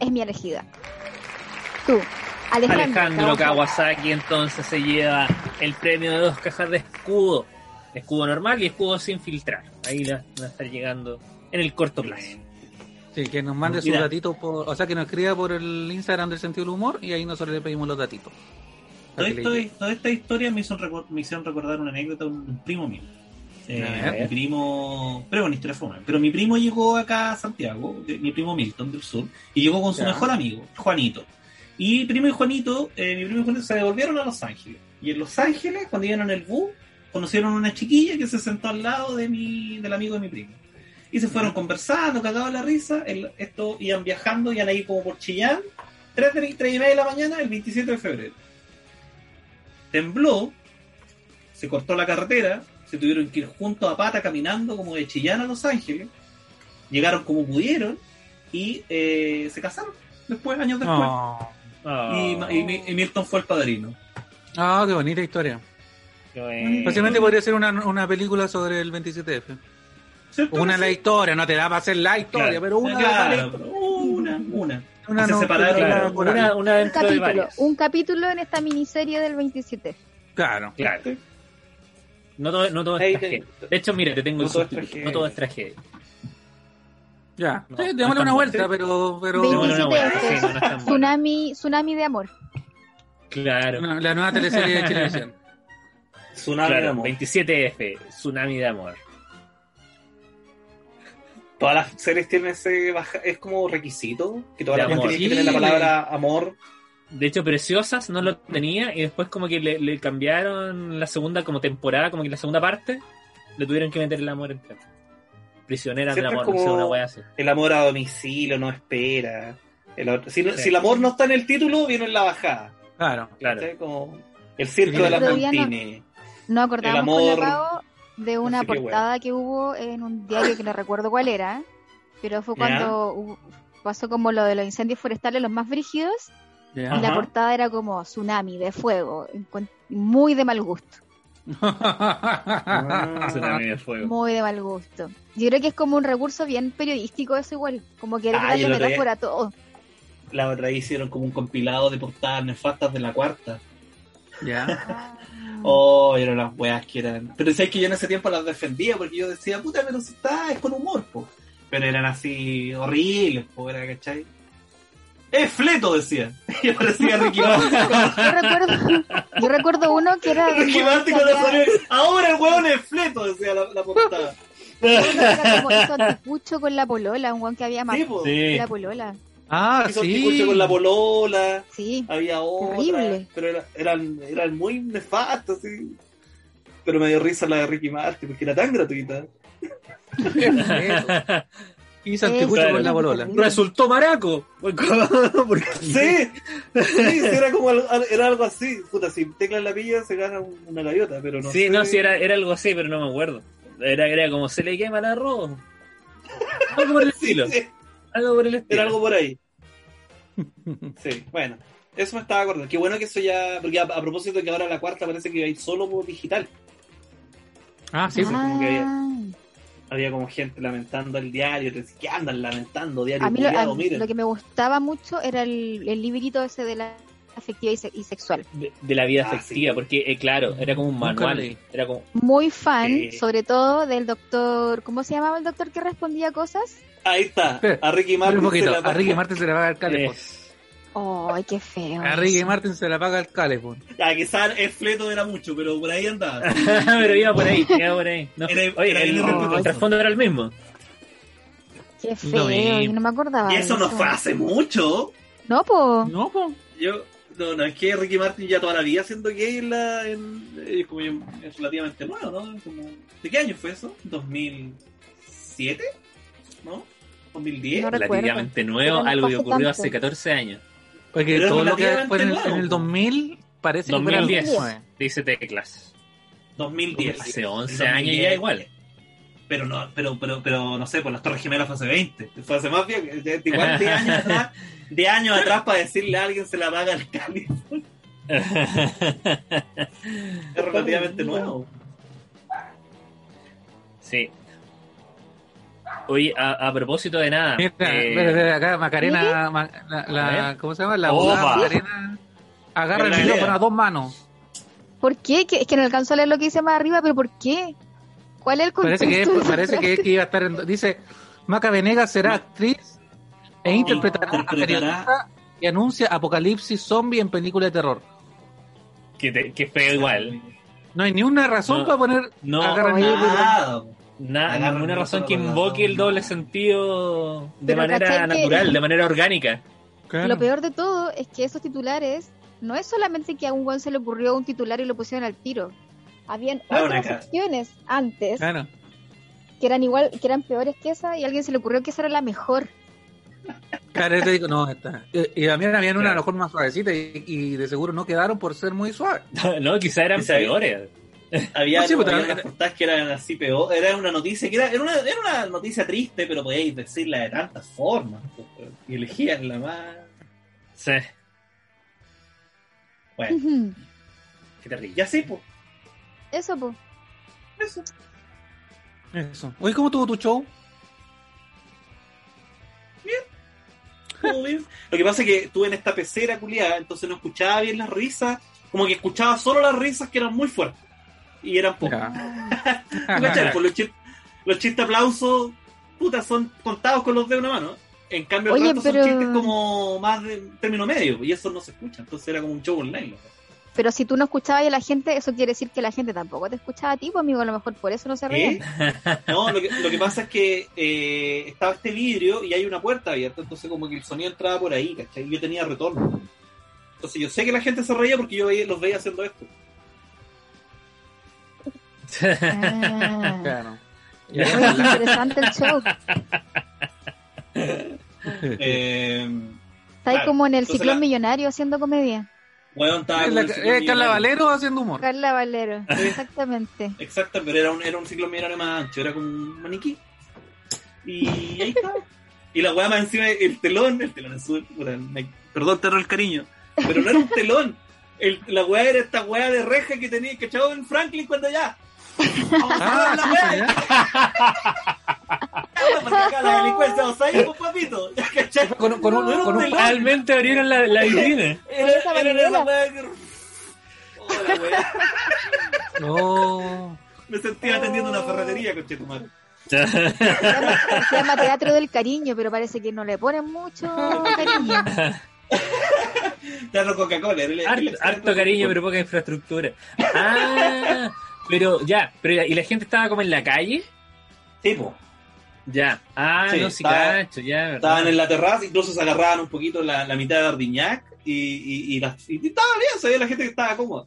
C: es mi elegida. Tú, Alejandro,
A: Alejandro
C: Kawasaki.
A: Kawasaki entonces se lleva el premio de dos cajas de escudo, escudo normal y escudo sin filtrar. Ahí la- va a estar llegando en el corto plazo.
B: Sí, que nos mande sus
A: Mira.
B: datitos por. O sea, que nos escriba por el Instagram del sentido del humor y ahí nosotros le pedimos los datitos.
F: Todo
B: Para que le
F: esto-
B: llegue.
F: toda esta historia me, hizo recor- me hicieron recordar una anécdota de un primo mío.
B: A
F: Eh,
B: ver.
F: mi primo, pero una historia fome, pero mi primo llegó acá a Santiago, de- mi primo Milton del Sur, y llegó con su
B: Ya.
F: mejor amigo, Juanito. Y primo y Juanito, eh, mi primo y Juanito se devolvieron a Los Ángeles. Y en Los Ángeles, cuando iban en el bus, conocieron a una chiquilla que se sentó al lado de mi, del amigo de mi primo. Y se fueron conversando, cagados la risa, el- esto iban viajando, iban ahí como por Chillán, 3 de, tres y media de la mañana, el 27 de febrero. Tembló, se cortó la carretera, se tuvieron que ir juntos a pata caminando como de Chillán a Los Ángeles, llegaron como pudieron y eh, se casaron después, años después.
B: Oh.
A: Ah,
F: Y, Ma- y Mi- y Milton fue el padrino.
B: Ah, qué bonita historia. Fácilmente podría ser una, una película sobre el 27F.
F: ¿Cierto?
B: Una de la historia, no te da para hacer la historia,
A: Claro.
B: pero una de
F: Claro,
B: la historia.
F: pero una, una.
B: Una
F: Se
B: no-
F: separaron,
A: Claro,
B: claro,
A: una, una
C: Un
A: dentro de
C: capítulo,
A: varias.
C: un capítulo en esta miniserie del 27.
B: Claro.
A: Claro. No todo, no todo es
D: Ahí
A: tragedia.
D: te-
A: De hecho, mira, te tengo
D: No
A: el
D: todo es
A: subtítulo.
D: tragedia.
A: No todo es tragedia.
B: Ya.
A: No, no
B: sí,
A: es
B: démosle
A: tan
B: una vuelta,
A: bueno.
B: pero. pero...
A: Démosle una vuelta, sí, no,
C: 27
A: no es tan bueno.
C: Tsunami, tsunami de amor.
A: Claro,
B: Una- La nueva teleserie de televisión.
D: Tsunami de
A: claro.
D: amor.
A: 27F, Tsunami de Amor.
D: Todas las series tienen ese baja... Es como requisito que todas
A: De
D: las series
A: amor.
D: tienen que tener la
B: Sí,
D: palabra amor.
A: De hecho, Preciosas no lo tenía y después como que le, le cambiaron la segunda como temporada, como que la segunda parte, le tuvieron que meter el amor entre Prisionera del
D: Siempre
A: amor,
D: es
A: no sé,
D: como-
A: una wea así.
D: El amor a domicilio no espera. El otro- Si, no-
A: Sí.
D: si el amor no está en el título, viene en la bajada.
B: Claro.
A: Claro.
D: ¿Cachai? Como el circo de las
C: Pero ya no-
D: Montini.
C: No
D: El
C: acordábamos
D: amor,
C: con la Pao de una
D: sé qué
C: portada que hubo en un diario que no recuerdo cuál era, pero fue
D: Ya.
C: cuando hubo- pasó como lo de los incendios forestales los más brígidos y
B: Ya.
C: la
D: Ajá.
C: portada era como tsunami de fuego, encuen- muy de mal gusto,
A: Ah, Tsunami de fuego.
C: muy de mal gusto. Yo creo que es como un recurso bien periodístico eso igual, como que
D: Ah,
C: darle
D: yo lo traía.
C: metáfora a todo.
D: La otra vez hicieron como un compilado de portadas nefastas de la cuarta.
B: ya.
C: Mm.
D: Oh, eran las weas que eran. Pero sabes que yo en ese tiempo las defendía porque yo decía, puta, pero si está, es con humor, po. Pero eran así horribles, po, era, ¿cachai? ¡Es fleto! decía. Y aparecía Ricky Martin.
C: Yo recuerdo, yo recuerdo uno que era.
D: Ricky Martin con la sonrisa. Ahora el huevón es fleto, decía la, la portada.
C: Uno que era como hizo anticucho con la polola, un guan que había
D: Sí,
C: matado
D: po.
A: Sí.
C: la polola.
B: Ah,
D: Hizo
B: sí.
D: anticucho con la polola.
C: Sí.
D: Había otra.
C: Terrible.
D: Pero era- eran, eran muy nefastos, sí. Pero me dio risa la de Ricky Martin, porque era tan gratuita.
B: Hizo anticucho
A: Claro.
B: con la bolola.
A: Resultó maraco. Porque-
D: Sí, sí, sí, era como al- al- era algo así. Puta, si teclas la pilla se gana un- una gaviota, pero no
A: Sí,
D: sé.
A: no, sí, era, era algo así, pero no me acuerdo. Era, era como se le quema el arroz. Algo por el estilo.
D: Sí,
A: Algo por el estilo.
D: era algo por ahí. Sí, bueno. Eso me estaba acordando. Qué bueno que eso ya. Porque a, a propósito de que ahora la cuarta parece que va a ir solo por digital.
B: Ah, sí.
D: pues, como que había-
C: Ah.
D: Había como gente lamentando el diario. te decía, ¿Qué andan lamentando? Diario
C: A mí lo,
D: culiao,
C: a-
D: miren.
C: lo que me gustaba mucho era el, el librito ese de la afectiva y, se- y sexual.
A: De, de la vida
D: Ah,
A: afectiva,
D: sí.
A: porque, eh, claro, era como un
B: Nunca lo
A: manual.
B: leí.
A: Era como.
C: Muy fan,
D: Sí.
C: sobre todo del doctor. ¿Cómo se llamaba el doctor que respondía cosas?
D: Ahí está.
B: Espera,
D: A Ricky Martin.
B: Un poquito.
D: se la-
B: A Ricky Martin se la paga el
A: eh,
B: calefón.
A: es-
C: ¡Ay, qué feo!
B: A Ricky Martin se la paga pues. el calefón.
D: Ya, quizás el fleto era mucho, pero por ahí andaba.
A: pero iba por ahí, iba por ahí. No,
D: Era-
A: oye,
D: era
A: el,
D: bien
A: el
C: respetuoso.
A: trasfondo era el mismo.
C: ¡Qué feo!
B: Lo mismo.
C: yo no me acordaba.
D: y
C: de
D: eso no fue hace mucho.
C: No, po.
B: No, po.
D: Yo, no, no, es que Ricky Martin ya toda la vida siendo gay en la, en- eh, como yo- es relativamente nuevo, ¿no? Como- ¿De qué año fue eso? ¿2007? ¿No? ¿2010?
C: No recuerdo.
A: Relativamente nuevo,
C: Pero no
A: algo que
C: pasó
A: ocurrió
C: tanto.
A: hace 14 años.
B: Porque
D: Pero es
B: todo lo que
D: relativamente
B: fue en el, en
D: nuevo,
B: el
D: po.
B: 2000 parece que fuera el
A: 2010.
C: eh.
B: 19.
A: Dice teclas.
D: 2010.
A: Hace
D: El
A: 11 años
D: 2010.
A: ya igual.
D: Pero no, pero, pero, pero no sé, por las Torres Gemelas fue hace 20. Fue hace más bien, ya- igual de años atrás, de años atrás para decirle a alguien se la paga al Cali. Es relativamente nuevo.
A: sí. Oye, a, a propósito de nada.
B: Mira,
A: eh,
B: mira, mira, acá Macarena, Ma- la, la-
A: A ver.
B: ¿cómo se llama? La
A: Opa.
B: abogada Macarena agarra
D: Buena
B: el micrófono
D: idea.
B: a dos manos.
C: ¿Por qué? Que- es que no alcanzó a leer lo que dice más arriba, pero ¿por qué? ¿Cuál es el
B: Parece
C: contexto?
B: que,
C: de esa
B: parece que, que iba a estar en- Dice, Maca Venegas será actriz e
C: Oh.
B: interpretará, a
D: Interpretará.
B: periodista y anuncia apocalipsis zombie en película de terror.
A: que, te- que feo igual.
B: No hay ni una razón
A: No.
B: para poner
A: No.
B: agarra el
C: Oye,
B: micrófono.
D: Ah,
A: Na-
D: Agarra
A: ninguna
D: el
A: razón
D: micrófono
A: que
D: con la
A: invoque el
D: mano.
A: doble sentido de
C: Pero
A: manera
C: ¿cachai que-
A: natural, de manera orgánica.
B: Claro.
C: Lo peor de todo es que esos titulares no es solamente que a un guan se le ocurrió un titular y lo pusieron al tiro. Habían
D: Ah, una
C: otras
D: cara.
C: opciones antes
B: Claro.
C: que eran igual, que eran peores que esa y a alguien se le ocurrió que esa era la mejor.
B: Claro, yo te digo, no, está. Y, y también habían una a
A: Claro.
B: lo mejor más suavecita y, y de seguro no quedaron por ser muy suave.
A: no, quizá eran
D: Quizá-
A: peores.
D: Había,
B: No, sí, pues,
D: había
B: también-
D: unas portadas que eran así peor. Era una noticia que era, era, una, era una noticia triste, pero podíais decirla de tantas formas. pues, weón. Y elegían la más.
A: Sí,
D: Bueno,
C: Ujú.
A: qué terrible.
D: ya sí, pues.
C: Eso, pues.
B: Eso. Oye, ¿cómo tuvo tu show?
D: todo bien. Lo que pasa es que estuve en esta pecera culiada, entonces no escuchaba bien las risas. Como que escuchaba solo las risas que eran muy fuertes. Y eran pocas. ¿Tú cachai? Pues los, chis- los chistes aplausos, puta, son contados con los de una mano. En cambio, el
C: Oye,
D: resto
C: pero-
D: son chistes como más de término medio, y eso no se escucha. Entonces era como un show online. loco.
C: Pero si tú no escuchabas a la gente, eso quiere decir que la gente tampoco te escuchaba a ti, pues, amigo. A lo mejor por eso no se
D: ¿Eh?
C: reían.
D: No, lo que, lo que pasa es que eh, estaba este vidrio y hay una puerta abierta, entonces como que el sonido entraba por ahí, ¿cachai? Y yo tenía retorno. Entonces yo sé que la gente se reía porque yo veía- los veía haciendo esto.
C: Ah.
B: Claro.
C: Oye, qué interesante el show.
D: Eh,
C: Está ahí
D: Claro,
C: como en el
D: entonces
C: ciclón
D: la-
C: millonario haciendo comedia.
D: weón, estaba
B: Es
D: con
B: la-
D: el ciclón
B: es Carla
D: millonario.
B: Valero haciendo humor.
C: Carla Valero, exactamente.
D: Exacto, pero era un, era un ciclo millonario más ancho, era como un maniquí. Y ahí estaba. Y la weá más encima, el telón, el telón azul, puta, me- perdón, te robo el cariño, pero no era un telón. El- la weá era esta weá de reja que tenía que echado en Franklin cuando ya. Vamos a
B: Ah,
D: cerrar la
B: sí,
D: weá,
B: ya.
D: ya, porque acá la delincuencia nos salimos, pues, papito. ¿Cachai?
B: Con, con un,
D: No,
B: con un
D: no,
B: pan.
A: Realmente abrieron la, la vitrina.
D: Era,
C: esa
D: era
C: manera.
D: esa weá que- Oh, la weá.
B: No.
D: Me sentía atendiendo una ferretería, conchetumar.
C: Se llama, se llama Teatro del Cariño, pero parece que no le ponen mucho cariño.
D: Teatro Coca-Cola. era el- el
A: Harto,
D: experto
A: harto cariño, pero poca infraestructura. Ah, pero ya, pero ya, ¿y la gente estaba como en la calle?
D: Tipo,
A: Ya. Ah,
D: Sí,
A: no, sí,
D: estaba-
A: cacho, ya, ¿verdad?
D: estaban en la terraza, incluso se agarraban un poquito la, la mitad de Ardiñac y, y, y, las- y estaba bien, se veía la gente que estaba cómoda.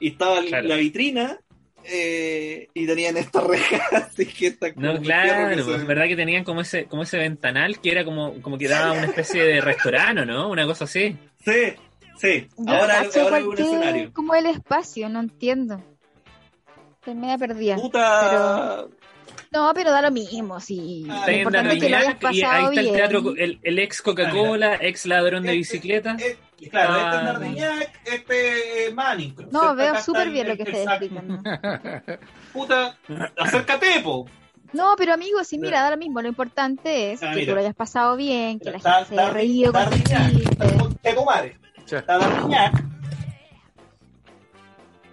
D: Y estaba la-
A: Claro.
D: la vitrina eh, y tenían esta reja, así que esta
A: No,
D: como fierro que
A: claro,
D: se-
A: pues, verdad que tenían como ese, como ese ventanal que era como, como que daba una especie de restaurante, ¿o ¿no? Una cosa así.
D: Sí, sí.
C: Yo
D: Ahora,
C: cacho
D: ahora hay
C: por
D: un
C: qué-
D: escenario.
C: ¿Cómo el espacio? No entiendo. Estoy media perdida.
D: Puta.
C: No, pero da lo mismo, sí.
D: Ah,
C: Lo
A: Está
D: bien,
A: en
C: importante
A: la
C: es que lo hayas
A: Viñac y ahí
C: pasado
A: está el
C: bien.
A: teatro, el, el ex Coca-Cola, ex ladrón de
D: Este-
A: bicicletas.
D: eh, claro, este es
A: Ah.
D: Nardiñac, este es Manning. creo.
C: No,
D: ¿cierto?
C: veo
D: Acá
C: súper
D: está
C: bien
D: el-
C: lo que
D: el
C: ustedes
D: saco.
C: explican. ¿no?
D: Puta, acércate, po.
C: No, pero amigos, sí, mira, da lo mismo. Lo importante es
D: Ah,
C: que
D: mira.
C: tú lo hayas pasado bien, que la
D: Está-
C: gente se haya
D: está-
C: reído
D: está
C: con tus
D: Ardiñac, está
C: chistes.
D: con- Te comare.
B: Ya.
D: Está Dardiñac.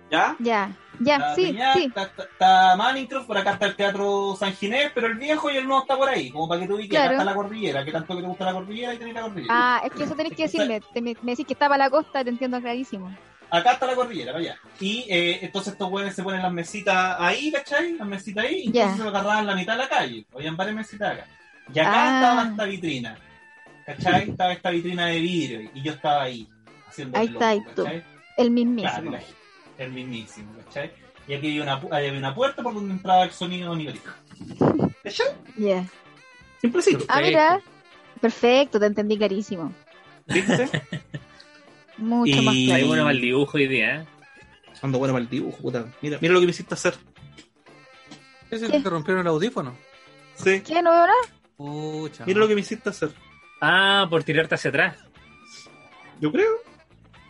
D: ¿Ya?
C: Ya, ya,
D: Está
C: sí,
D: Ardiñac,
C: sí.
D: Está, está- está Manningcroft, por acá está el Teatro San Ginés, pero el viejo y el nuevo está por ahí, como para que tú digas,
C: Claro.
D: acá está la cordillera, que tanto que te gusta la cordillera y tenés la cordillera.
C: Ah, es que eso tenés que decirme. Te- me, me decís que estaba la costa, te entiendo clarísimo.
D: Acá está la cordillera, para allá. Y eh, entonces estos hueones se ponen las mesitas ahí, ¿cachai? Las mesitas ahí, y
C: Ya.
D: entonces se agarraban la mitad de la calle. Habían varias mesitas acá. Y acá
C: Ah.
D: estaba esta vitrina, ¿cachai? Estaba esta vitrina de vidrio, y yo estaba ahí, haciendo
C: Ahí
D: el
C: está,
D: loco,
C: ahí tú.
D: ¿cachai?
C: El
D: Claro,
C: mismísimo.
D: la- el mismísimo, ¿cachai? Y aquí había una, pu- ahí había una puerta por donde entraba el sonido nivelista. ¿Cachai?
C: Ya.
D: Siempre
C: Ah, mira. Perfecto, te entendí clarísimo.
D: ¿Viste?
C: Mucho
D: Y-
C: más
A: Hay
C: claro.
A: uno mal dibujo hoy día, ¿eh?
D: Ando bueno para el dibujo, puta. Mira, mira lo que me hiciste hacer.
B: Ese
C: ¿Qué?
B: te rompieron el audífono.
D: Sí.
C: ¿Qué? ¿No veo nada?
B: Pucha.
D: Mira lo que me hiciste hacer.
A: Ah, por tirarte hacia atrás.
D: Yo creo.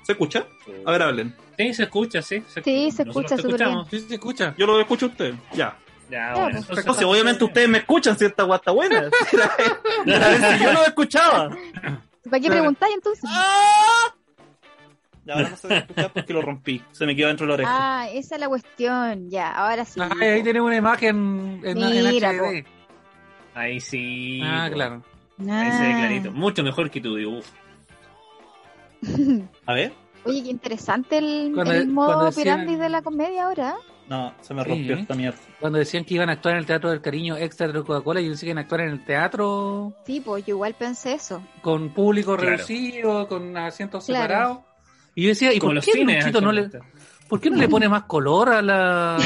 D: ¿Se escucha? A ver, hablen.
A: Sí, se escucha, sí. Se
C: Sí, se escucha súper bien.
B: Sí, sí, se escucha.
D: Yo lo escucho a ustedes. Ya.
A: Ya,
C: Claro.
A: bueno, entonces-
D: No sé, obviamente ustedes me escuchan si esta guata buena. A ver si yo no escuchaba.
C: ¿Para qué
B: Claro.
C: preguntáis entonces?
D: Ah,
B: Ah.
D: Ahora no se va a escuchar porque lo rompí. Se me quedó dentro de la oreja.
C: Ah, esa es la cuestión. Ya, ahora sí.
D: Ah,
B: Ay, Ah, ahí tenemos una imagen en, en
C: Mira,
B: HD.
A: Ahí sí.
B: Ah,
A: po.
B: claro.
C: Ah.
A: Ahí se ve clarito. Mucho mejor que tu dibujo.
D: A ver.
C: Oye, qué interesante el,
B: Cuando-
C: el modo
B: cuando decían-
C: operandi de la comedia ahora.
D: No, se me rompió
B: Sí.
D: esta mierda.
B: Cuando decían que iban a actuar en el Teatro del Cariño Extra de Coca-Cola, y decían que iban a actuar en el teatro
C: Sí, pues yo igual pensé eso.
B: con público
A: Claro.
B: reducido, con asientos
C: Claro.
B: separados. Y yo decía, ¿y
A: Como
B: por
A: los
B: qué,
A: cines.
B: Luchito no le,
A: actualmente.
B: ¿por qué no le pone más color a la...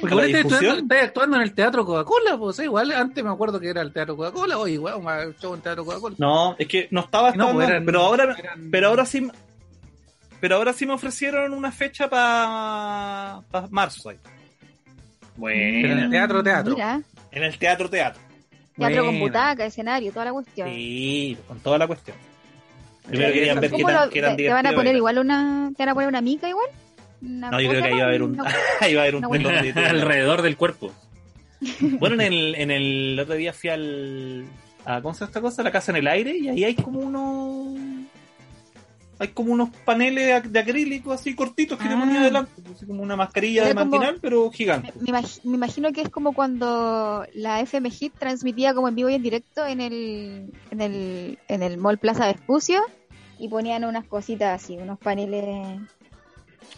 B: Porque
D: ¿A la
B: ahora estás
D: difusión?
B: actuando, estás actuando en el Teatro Coca-Cola, pues eh, igual antes me acuerdo que era el Teatro Coca-Cola, hoy igual un show en Teatro Coca-Cola.
D: No, es que no estaba
B: No,
D: estando,
B: pues eran-
D: pero ahora
B: eran-
D: pero ahora sí pero ahora sí me ofrecieron una fecha para marzo ahí,
B: Pero
A: Buena.
B: el teatro, teatro.
C: Mira,
D: en el teatro teatro.
C: teatro
B: Buena.
C: con butaca, escenario, toda la cuestión.
D: Sí, con toda la cuestión. Primero
A: Claro,
D: querían ver que
C: ¿Cómo
D: eran,
C: lo-
D: que eran
C: te, te van a
D: divertidos,
C: poner
D: era.
C: igual una. ¿Te van a poner una mica igual? Una
D: No, yo creo
C: cosa,
D: que ahí va a haber un
C: No,
D: ahí va a haber un
C: No,
D: telón de- de-
A: Alrededor del cuerpo.
D: Bueno, en el, en el otro día fui al. A, ¿Cómo se llama esta cosa? La casa en el aire. Y ahí hay como unos. Hay como unos paneles ac- de acrílico así cortitos que te
C: Ah.
D: ponía delante. pues, Así como una mascarilla de
C: Era como-
D: mantinal, pero gigante.
C: me, imag- me imagino que es como cuando la FM Hit transmitía como en vivo y en directo en el, en el, en el Mall Plaza Vespucio y ponían unas cositas así, unos paneles.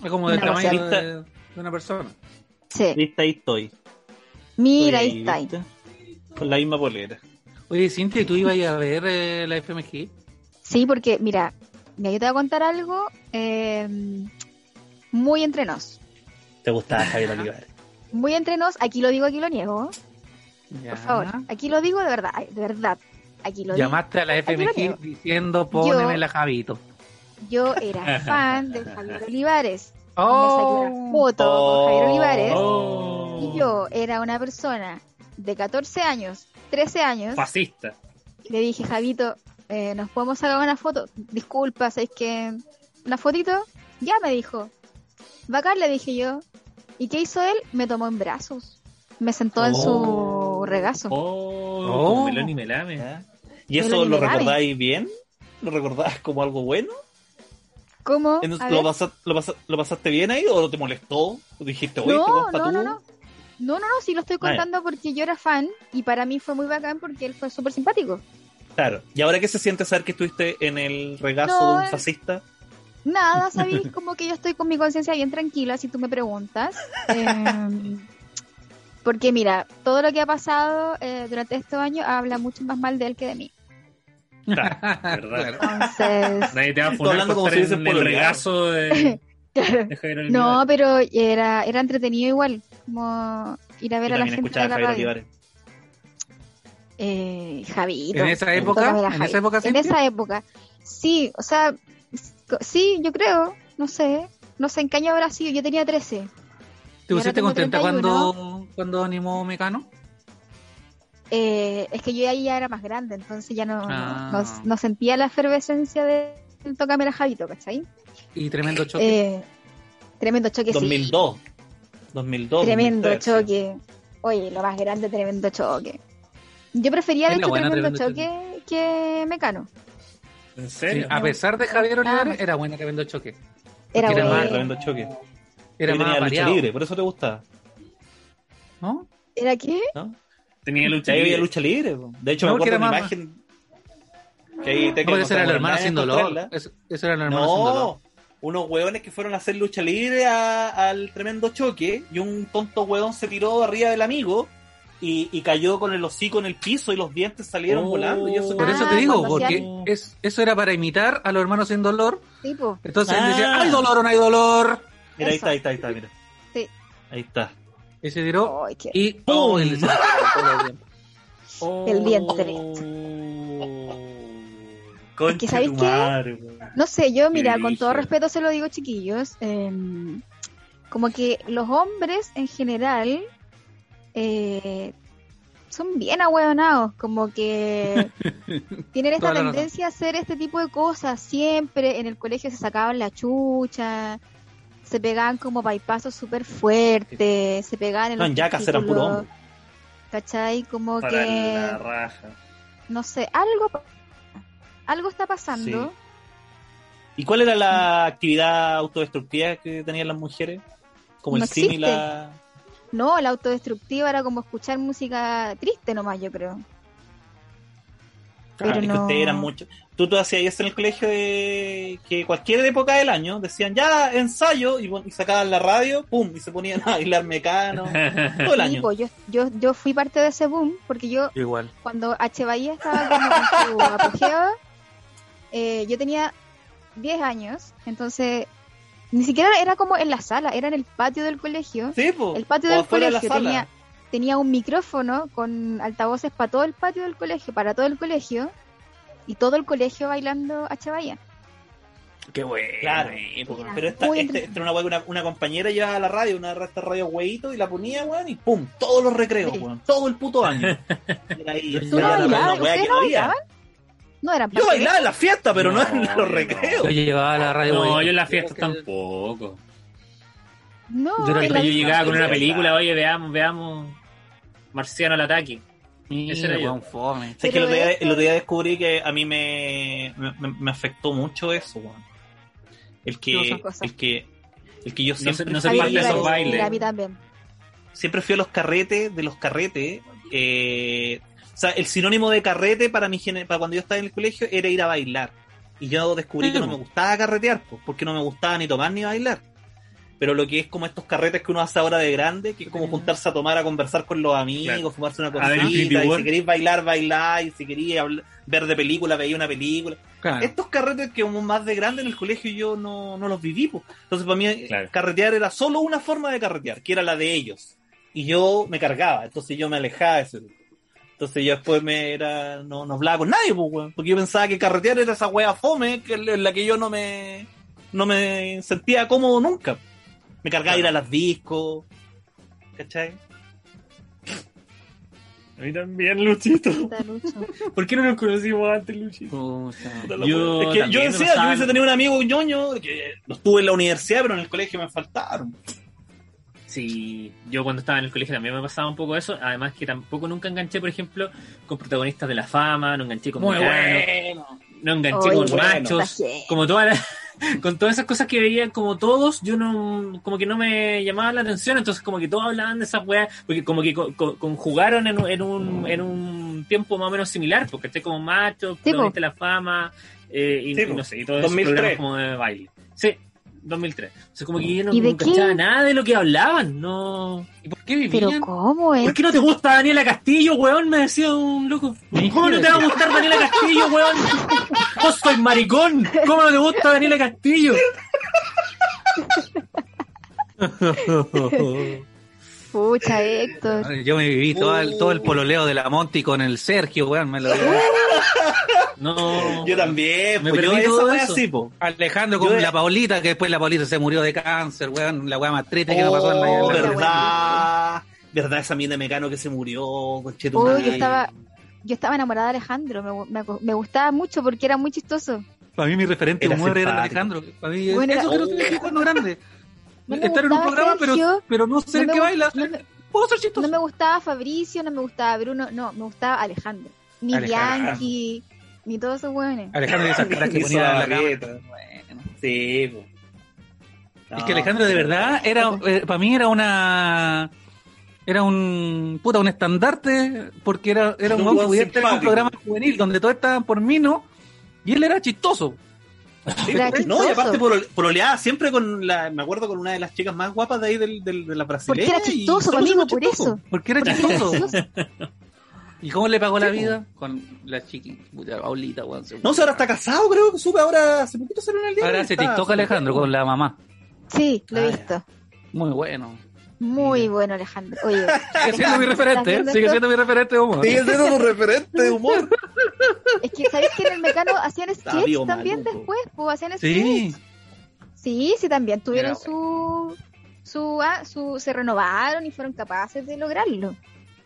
B: Es como del
C: Una
B: tamaño
D: cosa.
B: de, de una persona.
C: Sí.
D: Viste, ahí estoy.
C: Mira,
D: Estoy
C: ahí está. ahí.
D: ¿viste? Con la misma polera.
B: Oye, Cintia, ¿tú ibas a ir a ver eh, la FMG?
C: Sí, porque mira, mira, yo te voy a contar algo eh, muy entre nos.
D: Te gustaba Javier Olivares.
C: Muy entre nos, aquí lo digo, aquí lo niego,
B: Ya.
C: por favor. Aquí lo digo de verdad, ay, de verdad. Aquí lo
B: Llamaste a la FMG
C: creo.
B: diciendo póneme
C: Yo-
B: la Javito.
C: digo. Yo era fan de Javier Olivares. Y Me saqué
B: Oh,
C: una foto con Javier Olivares.
A: Oh.
C: Y yo era una persona de 14 años, 13 años,
A: Fascista.
C: y le dije, Javito, eh, ¿nos podemos sacar una foto? Disculpa, ¿sabes que ¿Una fotito? Ya me dijo. Bacán, le dije yo. ¿Y qué hizo él? Me tomó en brazos. Me sentó en su regazo.
A: Oh, como
B: Oh.
A: Melón y Melame.
D: ¿Y eso
C: Pero
D: lo
C: liberales.
D: recordáis bien? ¿Lo recordás como algo bueno?
C: ¿Cómo?
D: Entonces,
C: A
D: ¿lo,
C: ver.
D: pasa- lo pasa- lo pasaste bien ahí o te molestó? ¿O dijiste, oye,
C: No,
D: este compa
C: no,
D: tú?
C: no, no. No, no, no, sí lo estoy
D: Ah, ya.
C: contando porque yo era fan y para mí fue muy bacán porque él fue súper simpático.
D: Claro. ¿Y ahora qué se siente saber que estuviste en el regazo
C: No, eh.
D: de un
C: es-
D: fascista?
C: Nada, sabéis como que yo estoy con mi conciencia bien tranquila si tú me preguntas. Eh, porque mira, todo lo que ha pasado eh, durante estos años habla mucho más mal de él que de mí.
B: Ah, Claro.
C: Entonces,
A: Nadie te va a
D: Estoy
A: poner
D: hablando como
A: por
D: si
A: estar en
D: hubiese
A: el
D: pololeado.
A: regazo de,
C: claro.
A: de Javier Olivares.
C: No, pero era, era entretenido igual, como ir a ver
D: Y
C: a la
D: también
C: gente
D: escuchaba
C: de
D: a
C: la
D: Javier
C: radio.
D: Olivares.
C: Eh, Javito.
B: En esa
C: Me toca ver a
B: época, en
C: Javi.
B: esa época
C: En
B: sí.
C: esa época. Sí, o sea, co- sí, yo creo, no sé, no sé en qué año habrá sido, yo tenía 13.
B: ¿Te
C: Yo ahora
B: pusiste
C: tengo
B: contenta
C: 31.
B: cuando, cuando animó Mecano?
C: Eh, es que yo ahí ya era más grande, entonces ya no,
B: Ah.
C: no, no- no sentía la efervescencia de Tócame la Javito, ¿cachai?
B: Y tremendo choque.
C: Eh, tremendo choque, sí.
D: 2002. 2002.
C: Tremendo
D: 2003, sí.
C: choque. Oye, lo más grande, tremendo choque. Yo prefería, de
B: Era
C: hecho,
B: buena
C: tremendo,
B: Tremendo
C: choque que Mecano.
D: ¿En
B: Sí,
C: eh,
B: ah.
D: serio?
B: a pesar de Javier Olivares, era buena tremendo choque.
C: Era,
B: Porque era
C: bueno.
B: más-
D: Tremendo choque.
B: Era
D: Yo
B: más
D: tenía lucha
B: variado,
D: libre, por eso te gustaba.
B: ¿no?
C: ¿Era qué?
D: ¿no?
A: Tenía lucha
D: Ahí había
A: libre.
D: lucha libre. po. De hecho,
B: No,
D: me
B: que
D: acuerdo
B: era
D: de una
B: más-
D: imagen que ahí te
B: No, pero esa era la hermana sin dolor. Eso, eso era la hermana sin dolor.
D: No, unos hueones que fueron a hacer lucha libre a- al tremendo choque y un tonto hueón se tiró arriba del amigo y, y cayó con el hocico en el piso y los dientes salieron
A: Oh.
D: volando. y eso-
B: Por eso te
C: Ah,
B: digo,
C: cuando
B: porque
D: hacían-
B: es, eso era para imitar a los hermanos sin dolor.
C: Sí, po.
B: Entonces
D: Ah.
B: decía, ¡ay dolor o no hay dolor!
D: Mira, ahí
C: Eso.
D: está, ahí está, ahí está, mira.
C: Sí.
D: Ahí está.
B: Y se tiró
C: Ay, qué-
B: y ¡pum! Y le salió todo Oh, el diente.
C: El diente.
D: Conche
A: Oh.
C: Es que, ¿sabéis
D: tu
C: qué?
D: madre, weón.
C: No sé, yo mira, con
D: brígido.
C: todo respeto se lo digo, chiquillos, eh, como que los hombres en general eh, son bien ahueonados, como que tienen esta
B: Toda la razón.
C: tendencia a hacer este tipo de cosas siempre, en el colegio se sacaban la chucha, se pegaban como bypassos súper fuertes, se pegaban en
D: No,
C: los
D: en yacas eran puro
C: testículos,
D: hombre.
C: ¿Cachai? Como
D: Para
C: que
D: la raja.
C: no sé, algo pa- algo está pasando.
D: Sí. ¿Y cuál era la actividad autodestructiva que tenían las mujeres? Como
C: No
D: el cine y
C: existe.
D: la-
C: No, la autodestructiva era como escuchar música triste nomás, yo creo. Pero
D: es que
C: no-
D: ustedes eran mucho. Tú, tú hacías eso en el colegio de que cualquier época del año decían ya ensayo y, pon- y sacaban la radio, pum, y se ponían a bailar mecano. Todo el
C: Sí, pues,
D: año.
C: po, yo, yo, yo fui parte de ese boom porque yo,
B: Yo igual.
C: cuando H. Bahía estaba como en su apogeo, eh, yo tenía 10 años, entonces ni siquiera era como en la sala, era en el patio del colegio.
D: Sí, po.
C: El patio
D: O
C: del
D: afuera de la
C: colegio
D: sala.
C: tenía, tenía un micrófono con altavoces para todo el patio del colegio, para todo el colegio, y todo el colegio bailando H. Bahía.
A: Qué bueno. eh, pues,
D: Claro,
C: Era
D: pero esta,
C: muy
D: este-
C: entretenido.
D: esta era una, wea que una, una compañera llevaba a la radio, una de estas radios hueito, y la ponía, weón, y pum, todos los recreos,
C: Sí.
D: weón, todo el puto año. Era ahí,
B: ¿Tú no
D: era la- la-
C: bailabas?
D: la wea que
C: ¿Ustedes
D: no
C: no
D: había.
C: No eran
D: Yo
C: parte de-
D: bailaba en la fiesta, pero no,
A: No,
D: en
A: yo
D: los recreos.
B: Yo llevaba la radio.
A: No,
B: güey.
A: yo en las fiestas
B: Creo que-
A: tampoco.
C: No,
B: Yo era
C: en
A: Yo
C: la-
A: llegaba con una película, oye, veamos, veamos. Marciano al ataque.
B: Mira,
A: Ese era yo.
B: weón, fome.
D: Sé que el
C: Pero
D: otro, día,
C: eso-
D: el otro día descubrí que a mí me, me, me afectó mucho eso, weón. El
B: No,
D: que,
C: son cosas.
D: el que, el que yo
A: No se-
D: siempre,
A: no se
C: Javier
A: parte de esos
C: Olivares, mira, a mí
A: bailes.
C: también.
D: siempre fui a los carretes, de los carretes. eh, o sea, el sinónimo de carrete para mi gene- para cuando yo estaba en el colegio era ir a bailar. Y yo descubrí
B: Sí,
D: que no
A: Mm.
B: po.
D: me gustaba carretear, pues, porque no me gustaba ni tomar ni bailar. Pero lo que es como estos carretes que uno hace ahora de grande, que es como juntarse a tomar, a conversar con los amigos,
A: Claro.
D: fumarse una
A: ver,
D: cosita,
A: Infinity
D: y
A: War.
D: si queréis bailar, bailar, y si queréis habl- ver de película, veía una película.
B: Claro.
D: Estos carretes que como más de grande en el colegio yo no, no los viví, pues. Entonces para mí
A: Claro.
D: carretear era solo una forma de carretear, que era la de ellos. Y yo me cargaba, entonces yo me alejaba de ese grupo. Entonces yo después me era, no, no hablaba con nadie, pues, weón, porque yo pensaba que carretear era esa wea fome que, en la que yo no me, no me sentía cómodo nunca. Me cargaba ir a las discos, ¿cachai?
A: A mí también, Luchito.
C: Puta, Lucho.
A: ¿Por qué no nos conocimos antes, Luchito?
B: Puta.
A: Yo
D: es que yo
A: también
D: decía,
A: pensaba-
D: yo hubiese tenido un amigo ñoño, que los tuve en la universidad, pero en el colegio me faltaron.
A: Sí, yo cuando estaba en el colegio también me pasaba un poco eso. Además que tampoco nunca enganché, por ejemplo, con protagonistas de la fama, no enganché con
B: Muy
A: mexicanos,
B: bueno.
A: no enganché
C: Oye,
A: con
C: bueno,
A: machos,
C: exageré.
A: como toda la, con todas esas cosas que veían como todos, yo no, como que no me llamaba la atención, entonces como que todos hablaban de esas weas, porque como que co- co- conjugaron en, un- en un, en un tiempo más o menos similar, porque estoy como macho,
C: po.
A: protagonista de la fama, eh, y,
D: Sí,
A: y
D: po.
A: no sé, y todos esos
D: 2003.
A: programas como de baile. Sí, 2003. O sea, como que yo no,
C: ¿Y de
A: no cachaba
C: qué?
A: nada de lo que hablaban, no...
B: ¿Y por qué
C: Pero
B: vivían?
C: ¿cómo es?
A: ¿Por qué no te gusta Daniela Castillo, weón? Me decía un loco. ¿Cómo no te va a gustar Daniela Castillo, weón? Vos soy maricón. ¿Cómo no te gusta Daniela Castillo?
C: Pucha, Héctor.
B: Yo me viví todo el, todo el pololeo de la Monty con el Sergio, weón. Me lo...
A: No.
D: Yo también,
A: Me
D: pues yo
A: perdí
D: esa
A: todo
D: wea
A: eso.
D: sí, po.
B: Alejandro
D: Yo
B: con
D: de-
B: la Paulita, que después la Paulita se murió de cáncer, weón. La weá más triste que me pasó en la
D: Oh,
B: en la-
C: wea.
D: verdad. Verdad, esa mina de Mecano que se murió, conchetumare.
C: Oh, yo estaba, yo estaba enamorada de Alejandro. Me, gu- me acu- me gustaba mucho porque era muy chistoso.
B: Para mí mi referente
D: Era
B: humor era
D: simpático.
B: Alejandro. Para mí
C: Bueno,
B: eso
C: era-
B: quiero ser yo cuando grande.
C: No me
B: Estar en un
C: gustaba
B: programa, pero,
C: Sergio,
B: pero no
C: no
B: ser el
C: me
B: que
C: gu-
B: baila.
C: no me-
B: Puedo ser chistoso.
C: No me gustaba Fabricio, no me gustaba Bruno, no, me gustaba Alejandro. Ni
B: Alejandro.
C: Bianchi, ni todos esos hueones.
B: Alejandro de esas caras que
D: Y
B: ponía en la
D: Zabarrieta.
B: cámara. Bueno.
D: Sí, po. No,
B: Es que Alejandro de verdad era, eh, para mí era una, era un, puta, un estandarte, porque era, era un
D: Un
B: weón que
D: weón
B: podía estar en un
D: simpático.
B: programa juvenil donde todos estaban por mí, ¿no? Y él era chistoso.
D: Sí,
C: Era
D: po. No,
C: chistoso.
D: y aparte por, oleada siempre con la, me acuerdo con una de las chicas más guapas de ahí del, del- de la
C: Porque
D: brasileña.
C: era
D: y
C: chistoso
D: solo
C: conmigo,
D: somos
C: por
D: chistosos.
C: eso.
B: Porque era
C: Porque era
B: chistoso.
C: gracioso.
B: ¿Y cómo le pagó la vida? Con la chiqui, puta, Paulita, weón. se-
D: No, si ahora está casado, creo que supe ahora, hace poquito salió en el día.
B: Ahora hace
D: está-
B: TikTok Alejandro con la mamá.
C: Sí, lo
D: Ah,
C: he
D: ya.
C: visto.
B: Muy bueno.
C: Muy bueno, Alejandro. Oye,
B: Sigue siendo mi referente, ¿eh?
C: ¿Estás viendo
B: sigue
C: esto?
B: siendo mi referente de humor.
D: Sigue siendo tu referente de humor.
C: es que ¿sabéis que en el Mecano hacían sketch
D: vivo
C: también
D: Maluco.
C: después? Pues hacían sketch.
B: Sí,
C: Sí, sí, también tuvieron
B: Era
C: su, su, ah, su- se renovaron y fueron capaces de lograrlo.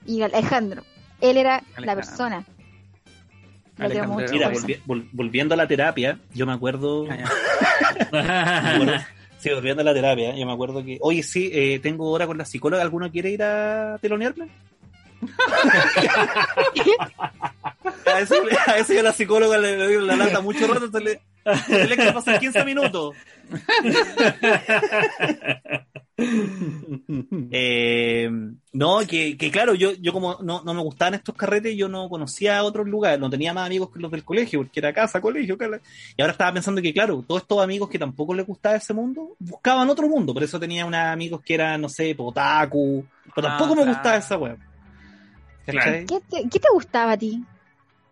C: Y Alejandro, él era la
B: Alejandro.
C: persona. Lo quiero
B: Alejandro
C: mucho.
B: era
D: Mira,
B: bueno.
D: volvi- vol- volviendo a la terapia, yo me acuerdo.
B: Ah, ya.
D: me acuerdo- Sí, volviendo a la terapia, yo me acuerdo que. Oye, sí, eh, tengo hora con la psicóloga. ¿Alguno quiere ir a telonearme? a, eso, a eso yo a la psicóloga le, le doy la lata mucho rato. Se le, se le pasan 15 minutos. Eh, no, que, que claro, yo, yo como no, no me gustaban estos carretes, yo no conocía otros lugares, no tenía más amigos que los del colegio, porque era casa, colegio, cala. Y ahora estaba pensando que, claro, todos estos amigos que tampoco les gustaba ese mundo, buscaban otro mundo, por eso tenía unos amigos que eran, no sé, potaku, pero
B: Ah,
D: tampoco me
B: claro.
D: gustaba esa web. ¿Cachai?
C: ¿Qué te, qué te gustaba a ti?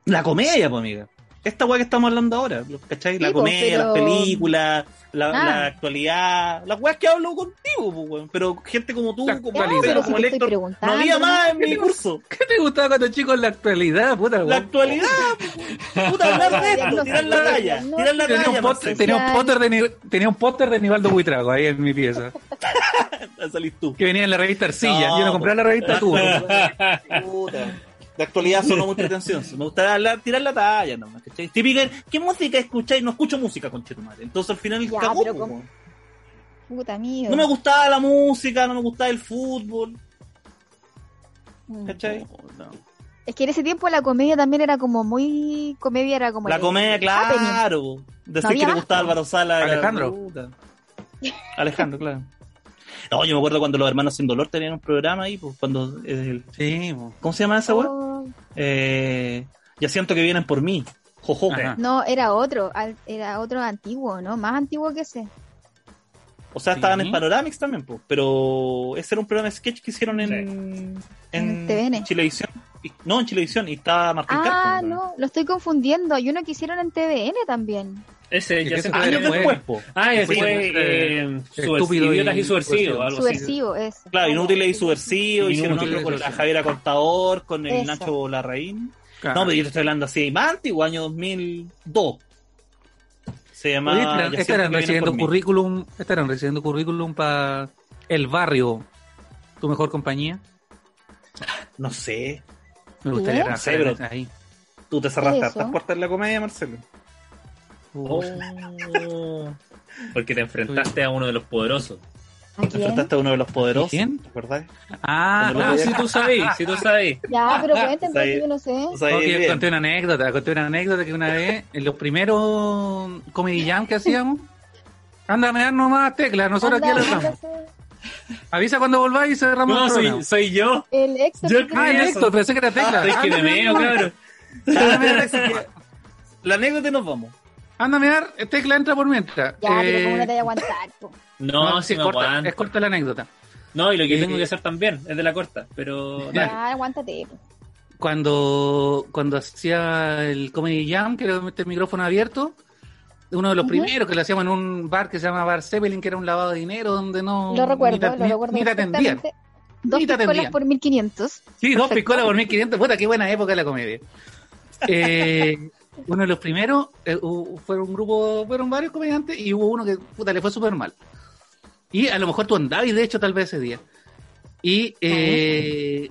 D: La comedia, pues, amiga. Esta weá que estamos hablando ahora, ¿cachai? La
C: Sí, pues,
D: comedia,
C: pero-
D: las películas, la,
C: Ah.
D: la actualidad, las weas que hablo contigo, pues, weón. Pero gente como tú,
B: La
D: como
C: Ah,
B: actualidad,
D: Pedro,
C: pero si
D: como
C: te estoy
D: Héctor,
C: preguntando.
D: no había más en mi
B: ¿no?
D: curso.
B: ¿Qué te gustaba cuando chico en la actualidad, puta?
D: La
B: weón?
D: actualidad, puta, hablar de esto,
C: No,
D: tirar
C: no,
D: la
C: no,
D: talla,
C: no,
D: tirar la
B: Tenía un,
D: talla.
B: póster,
D: Marcelo.
B: tenía, un póster de, Ni- tenía un póster de Nivaldo Buitrago ahí en mi pieza,
D: Ah, Salís tú.
B: que venía en la revista Arcilla.
D: No, pues.
B: Yo no compré la revista tú.
D: Puta. La actualidad sonó muy pretencioso. Me gustaba hablar- tirar la talla nomás, ¿cachai? Típica, ¿qué música escucháis? No escucho música, conchetumare. Entonces al final
C: Ya,
D: cagó,
C: pero
D: po,
C: como-
D: po.
C: Puta amigo.
D: No me gustaba la música, no me gustaba el fútbol,
C: Mm.
D: ¿cachai?
C: Es que en ese tiempo la comedia también era como muy. Comedia era como.
D: La
C: el-
D: comedia,
C: el happening.
D: claro. po.
C: No
D: Decir
C: había
D: que le
C: más,
D: gustaba Álvaro Sala. era-
B: Alejandro.
D: puta. Alejandro, claro. No, yo me acuerdo cuando los hermanos sin dolor tenían un programa ahí, pues, cuando eh,
B: Sí, pues. po.
D: ¿Cómo se llama esa weá?
C: Oh,
D: Eh, ya siento que vienen por mí. Jojo.
B: Ajá.
C: no, era otro. al- Era otro antiguo, ¿no? Más antiguo que ese.
D: O sea, estaban
B: Sí.
D: en Panoramics también, po, pero ese era un programa de sketch que hicieron en, en
C: En TVN.
D: Chilevisión. Y- No, en Chilevisión, y estaba Martín
C: Ah,
D: Carpo,
C: no, lo estoy confundiendo. Hay uno que hicieron en TVN también.
A: Ese ya
B: que
A: se
B: eso
A: Ah,
B: era
A: yo-
D: Años
B: Después.
D: después, po.
A: Ah, ese
B: Después
A: fue
B: de-
A: eh,
B: estúpido
A: subversivo,
B: y-
A: idiotas y subversivo, algo así.
C: Subversivo, eso.
D: Claro, e Inútiles y Subversivos,
B: Inútiles
D: hicieron
B: y
D: otro con la
B: Subversivos.
D: Javiera Contador, con el
C: Eso.
D: Nacho Larraín.
B: Claro.
D: No, pero yo te estoy hablando así, más antiguo, año 2002.
B: Oye, este
D: Se llamaba...
B: estarán,
D: Ya siento
B: estarán
D: que vienen
B: recibiendo
D: por mí.
B: currículum, estarán recibiendo currículum para el barrio, tu mejor compañía.
D: No sé,
B: Me gustaría
C: ¿Qué?
B: trabajar
D: Sí, pero-
B: ahí.
D: tú te cerraste
C: Eso.
D: hartas puertas en la comedia, Marcelo.
A: Oh. Porque te enfrentaste a uno de los poderosos.
C: ¿A
D: Te
C: quién?
D: enfrentaste a uno de los poderosos.
B: ¿Quién?
D: ¿Te acordás?
B: Ah,
D: No,
A: Ah,
B: ah,
A: si tú sabés, si tú sabés.
C: Ya, pero cuenten,
D: Está
C: porque
D: bien. Pues,
C: yo no sé.
D: O sea,
B: Ok,
D: bien.
B: conté una anécdota, conté una anécdota que una vez, en los primeros Comedy Jam que hacíamos, Anda a mear nomás teclas, nosotros
C: Anda,
B: aquí arreglamos.
C: ándase.
B: Avisa cuando volváis y cerramos
A: No,
B: el programa.
A: soy, soy yo.
C: El ex
A: Yo-
C: del-
B: Ah, el Héctor, pensé que era tecla. Ah,
A: Es que
B: Anda
A: me veo,
B: nomás.
A: cabrón.
B: Anda a mear, Héctor.
D: La anécdota y nos vamos.
B: Anda a mear, eh, tecla entra por mientras. Eh,
C: Ya, pero ¿cómo no te voy a aguantar? po?
A: No,
B: no,
A: si
B: es
A: me
B: corta,
A: aguanto.
B: Es corta la anécdota.
A: No, y lo que
B: Eh,
A: tengo que hacer también es de la corta, pero.
B: Ya.
A: dale.
C: Ya, aguántate. po.
B: Cuando, cuando hacía el Comedy Jam, que era este micrófono abierto, uno de los
C: Ujú.
B: primeros que lo hacíamos en un bar que se llama Bar Zeppelin, que era un lavado de dinero donde no.
C: Lo recuerdo,
B: ni te-
C: lo
B: ni-
C: recuerdo.
B: ni te atendían.
C: perfectamente. Dos
B: Ni te
C: piscolas
B: atendían.
C: por 1500.
B: Sí, dos
C: Perfecto.
B: piscolas por 1500. Puta, qué buena época de la comedia. Eh, uno de los primeros eh, hu- fueron un grupo, fueron varios comediantes y hubo uno que, puta, le fue súper mal. Y a lo mejor tú andabas, de hecho, tal vez ese día. Y, eh,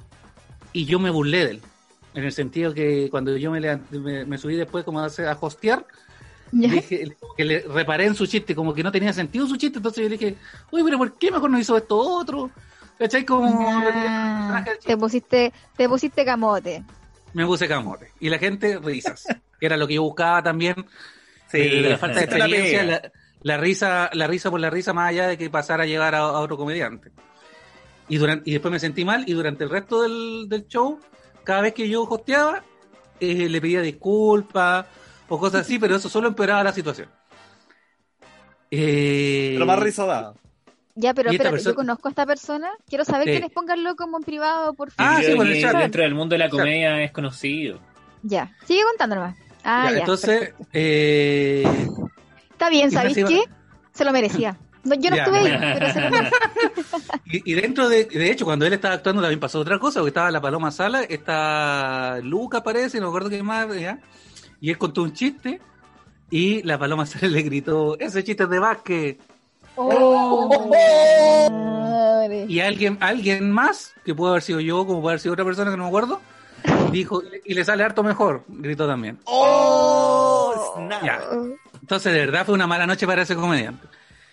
B: y yo me burlé de él. En el sentido que cuando yo me, levant- me, me subí después como a, hacer- a hostear,
C: Ya.
B: dije, que le reparé en su chiste, como que no tenía sentido su chiste, entonces yo le dije, uy, pero ¿por qué mejor no hizo esto otro? ¿Cachai? Como...
C: Ah, te pusiste, te pusiste camote.
B: me puse camote. Y la gente, risas. que era lo que yo buscaba también. eh,
D: Sí,
B: de, de la falta de
D: esa es la
B: experiencia,
D: pega.
B: la, la risa, la risa por la risa, más allá de que pasara a llegar a, a otro comediante. Y, durante, y después me sentí mal, y durante el resto del, del show, cada vez que yo hosteaba, eh, le pedía disculpas o cosas así, pero eso solo empeoraba la situación. Eh,
D: Pero más risa daba.
C: Ya, pero
B: Y esta
C: espérate,
B: persona-
C: yo conozco a esta persona. Quiero saber
B: Sí.
C: quién es, pónganlo como en privado, por favor.
B: Ah,
A: Creo
B: sí, por el
A: que
B: chat.
A: Dentro del mundo de la
B: Chat.
A: comedia es conocido.
C: Ya, sigue contando nomás. Ah,
B: ya,
C: ya.
B: entonces, eh,
C: Está bien,
B: quizás
C: ¿sabéis
B: iba-
C: qué? Se lo merecía. No, yo no
B: Ya,
C: estuve ahí,
A: bueno.
C: pero se lo merecía.
B: Y, y dentro de, de hecho, cuando él estaba actuando también pasó otra cosa, porque estaba la Paloma Sala, está Luca parece, no me acuerdo qué más, ¿ya? y él contó un chiste, y la Paloma Sala le gritó, ese chiste es de Vázquez, Oh.
C: Madre.
B: y alguien, alguien más, que puede haber sido yo, como puede haber sido otra persona que no me acuerdo, dijo, y le sale harto mejor, gritó también.
D: ¡Oh! Snap.
B: Ya. Entonces, de verdad, fue una mala noche para ese comediante.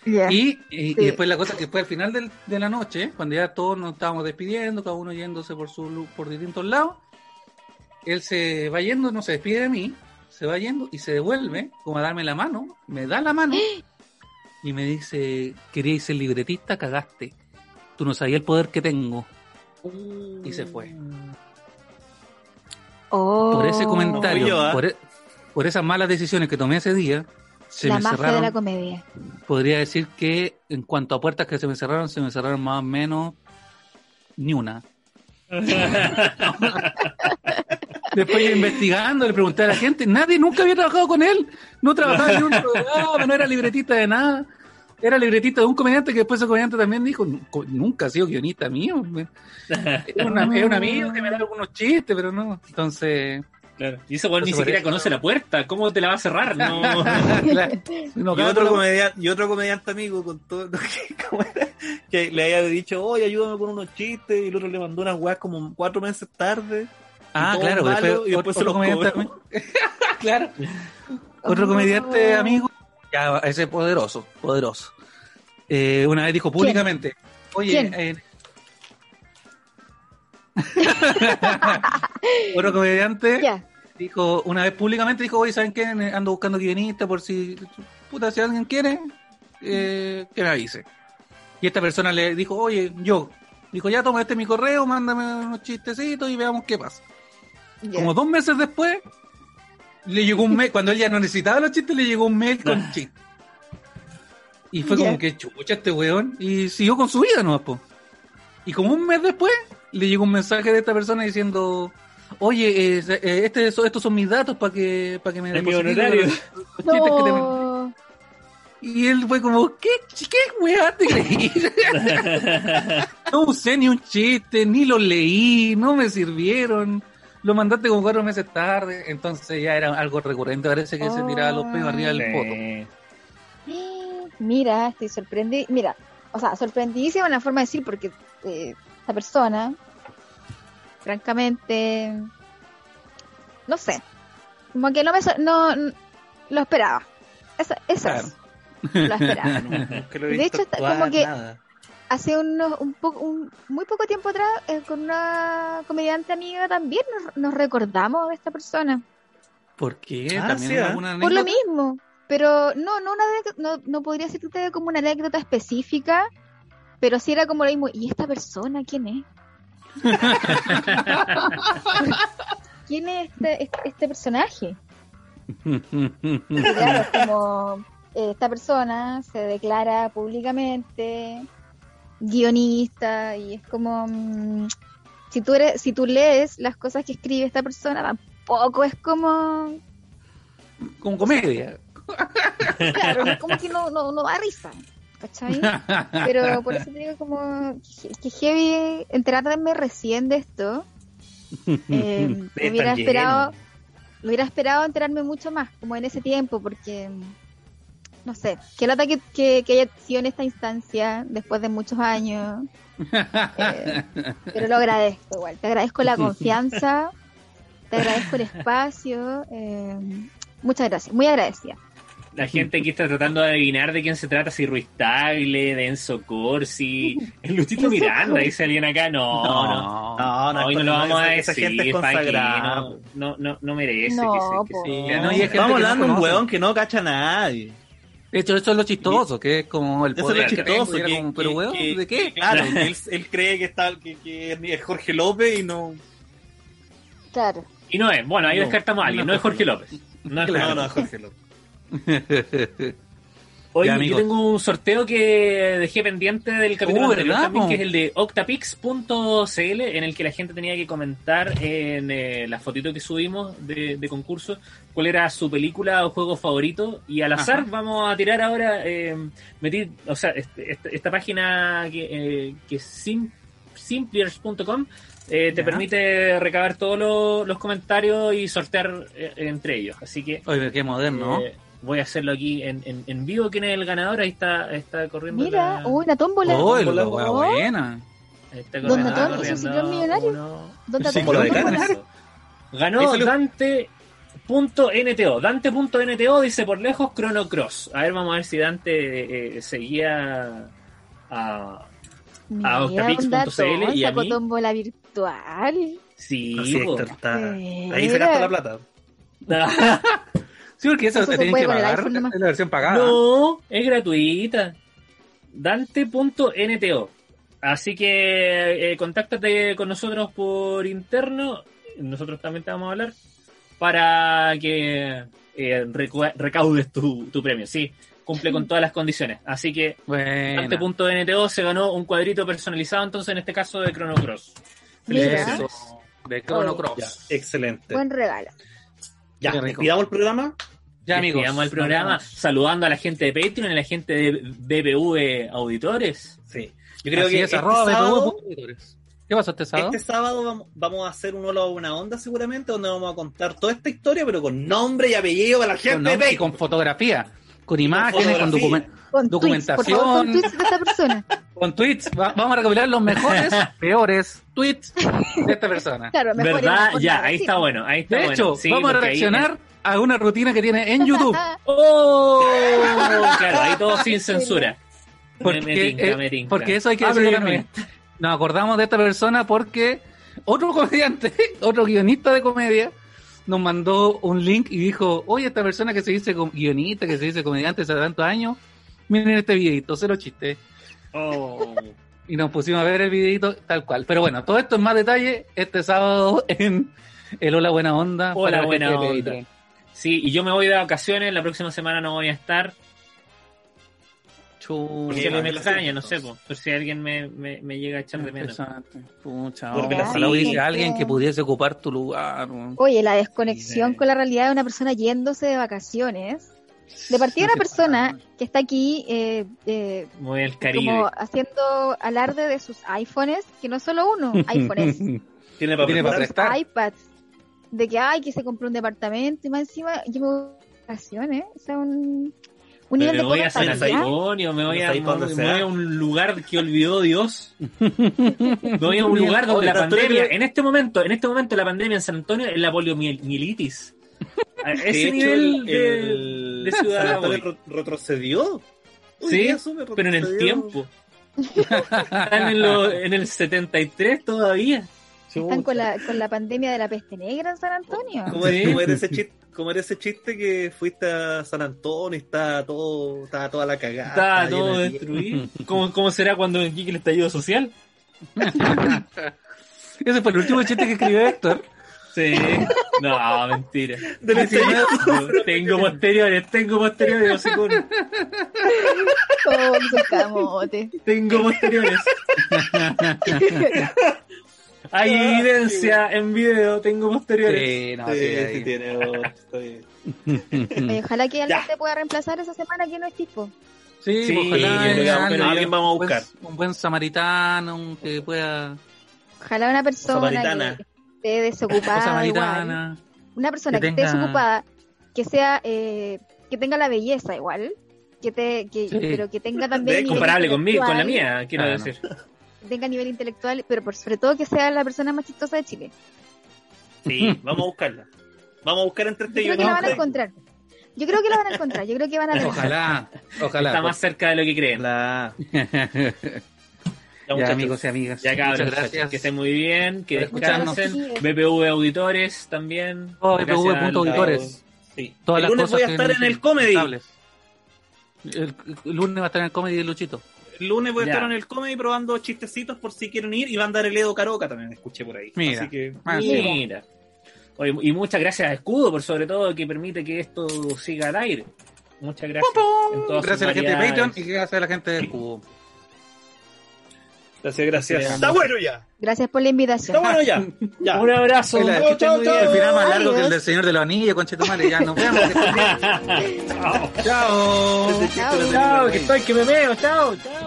C: Ya.
B: Y, y- y
C: Sí.
B: después la cosa que fue al final del- de la noche, cuando ya todos nos estábamos despidiendo, cada uno yéndose por su lu- por distintos lados, él se va yendo, no se despide de mí, se va yendo y se devuelve como a darme la mano, me da la mano y me dice, queríais ser libretista, cagaste. Tú no sabías el poder que tengo. Y se fue.
C: Oh.
B: Por ese comentario,
D: No fui yo, ¿ah?
B: por, e- por esas malas decisiones que tomé ese día, se
C: la
B: me
C: magia
B: cerraron
C: de la comedia.
B: podría decir que en cuanto a puertas que se me cerraron, se me cerraron más o menos ni una. Después yo investigando, le pregunté a la gente, nadie nunca había trabajado con él, no trabajaba en un programa, no era libretista de nada, era libretista de un comediante que después ese comediante también dijo, "Nunca- nunca ha sido guionista mío, me- era, una- era un amigo que me da algunos chistes, pero no, entonces,
A: Claro. Y ese weón ni
B: Entonces, por
A: siquiera
B: eso-
A: conoce la puerta. ¿Cómo te la va a cerrar? No.
B: claro, no,
D: y,
B: cada
D: otro
B: programa-
D: comediante, y otro comediante amigo con todo, que, ¿cómo era? que le haya dicho, oye, ayúdame con unos chistes, y el otro le mandó unas weas como cuatro meses tarde.
B: Ah,
D: todo
B: claro,
D: malo,
B: después,
D: y después
B: otro
D: se los
B: comediante
D: cobró.
B: también. claro. Otro comediante amigo, ya, ese poderoso, poderoso. Eh, una vez dijo públicamente, oye,
C: ¿Quién?
B: eh, otro comediante
C: Ya.
B: dijo, una vez públicamente dijo, oye, ¿saben qué? Ando buscando guionista por si, puta, si alguien quiere, eh, que me avise. Y esta persona le dijo, oye, yo, dijo, ya toma este es mi correo, mándame unos chistecitos y veamos qué pasa.
C: ya.
B: Como dos meses después, le llegó un mail, cuando él ya no necesitaba los chistes, le llegó un mail con chistes. Y fue como
C: Ah. Ya.
B: que chucha este weón, y siguió con su vida nomás, po. Y como un mes después, le llegó un mensaje de esta persona diciendo, oye, eh, eh, este, so- estos son mis datos para que, para que me
A: Es mi
B: depositen
A: honorario.
B: los- los chistes que te mandé".
C: No.
B: Y él fue como, ¿qué, ch- qué weá te creí? no usé ni un chiste, ni lo leí, no me sirvieron. Lo mandaste como cuatro meses tarde, entonces ya era algo recurrente. Parece que se
C: Oh.
B: tiraba los peos arriba del poto.
A: Sí.
C: Mira, estoy sorprendida. Mira, o sea, sorprendidísima en la forma de decir, porque eh, esta persona, francamente, no sé. Como que no me. sor- No, no- lo esperaba. Eso, eso es. Lo esperaba.
D: que lo he
C: De
D: visto
C: hecho, está
D: actuar,
C: como que-
D: nada.
C: hace unos, un poco, un, muy poco tiempo atrás, eh, con una comediante amiga también nos, nos recordamos de esta persona.
B: ¿Por qué?
D: Ah,
B: También
D: sí,
B: era
D: ¿eh?
B: una
C: Por lo
B: anécdota.
C: mismo. Pero no, no, una anécdota- no, no podría decirte como una anécdota específica, pero sí era como lo mismo. ¿Y esta persona quién es? ¿Quién es este, este, este personaje? Y claro, es como eh, esta persona se declara públicamente guionista y es como mm, si tú eres, si tú lees las cosas que escribe esta persona tampoco es como
B: Con comedia.
C: claro, es como que no, no, no da risa, ¿cachai? Pero por eso te digo como que, que heavy enterarme recién de esto. Eh,
F: Está
C: hubiera
F: lleno.
C: esperado, lo hubiera esperado enterarme mucho más, como en ese tiempo, porque no sé, qué lata que, que, que haya sido en esta instancia después de muchos años. Eh, pero lo agradezco igual, te agradezco la confianza, te agradezco el espacio. eh, muchas gracias, muy agradecida.
A: La gente aquí está tratando de adivinar de quién se trata, si Ruiz Tagle, de Enzo Corsi, el Lutito Miranda, dice alguien acá. No, no, no.
D: No, no,
A: hoy no lo vamos a decir,
D: esa gente
A: Paqui,
D: es consagrada.
A: no, no, no, no merece
C: No,
A: que se- que se-
C: po.
A: que
B: No,
A: no,
B: y es gente
D: Estamos
B: que no
D: hablando de un
B: conoce.
D: huevón que no cacha a nadie.
B: De hecho, eso es lo chistoso, que es como el
D: Eso
B: poder
D: es lo
B: que tengo,
D: chistoso.
B: y era
D: que-
B: como, pero
D: que-
B: weón,
D: que-
B: ¿de qué?
D: Claro, que él, él cree que, está, que, que es Jorge López y no.
C: Claro.
A: Y no es. Bueno, ahí
B: No,
A: descartamos a alguien. No
B: no
A: es
B: es
A: Jorge López. No es Jorge López.
D: No, no, es Jorge López.
A: Oye,
B: Ya,
A: yo
B: amigos.
A: tengo un sorteo que dejé pendiente del capítulo
B: Uh,
A: anterior
B: ¿verdad,
A: también,
B: po?
A: que es el de octapix.cl, en el que la gente tenía que comentar en eh, la fotito que subimos de, de concurso cuál era su película o juego favorito. Y al azar vamos a tirar ahora, eh, metí, o sea, este- esta, esta página que, eh, que es sim- simpliers.com eh, te
B: Ya.
A: permite recabar todos los- los comentarios y sortear eh, entre ellos. Así que
B: Oye, qué moderno. ¿no?
A: eh, voy a hacerlo aquí en, en, en vivo. ¿Quién es el ganador? Ahí está, está corriendo.
C: Mira,
A: la-
C: una tómbola.
B: Oye, la
C: Oh,
B: wea buena.
A: ahí está
C: Don
A: corriendo,
D: Natón
A: corriendo,
C: hizo su gran millonario.
A: uno.
C: ¿Dónde
D: Sí,
C: atrapó
D: con lo de
C: la
D: cara.
C: tómbola?
D: Ahí
A: Ganó
D: salió.
A: Dante.nto. Dante.nto dice por lejos Chrono Cross. A ver, vamos a ver si Dante eh, seguía a.
C: Mira,
A: a octapix.cl
C: un dato,
A: y a
C: sacó
A: mí.
C: tómbola virtual.
A: Sí,
D: Así es,
A: po.
D: está- está- Ahí
C: Mira.
D: se gasta la plata.
B: Sí, porque eso
C: Eso
B: te
C: se
B: tienen
C: puede
B: que
C: con el
B: pagar,
C: iPhone nomás.
B: es la versión pagada.
A: No, es gratuita. Dante.nto. Así que eh, contáctate con nosotros por interno. Nosotros también te vamos a hablar para que eh, recu- recaudes tu, tu premio. Sí, cumple con todas las condiciones. Así que
B: Buena.
A: Dante.nto se ganó un cuadrito personalizado, entonces en este caso de Chrono Cross.
C: Mira.
B: Eso, de Chrono Cross.
D: Ya, excelente.
C: Buen regalo.
D: ya,
B: qué rico.
D: cuidamos el programa.
B: Ya, amigos.
A: Despidamos el programa saludando a la gente de Patreon, a la gente de BBV Auditores.
D: Sí. Yo
B: Yo
D: creo que
B: es,
D: este
B: arroba
D: sábado,
B: BBV. ¿Qué pasó este sábado?
D: este sábado vamos, vamos a hacer un hola una onda seguramente, donde vamos a contar toda esta historia, pero con nombre y apellido para la gente
B: con,
D: de
B: nombre y
D: Bacon.
B: con fotografía, con imágenes, con,
D: fotografía.
B: documentos.
C: Con
B: Documentación.
C: Tweets, por favor, con tweets de esta persona.
B: Con tweets, va- vamos a recopilar los mejores, peores tweets de esta persona.
C: Claro, mejor
A: ¿Verdad?
C: mejor
A: Ya,
C: nada,
A: ahí
C: sí.
A: está bueno, ahí está
B: De
A: bueno.
B: hecho,
A: Sí,
B: vamos a
A: porque ahí-
B: reaccionar a una rutina que tiene en YouTube.
C: Ah,
A: ¡Oh! Claro, ahí todo sin censura.
B: Porque,
A: me tinca,
B: eh,
A: me tinca.
B: porque eso hay que
A: Ah,
B: decirlo
A: pero yo
B: también. Nos acordamos de esta persona porque otro comediante, otro guionista de comedia, nos mandó un link y dijo, oye, esta persona que se dice com- guionista, que se dice comediante hace tantos años, miren este videito, cero chiste.
A: Oh.
B: Y nos pusimos a ver el videito tal cual. Pero bueno, todo esto en más detalle este sábado en el Hola Buena Onda.
A: Hola
B: para la
A: Buena
B: gente de
A: Onda.
B: Patreon.
A: Sí, y yo me voy de vacaciones, la próxima semana no voy a estar. Por si
D: Sí,
A: alguien me
D: sí,
A: extraña,
D: sí,
A: no sé,
D: entonces.
A: po, por si alguien me, me, me llega a echar de menos.
B: Interesante. Pucha,
D: Porque
B: ojalá
D: la
B: ojalá hubiese
C: gente-
B: alguien que pudiese ocupar tu lugar. weón.
C: Oye, la desconexión
A: Sí.
C: con la realidad de una persona yéndose de vacaciones. De partida una
B: Sí,
C: persona que está aquí eh, eh,
A: Muy al
C: como
A: Caribe.
C: haciendo alarde de sus iPhones, que no es solo uno, iPhones,
D: Tiene para
B: Tiene para
D: preparar.
B: prestar.
C: iPads, de que ay que se compró un departamento y más encima yo me voy de vacaciones, ¿eh? o sea un, un nivel
A: me
C: de
A: voy a San
D: pobreza, ¿ya?
A: Antonio, me voy
D: No
A: a,
D: sé
A: me
D: pa' dónde
A: voy
D: sea.
A: a un lugar que olvidó Dios. Me voy a un lugar donde la
D: Oye, tú eres-
A: pandemia, en este momento, en este momento la pandemia en San Antonio es la poliomielitis. A
D: De
A: Ese
D: hecho,
A: nivel
D: el-
A: de-
D: el-
A: de ciudad
D: San Antonio
A: hoy.
D: ro- retrocedió. Hoy
A: Sí,
D: día sube,
A: pero en el
D: retrocedió. Ah,
A: tiempo. Están en, lo- en el 73 todavía.
C: Están con la, con la pandemia de la peste negra en San Antonio.
D: Como era, como era ese chiste, como era ese chiste que fuiste a San Antonio y estaba todo, estaba toda la cagada.
A: Está
D: llena
A: todo
D: de-
B: este
A: destruido. ¿Cómo, ¿Cómo será cuando en Quique el estallido social?
B: Ese fue el último chiste que escribió Héctor.
A: Sí. No, mentira.
D: Del estallido.
A: tengo posteriores, tengo posteriores, hocicón.
C: Oh, su camote.
A: Tengo posteriores. Hay
D: Ah,
A: evidencia en video, tengo posteriores.
B: Sí, no,
D: Sí,
B: sí,
D: sí,
B: ahí.
D: tiene otro, está bien.
C: Oye, ojalá que alguien
D: Ya.
C: te pueda reemplazar esa semana que no es tipo.
B: Sí,
A: Sí,
B: pues, ojalá.
A: yo creo que
B: haya
A: alguien-
D: alguien vamos a
B: un buen-
D: buscar.
B: Un buen samaritano un que pueda.
C: Ojalá una persona
D: Samaritana.
C: que esté
B: o
C: desocupada. igual.
B: samaritana.
C: Una persona
B: Que
C: que,
B: tenga-
C: esté desocupada, que sea, eh, que tenga la belleza igual, que te, que,
B: Sí.
C: pero que tenga también
D: Es
C: nivel
A: Comparable conmigo, con la
C: intelectual,
A: mía, quiero
B: Ah, no.
A: decir.
C: que tenga nivel intelectual, pero por sobre todo que sea la persona más chistosa de Chile.
D: Sí, vamos a buscarla. Vamos a buscar entre
C: Yo
D: este y
C: creo que la van a
D: otro.
C: encontrar. Yo creo que la van a encontrar. Yo creo que van a.
B: Ojalá, ojalá. pues.
A: Está más cerca de lo que creen.
D: La-
B: ya,
D: ya, muchachos.
B: amigos y amigas.
A: Ya cabros,
B: Muchas
A: muchachos,
B: gracias.
A: que estén muy bien, que
B: por escucharnos.
A: descansen.
C: Sí.
A: BPV Auditores también.
B: Oh,
A: Gracias
B: BPV
A: al-
B: auditores.
D: Sí.
B: Todas
D: el
B: las
D: lunes
B: cosas
D: voy a
B: que
D: estar
B: no
D: en el
B: son
D: comedy.
B: lamentables. El, el lunes va a estar en el comedy de Luchito.
D: El lunes voy a
A: Ya.
D: estar en el comedy probando chistecitos por si quieren ir y van a dar el Edo Caroca también, escuché por ahí.
B: Mira.
D: Así que
B: Ah, sí.
A: Mira. Oye, y muchas gracias a Escudo, por sobre todo, que permite que esto siga al aire. Muchas gracias. En todas
B: Gracias a
A: sus
B: la gente de
A: variedades.
B: Patreon y gracias a la gente del Cubo.
D: gracias, gracias.
A: Veamos.
D: Está bueno ya.
C: Gracias por la invitación.
D: Está bueno ya. Ya.
A: Un abrazo.
B: Hola,
D: Chao,
B: que estén
D: chao,
B: muy bien.
D: chao.
B: El final más largo que el
C: Adiós.
B: del Señor de los Anillos, conchetumare. Ya nos vemos. que estén bien. Chao.
D: Ese chiste lo tenía
A: Chao,
D: por
A: que
D: ahí.
A: estoy, que me veo. Chao, chao.